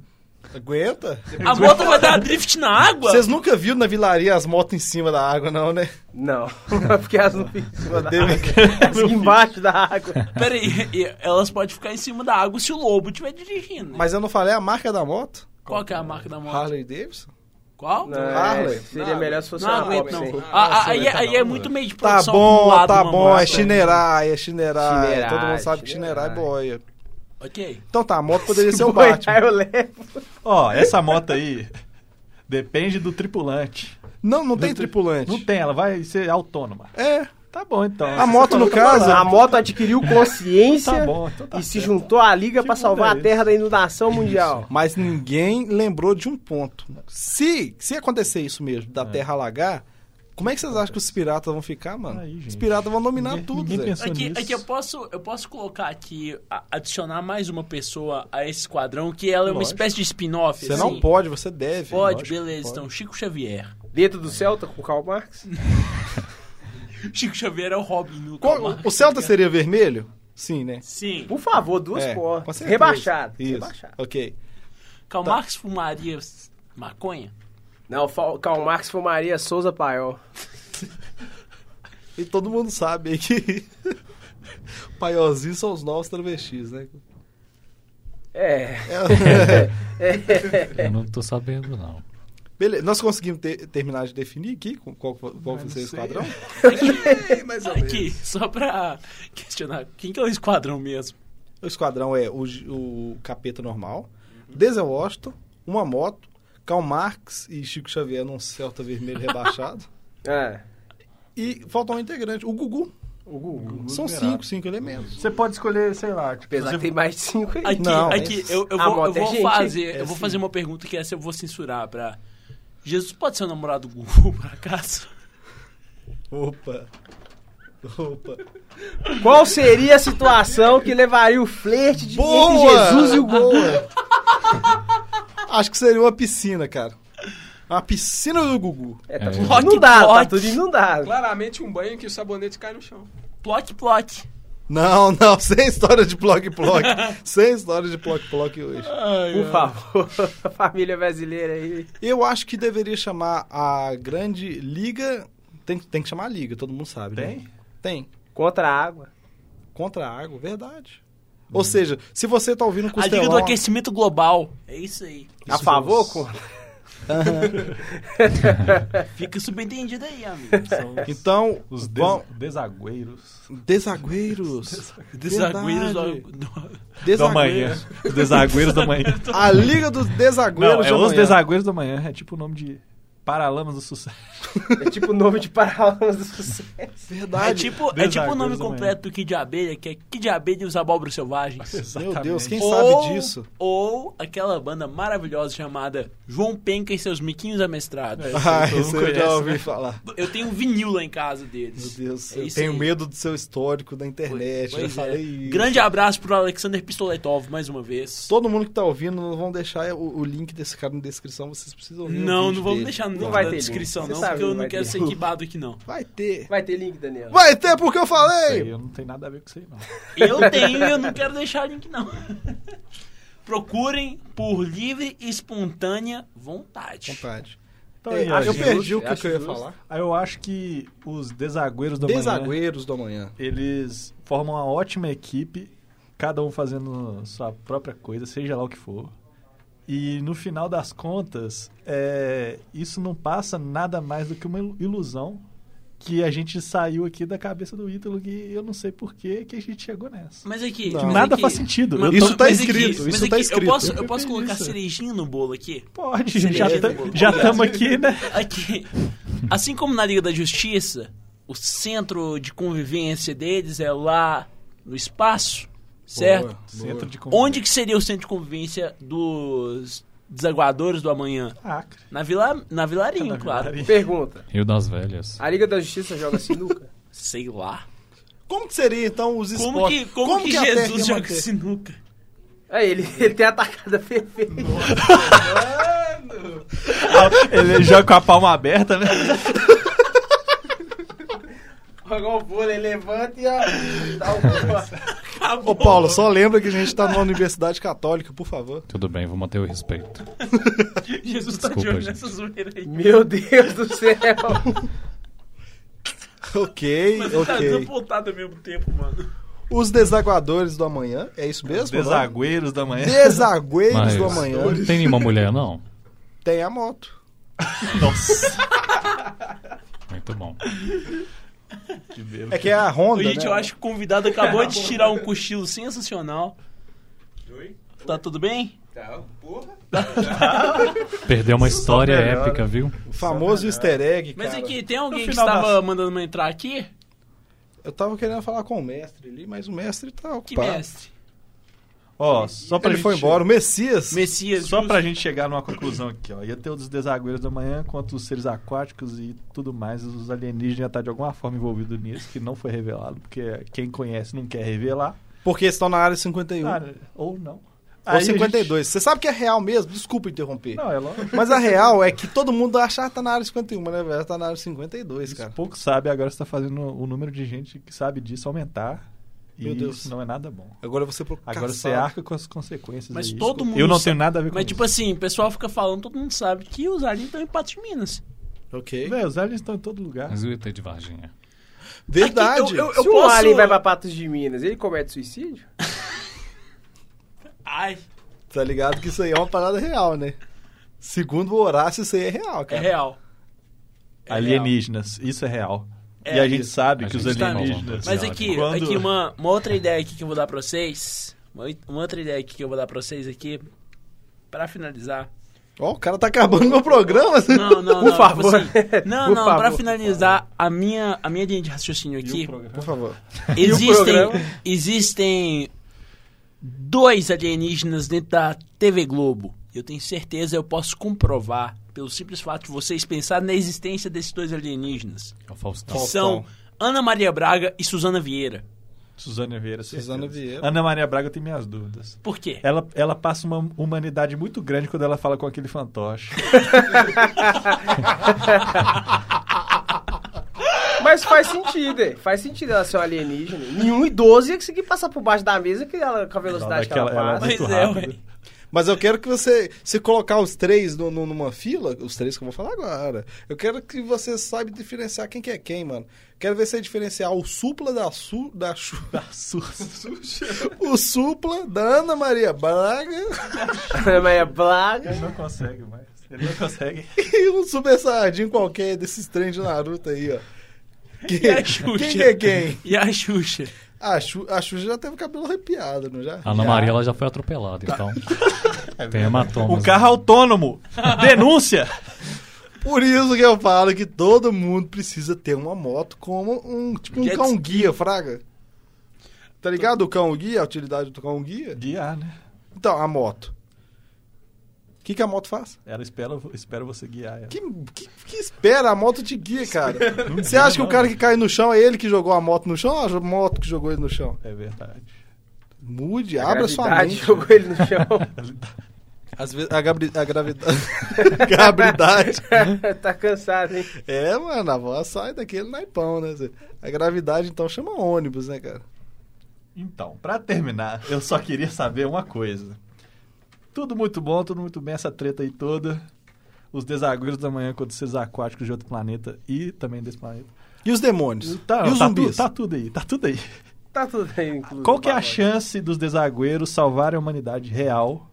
Speaker 3: Aguenta?
Speaker 2: A moto vai dar drift na água?
Speaker 3: Vocês nunca viram na vilaria as motos em cima da água, não, né?
Speaker 4: Não, porque elas não ficam em cima da
Speaker 3: Deve-
Speaker 4: água. Elas ficam embaixo da água.
Speaker 2: Pera aí, e- elas podem ficar em cima da água se o lobo estiver dirigindo. né?
Speaker 3: Mas eu não falei a marca da moto?
Speaker 2: Qual que é a marca da moto?
Speaker 3: Harley Davidson?
Speaker 2: Qual?
Speaker 4: Não,
Speaker 3: Harley?
Speaker 4: é, seria
Speaker 6: Não,
Speaker 4: melhor se fosse
Speaker 2: Não
Speaker 4: uma
Speaker 2: aguento,
Speaker 4: Copa,
Speaker 2: não.
Speaker 4: sim.
Speaker 2: Ah, ah,
Speaker 6: você
Speaker 2: aí,
Speaker 6: vai tá
Speaker 2: aí é
Speaker 6: não,
Speaker 2: muito
Speaker 6: mano.
Speaker 2: meio um de né?
Speaker 3: Tá
Speaker 2: produção
Speaker 3: bom,
Speaker 2: acumulado,
Speaker 3: tá
Speaker 2: mano.
Speaker 3: bom, é chinerai, é chinerai.
Speaker 4: Chinerai,
Speaker 3: Todo mundo sabe que
Speaker 4: chinerai.
Speaker 3: chinerai é boia.
Speaker 2: Ok.
Speaker 3: Então tá, a moto poderia
Speaker 2: é
Speaker 3: ser o
Speaker 4: Boi,
Speaker 3: Batman.
Speaker 4: aí eu levo.
Speaker 5: Ó, essa moto aí depende do tripulante.
Speaker 3: Não, não tem tripulante.
Speaker 5: Não tem, ela vai ser autônoma.
Speaker 3: É,
Speaker 5: Tá bom, então.
Speaker 3: a moto no caso...
Speaker 4: A moto adquiriu consciência
Speaker 5: Tá bom, então tá
Speaker 4: e se
Speaker 5: certo.
Speaker 4: juntou à liga
Speaker 5: Que
Speaker 4: pra salvar
Speaker 5: mundo é
Speaker 4: a Terra da inundação mundial.
Speaker 3: Mas ninguém lembrou de um ponto. Se, se acontecer isso mesmo,
Speaker 5: É.
Speaker 3: da terra alagar, como é que vocês acham que os piratas vão ficar, mano?
Speaker 5: Aí, gente.
Speaker 3: os piratas vão dominar
Speaker 5: Ninguém-
Speaker 3: tudo,
Speaker 5: ninguém
Speaker 3: Zé.
Speaker 5: pensou
Speaker 2: Aqui,
Speaker 5: nisso.
Speaker 2: aqui eu posso, eu posso colocar aqui, a- adicionar mais uma pessoa a esse quadrão, que ela é uma
Speaker 5: Lógico.
Speaker 2: espécie de spin-off.
Speaker 3: Você
Speaker 2: assim.
Speaker 3: não pode, você deve.
Speaker 2: Pode,
Speaker 3: Lógico,
Speaker 2: beleza.
Speaker 3: pode.
Speaker 2: Então, Chico Xavier.
Speaker 4: Dentro do Celta, com o Karl Marx.
Speaker 2: Chico Xavier é o Robin no
Speaker 3: Qual-
Speaker 2: Calmar.
Speaker 3: o Celta seria vermelho? Sim, né?
Speaker 2: Sim.
Speaker 4: Por favor, duas
Speaker 3: É, com
Speaker 4: portas.
Speaker 3: certeza.
Speaker 4: Rebaixado.
Speaker 3: Isso.
Speaker 4: Rebaixado.
Speaker 3: Ok.
Speaker 2: Karl Marx fumaria Maconha?
Speaker 4: Não, Fa- Karl Marx fumaria Souza Paiol.
Speaker 3: E todo mundo sabe aí que paiozinhos são os novos travestis, né?
Speaker 4: É.
Speaker 1: Eu não tô sabendo, não.
Speaker 3: Beleza, nós conseguimos ter- terminar de definir aqui com qual,
Speaker 5: Ah,
Speaker 3: qual vai ser o esquadrão?
Speaker 6: Ei, mais ou menos.
Speaker 2: Aqui, só pra questionar, quem que é o esquadrão mesmo?
Speaker 3: O esquadrão é o, G- o capeta normal, Denzel Washington, uma moto, Karl Marx e Chico Xavier num Celta vermelho rebaixado.
Speaker 4: É.
Speaker 3: e falta um integrante, o Gugu.
Speaker 4: O Gugu.
Speaker 3: São cinco, cinco elementos.
Speaker 5: Você pode escolher, sei lá. Tipo,
Speaker 4: Apesar
Speaker 5: você-
Speaker 4: que tem mais de cinco aí.
Speaker 2: Aqui,
Speaker 3: Não,
Speaker 2: aqui,
Speaker 3: mas-
Speaker 2: eu, eu
Speaker 4: Ah,
Speaker 2: vou, eu
Speaker 4: moto é
Speaker 2: vou
Speaker 4: gente, hein?
Speaker 2: fazer,
Speaker 3: É
Speaker 2: eu vou
Speaker 3: sim.
Speaker 2: fazer uma pergunta que essa eu vou censurar pra... Jesus pode ser o namorado do Gugu, por acaso?
Speaker 3: Opa! Opa!
Speaker 4: Qual seria a situação que levaria o flerte de entre Jesus e Tipo o Gugu?
Speaker 3: Boa! Acho que seria uma piscina, cara. Uma piscina do Gugu.
Speaker 4: É, tá
Speaker 1: É.
Speaker 4: tudo inundado, tá
Speaker 2: Rock,
Speaker 4: tudo inundado.
Speaker 6: Claramente um banho em que o sabonete cai no chão.
Speaker 2: Plot, plot.
Speaker 3: Não, não, sem história de ploc-ploc. sem história de ploc-ploc hoje.
Speaker 4: Por favor, a família brasileira aí.
Speaker 3: Eu acho que deveria chamar a grande liga. Tem, tem que chamar a liga, todo mundo sabe. né?
Speaker 5: Tem?
Speaker 3: Tem.
Speaker 4: Contra a água.
Speaker 3: Contra a água, verdade. Ou seja, se você tá ouvindo
Speaker 2: Hum. A Liga
Speaker 3: Costelão...
Speaker 2: do Aquecimento Global. É isso aí.
Speaker 4: A
Speaker 3: Isso
Speaker 4: favor ou
Speaker 3: Deus.
Speaker 4: contra?
Speaker 2: Fica subentendido aí, amigo. São
Speaker 3: Então,
Speaker 5: Os
Speaker 3: os
Speaker 5: des...
Speaker 3: vão...
Speaker 5: desagüeiros.
Speaker 3: desagüeiros.
Speaker 2: desagüeiros
Speaker 3: Verdade.
Speaker 2: do- do-
Speaker 5: Da manhã.
Speaker 3: Desagüeiros.
Speaker 5: Os desagüeiros da manhã.
Speaker 3: A liga dos desagüeiros
Speaker 5: Não,
Speaker 3: de
Speaker 5: é os
Speaker 3: amanhã.
Speaker 5: desagüeiros da manhã. É tipo o nome de Paralamas do Sucesso.
Speaker 4: É tipo o nome de Paralamas do Sucesso.
Speaker 2: É
Speaker 3: Verdade.
Speaker 2: tipo, é tipo o nome
Speaker 5: Desagüeiros da
Speaker 2: completo do Kid de Abelha, que é Kid de Abelha e os Abóboros Selvagens.
Speaker 3: Meu Deus, quem
Speaker 2: Ou-
Speaker 3: sabe disso?
Speaker 2: Ou aquela banda maravilhosa chamada João Penca e seus Miquinhos Amestrados.
Speaker 3: Ah,
Speaker 5: todo mundo
Speaker 3: isso eu
Speaker 5: conhece,
Speaker 3: já
Speaker 5: né?
Speaker 3: ouvi falar.
Speaker 2: Eu tenho um vinil lá em casa deles.
Speaker 3: Meu Deus,
Speaker 2: É
Speaker 3: eu
Speaker 2: isso
Speaker 3: tenho
Speaker 2: aí.
Speaker 3: medo do seu histórico da internet.
Speaker 2: Pois
Speaker 3: eu
Speaker 2: é.
Speaker 3: falei isso.
Speaker 2: Grande abraço pro Alexander Pistoletov mais uma vez.
Speaker 3: Todo mundo que tá ouvindo, nós vamos deixar o, o link desse cara na descrição. Vocês precisam ver. o
Speaker 2: Não,
Speaker 3: vídeo
Speaker 2: não vamos
Speaker 3: dele.
Speaker 2: deixar não
Speaker 4: vai
Speaker 2: na
Speaker 4: ter
Speaker 2: descrição,
Speaker 4: link.
Speaker 2: não,
Speaker 4: Você sabe
Speaker 2: porque
Speaker 4: que
Speaker 2: eu
Speaker 4: não
Speaker 2: não
Speaker 4: vai
Speaker 2: quero
Speaker 4: ter.
Speaker 2: ser quibado aqui, não.
Speaker 3: Vai ter.
Speaker 4: Vai ter link, Daniel.
Speaker 3: Vai ter porque eu
Speaker 5: Isso
Speaker 3: falei!
Speaker 5: aí eu não tenho nada a ver com isso aí, não.
Speaker 2: Eu tenho e eu não quero deixar link, não. Procurem por livre e espontânea vontade.
Speaker 3: Vontade.
Speaker 5: Então,
Speaker 3: É,
Speaker 5: aí,
Speaker 3: eu
Speaker 5: ó, gente,
Speaker 3: perdi o que,
Speaker 4: acho
Speaker 3: que eu ia
Speaker 4: justo.
Speaker 3: falar.
Speaker 5: aí eu acho que os desagüeiros da manhã,
Speaker 3: Desagüeiros do amanhã.
Speaker 5: eles formam uma ótima equipe, cada um fazendo sua própria coisa, seja lá o que for. E no final das contas, é, isso não passa nada mais do que uma ilu- ilusão que a gente saiu aqui da cabeça do Ítalo, que eu não sei por que que a gente chegou nessa.
Speaker 2: Mas aqui.
Speaker 3: Não.
Speaker 2: mas
Speaker 5: Nada
Speaker 2: aqui-
Speaker 5: faz sentido.
Speaker 2: mas-
Speaker 5: Eu
Speaker 3: Isso
Speaker 5: tô-
Speaker 3: tá
Speaker 2: mas aqui-
Speaker 3: escrito,
Speaker 2: mas
Speaker 3: isso tá
Speaker 2: aqui,
Speaker 3: escrito.
Speaker 2: Eu posso, eu
Speaker 5: Eu
Speaker 2: posso
Speaker 5: fiz
Speaker 2: colocar
Speaker 5: isso.
Speaker 2: cerejinha no bolo aqui?
Speaker 5: Pode,
Speaker 2: Seria
Speaker 5: já
Speaker 2: lindo.
Speaker 5: tam- já estamos aqui, né?
Speaker 2: Aqui. Assim como na Liga da Justiça, o centro de convivência deles é lá no espaço, certo?
Speaker 3: Boa,
Speaker 5: Centro de convívio.
Speaker 2: Onde que seria o centro de convívência dos desaguadores do amanhã?
Speaker 5: Acre.
Speaker 2: Na vila, na vilarinho, claro.
Speaker 4: Pergunta.
Speaker 1: Rio das Velhas.
Speaker 4: A Liga da Justiça joga sinuca?
Speaker 2: Sei lá.
Speaker 3: Como que seria então os esportes?
Speaker 2: Como que, como que,
Speaker 3: a Terra
Speaker 2: Jesus
Speaker 3: ia
Speaker 2: joga
Speaker 3: manter?
Speaker 2: sinuca?
Speaker 4: Aí É, ele, ele tem a tacada perfeita.
Speaker 5: Ele joga com a palma aberta, né?
Speaker 4: Joga o vôlei, levanta e ó, dá um o gol.
Speaker 3: Ô Paulo, só lembra que a gente tá na Universidade Católica, por favor.
Speaker 1: Tudo bem, vou manter o respeito.
Speaker 2: Jesus tá de
Speaker 1: Desculpa,
Speaker 2: olho
Speaker 1: gente.
Speaker 2: nessa zoeira aí.
Speaker 4: Meu Deus do céu.
Speaker 3: Ok,
Speaker 2: Mas ele tá
Speaker 3: ok.
Speaker 2: desapontado ao mesmo tempo, mano.
Speaker 3: Os desaguadores do amanhã, é isso mesmo? não?
Speaker 5: Desagüeiros da manhã.
Speaker 3: Desagüeiros
Speaker 1: Mas
Speaker 3: do amanhã.
Speaker 1: não tem nenhuma mulher, não?
Speaker 3: Tem a moto.
Speaker 1: Muito bom.
Speaker 3: É que é a Honda,
Speaker 2: gente,
Speaker 3: né?
Speaker 2: eu acho que o convidado acabou de tirar um cochilo sensacional.
Speaker 6: Oi?
Speaker 2: Tá tudo bem?
Speaker 6: Tá, porra.
Speaker 1: Perdeu uma história
Speaker 4: melhora.
Speaker 1: épica, viu?
Speaker 3: O famoso easter egg,
Speaker 2: É. Mas
Speaker 3: cara.
Speaker 2: aqui, tem alguém que
Speaker 5: final
Speaker 2: estava
Speaker 5: das-
Speaker 2: mandando eu entrar aqui?
Speaker 3: Eu tava querendo falar com o mestre ali, mas o mestre tá ocupado.
Speaker 2: Que mestre?
Speaker 5: Ó, só pra
Speaker 3: Ele
Speaker 5: gente
Speaker 3: foi embora, o Messias.
Speaker 2: Messias.
Speaker 5: Só
Speaker 2: justo.
Speaker 5: pra gente chegar numa conclusão aqui, ó. Ia ter os desagüeiros da manhã, quanto os seres aquáticos e tudo mais. Os alienígenas iam estar de alguma forma envolvidos nisso, que não foi revelado, porque quem conhece não quer revelar.
Speaker 3: Porque estão na área 51.
Speaker 5: Cara, ou não. Aí
Speaker 3: ou
Speaker 5: a gente-
Speaker 3: 52. Você sabe que é real mesmo? Desculpa interromper.
Speaker 5: Não, é lógico.
Speaker 3: Mas a real é que todo mundo acha que tá na área 51, né, velho? Tá na área 52,
Speaker 5: Isso
Speaker 3: cara.
Speaker 5: pouco sabe, agora você tá fazendo o número de gente que sabe disso aumentar.
Speaker 3: Meu
Speaker 5: e
Speaker 3: Deus.
Speaker 5: isso não é nada bom.
Speaker 3: Agora você pro
Speaker 5: Agora
Speaker 3: caçado.
Speaker 5: você arca com as consequências.
Speaker 2: Mas
Speaker 5: aí.
Speaker 2: todo mundo
Speaker 5: Eu não
Speaker 2: sabe-
Speaker 5: tenho nada a ver com
Speaker 2: Mas,
Speaker 5: isso.
Speaker 2: tipo assim, o pessoal fica falando, todo mundo sabe que os aliens estão em Patos de Minas.
Speaker 3: Ok.
Speaker 5: Véi, os aliens estão em todo lugar.
Speaker 1: Mas o ET de Varginha.
Speaker 3: Verdade.
Speaker 2: Aqui, eu- eu-
Speaker 4: Se um
Speaker 2: posso-
Speaker 4: alien vai pra Patos de Minas, ele comete suicídio?
Speaker 2: Ai,
Speaker 3: Tá ligado que isso aí é uma parada real, né? Segundo o Horácio, isso aí é real,
Speaker 2: é
Speaker 3: cara.
Speaker 2: real. É
Speaker 5: alienígenas, isso é real.
Speaker 2: É.
Speaker 5: e a gente sabe
Speaker 1: A
Speaker 5: que os
Speaker 1: gente tá
Speaker 5: alienígenas.
Speaker 1: falando.
Speaker 2: Mas é
Speaker 1: Sim,
Speaker 2: aqui,
Speaker 5: quando-
Speaker 2: aqui uma, uma outra ideia aqui que eu vou dar pra vocês. Uma, uma outra ideia aqui que eu vou dar pra vocês aqui. Pra finalizar.
Speaker 3: Ó, o cara tá acabando meu programa. assim.
Speaker 2: Não, não,
Speaker 4: Por
Speaker 2: não.
Speaker 4: favor.
Speaker 2: tipo assim, não,
Speaker 4: Por
Speaker 2: não, pra
Speaker 4: favor.
Speaker 2: finalizar a minha, a minha linha de raciocínio aqui.
Speaker 3: Por favor.
Speaker 2: Existem,
Speaker 4: programa?
Speaker 2: existem dois alienígenas dentro da TV Globo. Eu tenho certeza, eu posso comprovar, pelo simples fato de vocês pensarem na existência desses dois alienígenas.
Speaker 1: É o Faustão.
Speaker 2: Que são Ana Maria Braga e Suzana Vieira.
Speaker 5: Suzana Vieira. certeza.
Speaker 3: Suzana Vieira.
Speaker 5: Ana Maria Braga tem minhas dúvidas.
Speaker 2: Por quê?
Speaker 5: Ela, ela passa uma humanidade muito grande quando ela fala com aquele fantoche.
Speaker 4: Mas faz sentido, é. Faz sentido ela ser um alienígena. Nenhum idoso ia conseguir passar por baixo da mesa que ela, com a velocidade que ela,
Speaker 5: Daquela- ela é
Speaker 4: passa.
Speaker 5: muito
Speaker 2: Pois é,
Speaker 5: rápida.
Speaker 2: ué.
Speaker 3: Mas eu quero que você, se colocar os três no- no- numa fila, os três que eu vou falar agora, eu quero que você saiba diferenciar quem que é quem, mano. Quero ver você diferenciar o supla da su, da chu, o supla da Ana Maria Braga
Speaker 4: Mas é blaga.
Speaker 5: Ele não consegue mais. Ele não consegue.
Speaker 3: e um super saiyajin qualquer desses trem de Naruto aí, ó. Quem,
Speaker 2: E a Xuxa?
Speaker 3: quem que é quem?
Speaker 2: E a Xuxa?
Speaker 3: A, Xu, a Xuxa já teve o cabelo arrepiado, não já? É
Speaker 1: A Ana Maria ela já foi atropelada, então. Tem hematoma. né?
Speaker 5: O carro autônomo! Denúncia!
Speaker 3: Por isso que eu falo que todo mundo precisa ter uma moto como um tipo um
Speaker 2: Jet
Speaker 3: cão
Speaker 2: ski.
Speaker 3: guia, fraga. Tá ligado? O cão guia, a utilidade do cão guia.
Speaker 5: Guiar, né?
Speaker 3: Então, a moto. O que, que a moto faz?
Speaker 5: Ela espera, espera você guiar ela.
Speaker 3: Que, que, que espera? A moto te guia, cara. Você acha que o cara que cai no chão é ele que jogou a moto no chão ou a moto que jogou ele no chão?
Speaker 5: É verdade.
Speaker 3: Mude,
Speaker 4: A
Speaker 3: abra sua
Speaker 4: gravidade
Speaker 3: mente.
Speaker 4: jogou ele no chão.
Speaker 3: Às vezes, a, gabri, a gravidade. gravidade.
Speaker 4: tá cansado, hein?
Speaker 3: É, mano, a voz sai daquele naipão, né? A gravidade, então, chama ônibus, né, cara?
Speaker 5: Então, pra terminar, eu só queria saber uma coisa. Tudo muito bom, tudo muito bem, essa treta aí toda. Os desagüeiros da manhã contra os seres aquáticos de outro planeta e também desse planeta.
Speaker 3: E os demônios?
Speaker 5: Tá,
Speaker 3: e os
Speaker 5: tá
Speaker 3: zumbis?
Speaker 5: tudo- tá tudo aí, tá tudo aí.
Speaker 4: Tá tudo aí, inclusive.
Speaker 5: Qual que é a chance dos desagüeiros salvarem a humanidade real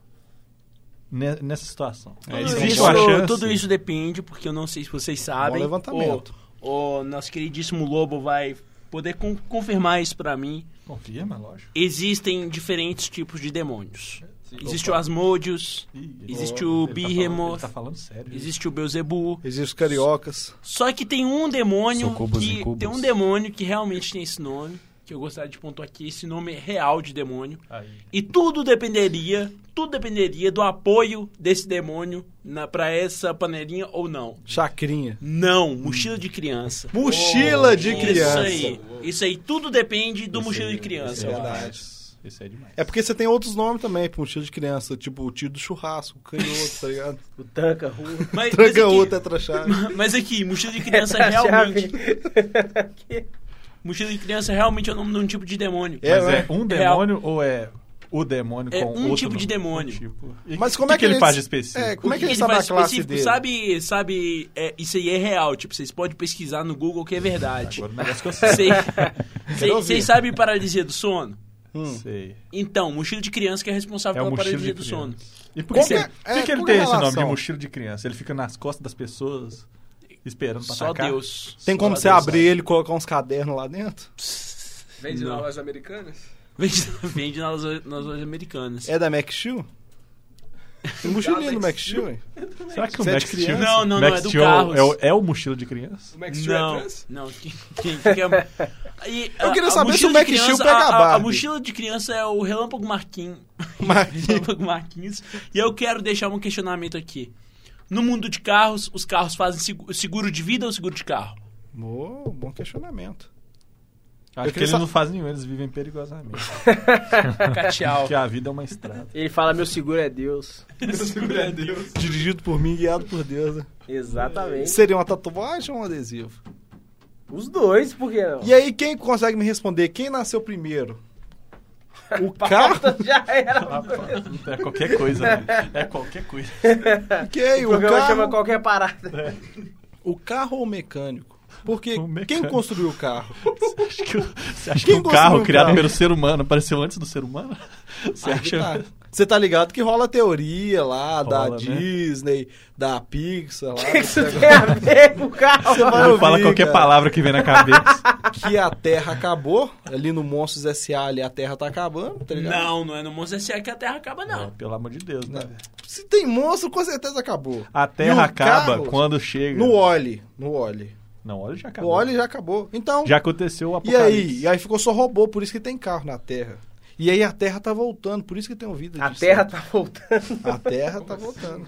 Speaker 5: ne- nessa situação?
Speaker 6: É,
Speaker 2: Tudo
Speaker 6: existe
Speaker 2: isso,
Speaker 6: uma
Speaker 2: tudo isso depende, porque eu não sei se vocês sabem.
Speaker 3: Bom levantamento.
Speaker 2: O, o nosso queridíssimo Lobo vai poder con- confirmar isso pra mim.
Speaker 5: Confirma, lógico.
Speaker 2: Existem diferentes tipos de demônios.
Speaker 6: Sim.
Speaker 2: Existe o Asmodius,
Speaker 5: Ih,
Speaker 2: Existe
Speaker 5: ele
Speaker 2: o
Speaker 5: tá falando-
Speaker 2: Behemoth.
Speaker 5: Ele tá falando sério.
Speaker 2: existe o Beuzebu.
Speaker 3: Existem os cariocas.
Speaker 2: Só que tem um demônio
Speaker 1: Sucubus,
Speaker 2: que
Speaker 1: incubus.
Speaker 2: tem um demônio que realmente tem esse nome, que eu gostaria de pontuar aqui, esse nome é real de demônio.
Speaker 5: Aí.
Speaker 2: E tudo dependeria, tudo dependeria do apoio desse demônio na para essa panelinha ou não.
Speaker 3: Chacrinha.
Speaker 2: Não, mochila de criança.
Speaker 3: Mochila de
Speaker 2: Isso
Speaker 3: criança.
Speaker 2: aí. Isso aí tudo depende do mochila de criança.
Speaker 5: Esse é
Speaker 2: eu acho.
Speaker 5: demais. Esse é demais.
Speaker 3: É porque você tem outros nomes também, pro mochila de criança. Tipo o tio do churrasco, o canhoto, tá ligado? é
Speaker 4: O tanca, rua.
Speaker 2: Mas, mas
Speaker 3: Tranca o
Speaker 2: aqui,
Speaker 3: tetrachado.
Speaker 2: mas aqui, mochila
Speaker 3: É
Speaker 2: de criança realmente. Mochila de criança realmente é o nome de um tipo de demônio.
Speaker 3: É,
Speaker 5: Mas
Speaker 3: né?
Speaker 5: é um
Speaker 2: Real.
Speaker 5: demônio ou é o demônio
Speaker 2: É
Speaker 5: com
Speaker 2: um
Speaker 5: outro
Speaker 2: tipo de
Speaker 5: nome?
Speaker 2: demônio.
Speaker 5: Um tipo. E
Speaker 3: Mas
Speaker 5: que-
Speaker 3: como
Speaker 5: que
Speaker 3: é que,
Speaker 5: ele
Speaker 3: eles-
Speaker 5: faz de específico?
Speaker 3: É, como
Speaker 2: O
Speaker 3: é que, ele sabe a
Speaker 2: faz
Speaker 3: classe
Speaker 2: específico?
Speaker 3: dele?
Speaker 2: Sabe, sabe, é, isso aí é real. Tipo, vocês podem pesquisar no Google que é verdade.
Speaker 5: Agora o negócio que eu sei.
Speaker 2: Vocês-
Speaker 3: Quero
Speaker 2: Vocês
Speaker 3: ouvir.
Speaker 2: vocês sabem paralisia do sono?
Speaker 3: Hum.
Speaker 5: Sei.
Speaker 2: Então, mochila de criança que é responsável
Speaker 3: um
Speaker 5: É o
Speaker 2: pela
Speaker 5: mochilo de
Speaker 2: paralisia do sono.
Speaker 5: criança. E por
Speaker 3: Como
Speaker 5: que,
Speaker 3: que-
Speaker 5: por que
Speaker 3: é,
Speaker 5: que ele
Speaker 3: qual
Speaker 5: tem
Speaker 3: é a
Speaker 5: esse nome de
Speaker 3: relação?
Speaker 5: mochilo de criança? Ele fica nas costas das pessoas esperando pra
Speaker 2: Só
Speaker 5: atacar?
Speaker 2: Deus.
Speaker 3: Tem como
Speaker 5: Só
Speaker 3: você
Speaker 5: Deus
Speaker 3: abrir ele e colocar uns cadernos lá dentro?
Speaker 6: Vende na
Speaker 2: Não.
Speaker 6: loja americanas?
Speaker 2: Vende, vende nas, nas lojas americanas.
Speaker 3: É da Mac Steel? Tem mochilinha do Mac Steel, hein?
Speaker 5: sabe. Será que o
Speaker 3: Você é
Speaker 5: Max
Speaker 3: de criança?
Speaker 5: Steel,
Speaker 2: Não, não, não,
Speaker 5: Max
Speaker 2: é do
Speaker 5: Steel
Speaker 2: Carros.
Speaker 5: É o, é o mochilo de criança?
Speaker 6: O Max Steel é
Speaker 2: Não,
Speaker 6: trans?
Speaker 2: não. Quem, quem, quem é... E
Speaker 3: Eu queria saber se
Speaker 2: mochila
Speaker 3: o Mac
Speaker 2: de criança-
Speaker 3: Steel pega a
Speaker 2: a,
Speaker 3: Barbie.
Speaker 2: mochila de criança é o Relâmpago Marquinhos.
Speaker 3: Marquinhos.
Speaker 2: Relâmpago Marquinhos. E eu quero deixar um questionamento aqui. No mundo de carros, os carros fazem segu- seguro de vida ou seguro de carro?
Speaker 3: Bom, bom questionamento.
Speaker 5: Acho que
Speaker 3: queria
Speaker 5: eles
Speaker 3: sa-
Speaker 5: não fazem nenhum, eles vivem perigosamente.
Speaker 2: Cachau.
Speaker 5: Porque a vida é uma estrada.
Speaker 4: Ele fala, meu seguro é Deus.
Speaker 3: é
Speaker 6: Meu Deus.
Speaker 3: Dirigido por mim, guiado por Deus. né?
Speaker 4: Exatamente.
Speaker 3: Seria uma tatuagem ou um adesivo?
Speaker 4: Os dois, por que não?
Speaker 3: E aí, quem consegue me responder? Quem nasceu primeiro? O carro
Speaker 4: Já era.
Speaker 5: É qualquer coisa, né? É qualquer coisa.
Speaker 3: Ok,
Speaker 4: O
Speaker 3: o,
Speaker 4: programa chama
Speaker 3: carro,
Speaker 4: qualquer parada.
Speaker 3: o carro ou o mecânico? Porque
Speaker 5: O mecânico.
Speaker 3: quem construiu o carro?
Speaker 5: Você acha que, o- você acha que
Speaker 3: Quem
Speaker 5: um
Speaker 3: gosta de
Speaker 5: carro
Speaker 3: um
Speaker 5: criado
Speaker 3: carro?
Speaker 5: pelo ser humano apareceu antes do ser humano?
Speaker 2: Ah,
Speaker 5: Você
Speaker 3: Aí
Speaker 5: acha?
Speaker 3: tá. Você tá ligado que rola a teoria lá da
Speaker 5: Rola, né?
Speaker 3: Disney, da Pixar, lá,
Speaker 4: O que isso tem a ver com o carro?
Speaker 3: Você vai-
Speaker 5: Não fala
Speaker 3: ouvir,
Speaker 5: qualquer
Speaker 3: cara.
Speaker 5: palavra que vem na cabeça.
Speaker 3: que a Terra acabou. Ali no Monstros S.A. ali a Terra tá acabando, tá ligado? É.
Speaker 2: Não, não é no Monza S.A. que a Terra acaba, não.
Speaker 5: Não, pelo amor de Deus, né?
Speaker 3: Se tem monstro, com certeza acabou.
Speaker 5: A
Speaker 3: E o
Speaker 5: terra acaba
Speaker 3: carro?
Speaker 5: quando chega.
Speaker 3: No Oli, no Oli.
Speaker 5: Não, olha já
Speaker 3: No
Speaker 5: é. acabou.
Speaker 3: Oli já acabou. Então,
Speaker 5: Já aconteceu o
Speaker 3: e
Speaker 5: apocalipse.
Speaker 3: aí? E aí ficou só robô, por isso que tem carro na Terra. E aí a Terra tá voltando, por isso que tem ouvido.
Speaker 4: A terra tá voltando.
Speaker 3: A Terra tá voltando.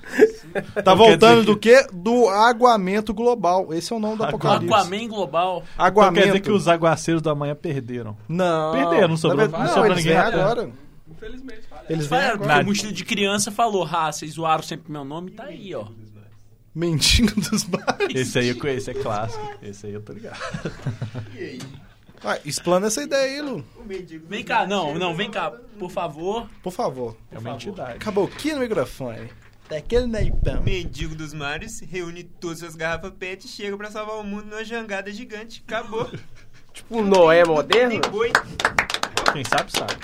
Speaker 3: Tá
Speaker 5: Não
Speaker 3: voltando
Speaker 5: quer dizer
Speaker 3: do quê? Do aguamento global. Esse é o nome do apocalipse.
Speaker 2: Aquaman Global.
Speaker 5: Então
Speaker 3: Aguamento.
Speaker 5: quer dizer que os aguaceiros do amanhã perderam.
Speaker 3: Não.
Speaker 5: Perderam, não sobrou-
Speaker 3: Na verdade-
Speaker 5: não sobrou
Speaker 3: eles
Speaker 5: ninguém
Speaker 3: vêm
Speaker 5: na Terra.
Speaker 3: agora.
Speaker 6: Infelizmente, falei.
Speaker 3: Eles vêm
Speaker 2: Falaram,
Speaker 3: agora.
Speaker 2: porque o mochila de criança falou, ah, vocês zoaram sempre meu nome, tá aí, ó.
Speaker 3: Mendigo dos bares.
Speaker 5: Esse aí eu conheço, é clássico. Esse aí eu tô ligado.
Speaker 3: Ah, explana essa ideia aí, Lu.
Speaker 7: O mendigo.
Speaker 2: Vem cá, não, não, vem cá, por favor.
Speaker 3: Por favor.
Speaker 5: É uma entidade.
Speaker 3: Acabou aqui no microfone. Daquele naipão.
Speaker 7: Mendigo dos mares reúne todas as garrafas PET e chega pra salvar o mundo numa jangada gigante. Acabou.
Speaker 4: Tipo, o Noé
Speaker 7: Tem
Speaker 4: moderno?
Speaker 7: boi.
Speaker 5: Quem sabe, sabe.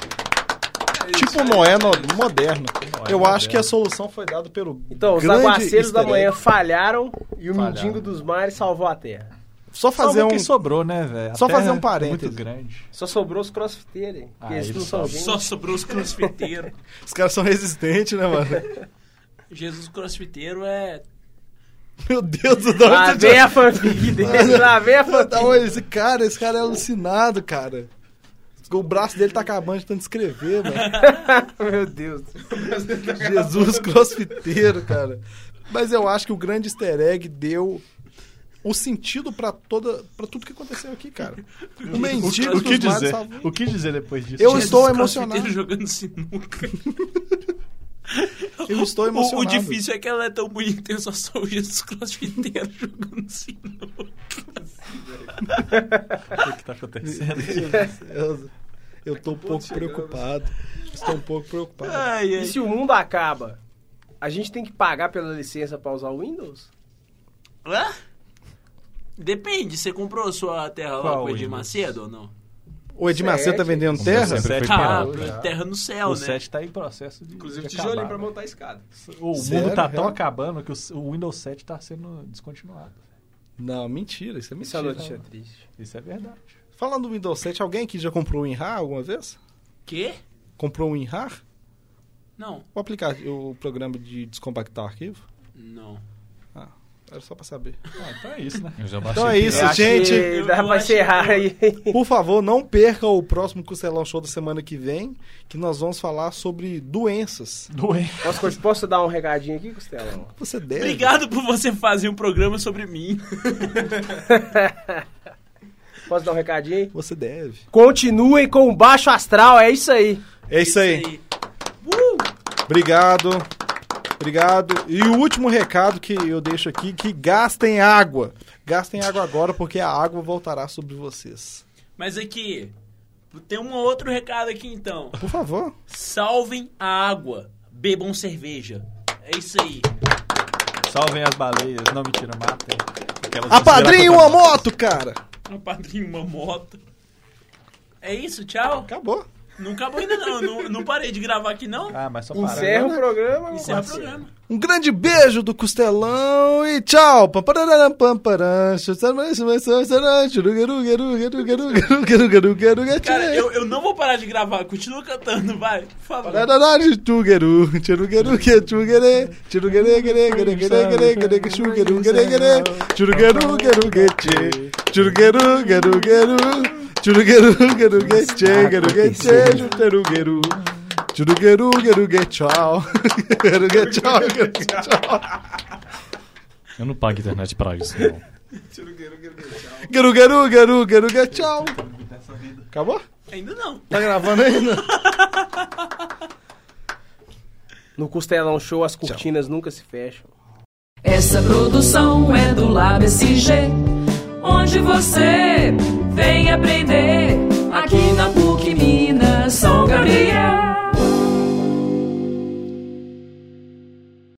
Speaker 3: Tipo Noé no- moderno.
Speaker 5: Noé
Speaker 3: Eu acho
Speaker 5: moderno.
Speaker 3: que a solução foi dada pelo.
Speaker 4: Então, os
Speaker 3: grande
Speaker 4: aguaceiros da
Speaker 3: easter
Speaker 4: manhã
Speaker 3: egg.
Speaker 4: falharam e o
Speaker 5: Falharam.
Speaker 4: mendigo dos mares salvou a terra.
Speaker 3: Só fazer
Speaker 5: Só ver
Speaker 3: um.
Speaker 5: quem sobrou, né, velho? A
Speaker 3: Só
Speaker 5: terra
Speaker 3: fazer um
Speaker 5: é
Speaker 3: parêntese.
Speaker 5: Muito grande.
Speaker 4: Só sobrou os crossfiteiros, hein? Porque
Speaker 5: Ah,
Speaker 4: eles não
Speaker 5: eles
Speaker 4: são
Speaker 5: só-
Speaker 4: bem.
Speaker 2: Só sobrou os crossfiteiros.
Speaker 3: Os caras são resistentes, né, mano?
Speaker 2: Jesus crossfiteiro é...
Speaker 3: Meu Deus do
Speaker 4: Lá
Speaker 3: céu.
Speaker 4: Ah, vem a fanfic dele, lá vem a
Speaker 3: Tá,
Speaker 4: fanfic.
Speaker 3: olha, esse cara, esse cara é alucinado, cara. O braço dele tá acabando de tanto escrever, mano.
Speaker 4: Meu Deus.
Speaker 3: Jesus crossfiteiro, cara. Mas eu acho que o grande easter egg deu o sentido pra toda para tudo que aconteceu aqui, cara. O
Speaker 5: O que,
Speaker 3: mendigo
Speaker 5: o que
Speaker 3: dos mares
Speaker 5: dizer?
Speaker 3: salvou.
Speaker 5: O que dizer depois disso?
Speaker 3: Eu
Speaker 2: Jesus
Speaker 3: estou
Speaker 2: crossfiteiro
Speaker 3: emocionado.
Speaker 2: jogando sinuca.
Speaker 3: Eu estou
Speaker 2: O-
Speaker 3: emocionado.
Speaker 2: O, difícil é que ela é tão bonita, eu só sou o Jesus crossfiteiro jogando sinuca.
Speaker 5: O que tá acontecendo?
Speaker 3: É, né? Eu, eu tô um pouco preocupado. Estou um pouco preocupado.
Speaker 2: Ai,
Speaker 4: E
Speaker 2: ai.
Speaker 4: se o mundo acaba, a gente tem que pagar pela licença pra usar o Windows?
Speaker 2: Hã? Depende, você comprou sua terra lá
Speaker 5: Qual
Speaker 2: com o Edir
Speaker 5: Windows?
Speaker 2: Macedo ou não?
Speaker 3: O Edmacê tá
Speaker 4: Sete.
Speaker 1: Um
Speaker 3: vendendo
Speaker 5: Como eu
Speaker 3: terra?
Speaker 5: sempre fui
Speaker 2: Tá,
Speaker 5: pior.
Speaker 2: terra no céu,
Speaker 5: O
Speaker 2: né?
Speaker 5: 7 tá em processo de.
Speaker 6: Inclusive,
Speaker 5: de
Speaker 6: tijolinho
Speaker 5: acabar,
Speaker 6: pra
Speaker 5: né?
Speaker 6: montar a escada.
Speaker 5: O mundo
Speaker 3: Sério,
Speaker 5: tá tão
Speaker 3: cara?
Speaker 5: acabando que o, s- o Windows 7 tá sendo descontinuado.
Speaker 3: Não, mentira, isso é
Speaker 4: Isso é uma
Speaker 3: mentira.
Speaker 4: notícia triste.
Speaker 5: Isso é verdade.
Speaker 3: Falando do Windows 7, alguém aqui já comprou um WinRAR alguma vez?
Speaker 2: Quê?
Speaker 3: Comprou um WinRAR?
Speaker 2: Não.
Speaker 3: O aplicativo, o programa de descompactar o arquivo?
Speaker 2: Não.
Speaker 3: Era só pra saber.
Speaker 5: Ah, então é isso, né?
Speaker 1: Eu já baixei.
Speaker 3: Então é isso,
Speaker 4: Eu acho
Speaker 3: gente.
Speaker 4: que
Speaker 2: Eu
Speaker 4: Dá pra
Speaker 2: acho que-
Speaker 4: encerrar aí.
Speaker 3: Por favor, não perca o próximo Costelão Show da semana que vem, que nós vamos falar sobre doenças.
Speaker 5: Doei.
Speaker 4: Posso, cont- posso dar um recadinho aqui, Costela?
Speaker 3: Você deve.
Speaker 2: Obrigado por você fazer um programa sobre mim.
Speaker 4: Posso dar um recadinho aí?
Speaker 3: Você deve.
Speaker 4: Continuem com o Baixo Astral, é isso aí.
Speaker 3: É isso aí.
Speaker 2: Uh!
Speaker 3: Obrigado. Obrigado. E o último recado que eu deixo aqui, que gastem água. Gastem água agora, porque a água voltará sobre vocês.
Speaker 2: Mas aqui, tem um outro recado aqui então.
Speaker 3: Por favor.
Speaker 2: Salvem a água, bebam cerveja. É isso aí.
Speaker 5: Salvem as baleias. Não, mentira, matem. Aquelas
Speaker 3: Apadrinhe
Speaker 5: miseráveis.
Speaker 3: uma moto, cara.
Speaker 2: Um padrinho, uma moto. É isso, tchau.
Speaker 3: Acabou.
Speaker 2: Não acabou ainda não. não. Não parei de gravar aqui não. é
Speaker 5: Ah, mas só
Speaker 4: Encerra
Speaker 5: para.
Speaker 4: o programa.
Speaker 2: Encerra o
Speaker 4: parceiro.
Speaker 2: programa.
Speaker 3: Um grande beijo do Costelão e tchau! Pampararam, pamparam, chutaram, chutaram, chutaram, churugaru, garu, garu, garu, garu, garu, garu, garu, garu,
Speaker 2: Cara, eu, eu não vou parar de gravar. Continua cantando, vai. Por favor.
Speaker 3: Tarará, churugaru, churugaru, que churugaré, churugaré, garé, garé, garé, garé, garé, que churugaru, garé, garé, churugaru, garu, que tchê, churugaru, garu, garu, churugaru, garu, que tchê, garu, que tchê, churugaru, garu, churugaru, garu, que tchau, garu, que tchau, garu, que tchau.
Speaker 1: Eu não pago internet pra isso, não.
Speaker 3: Garu, garu, garu, garu, garu, tchau. Acabou?
Speaker 2: Ainda não.
Speaker 3: Tá gravando ainda?
Speaker 4: No Costelão Show, as cortinas nunca se fecham.
Speaker 8: Essa produção é do Lab SG, onde você vem aprender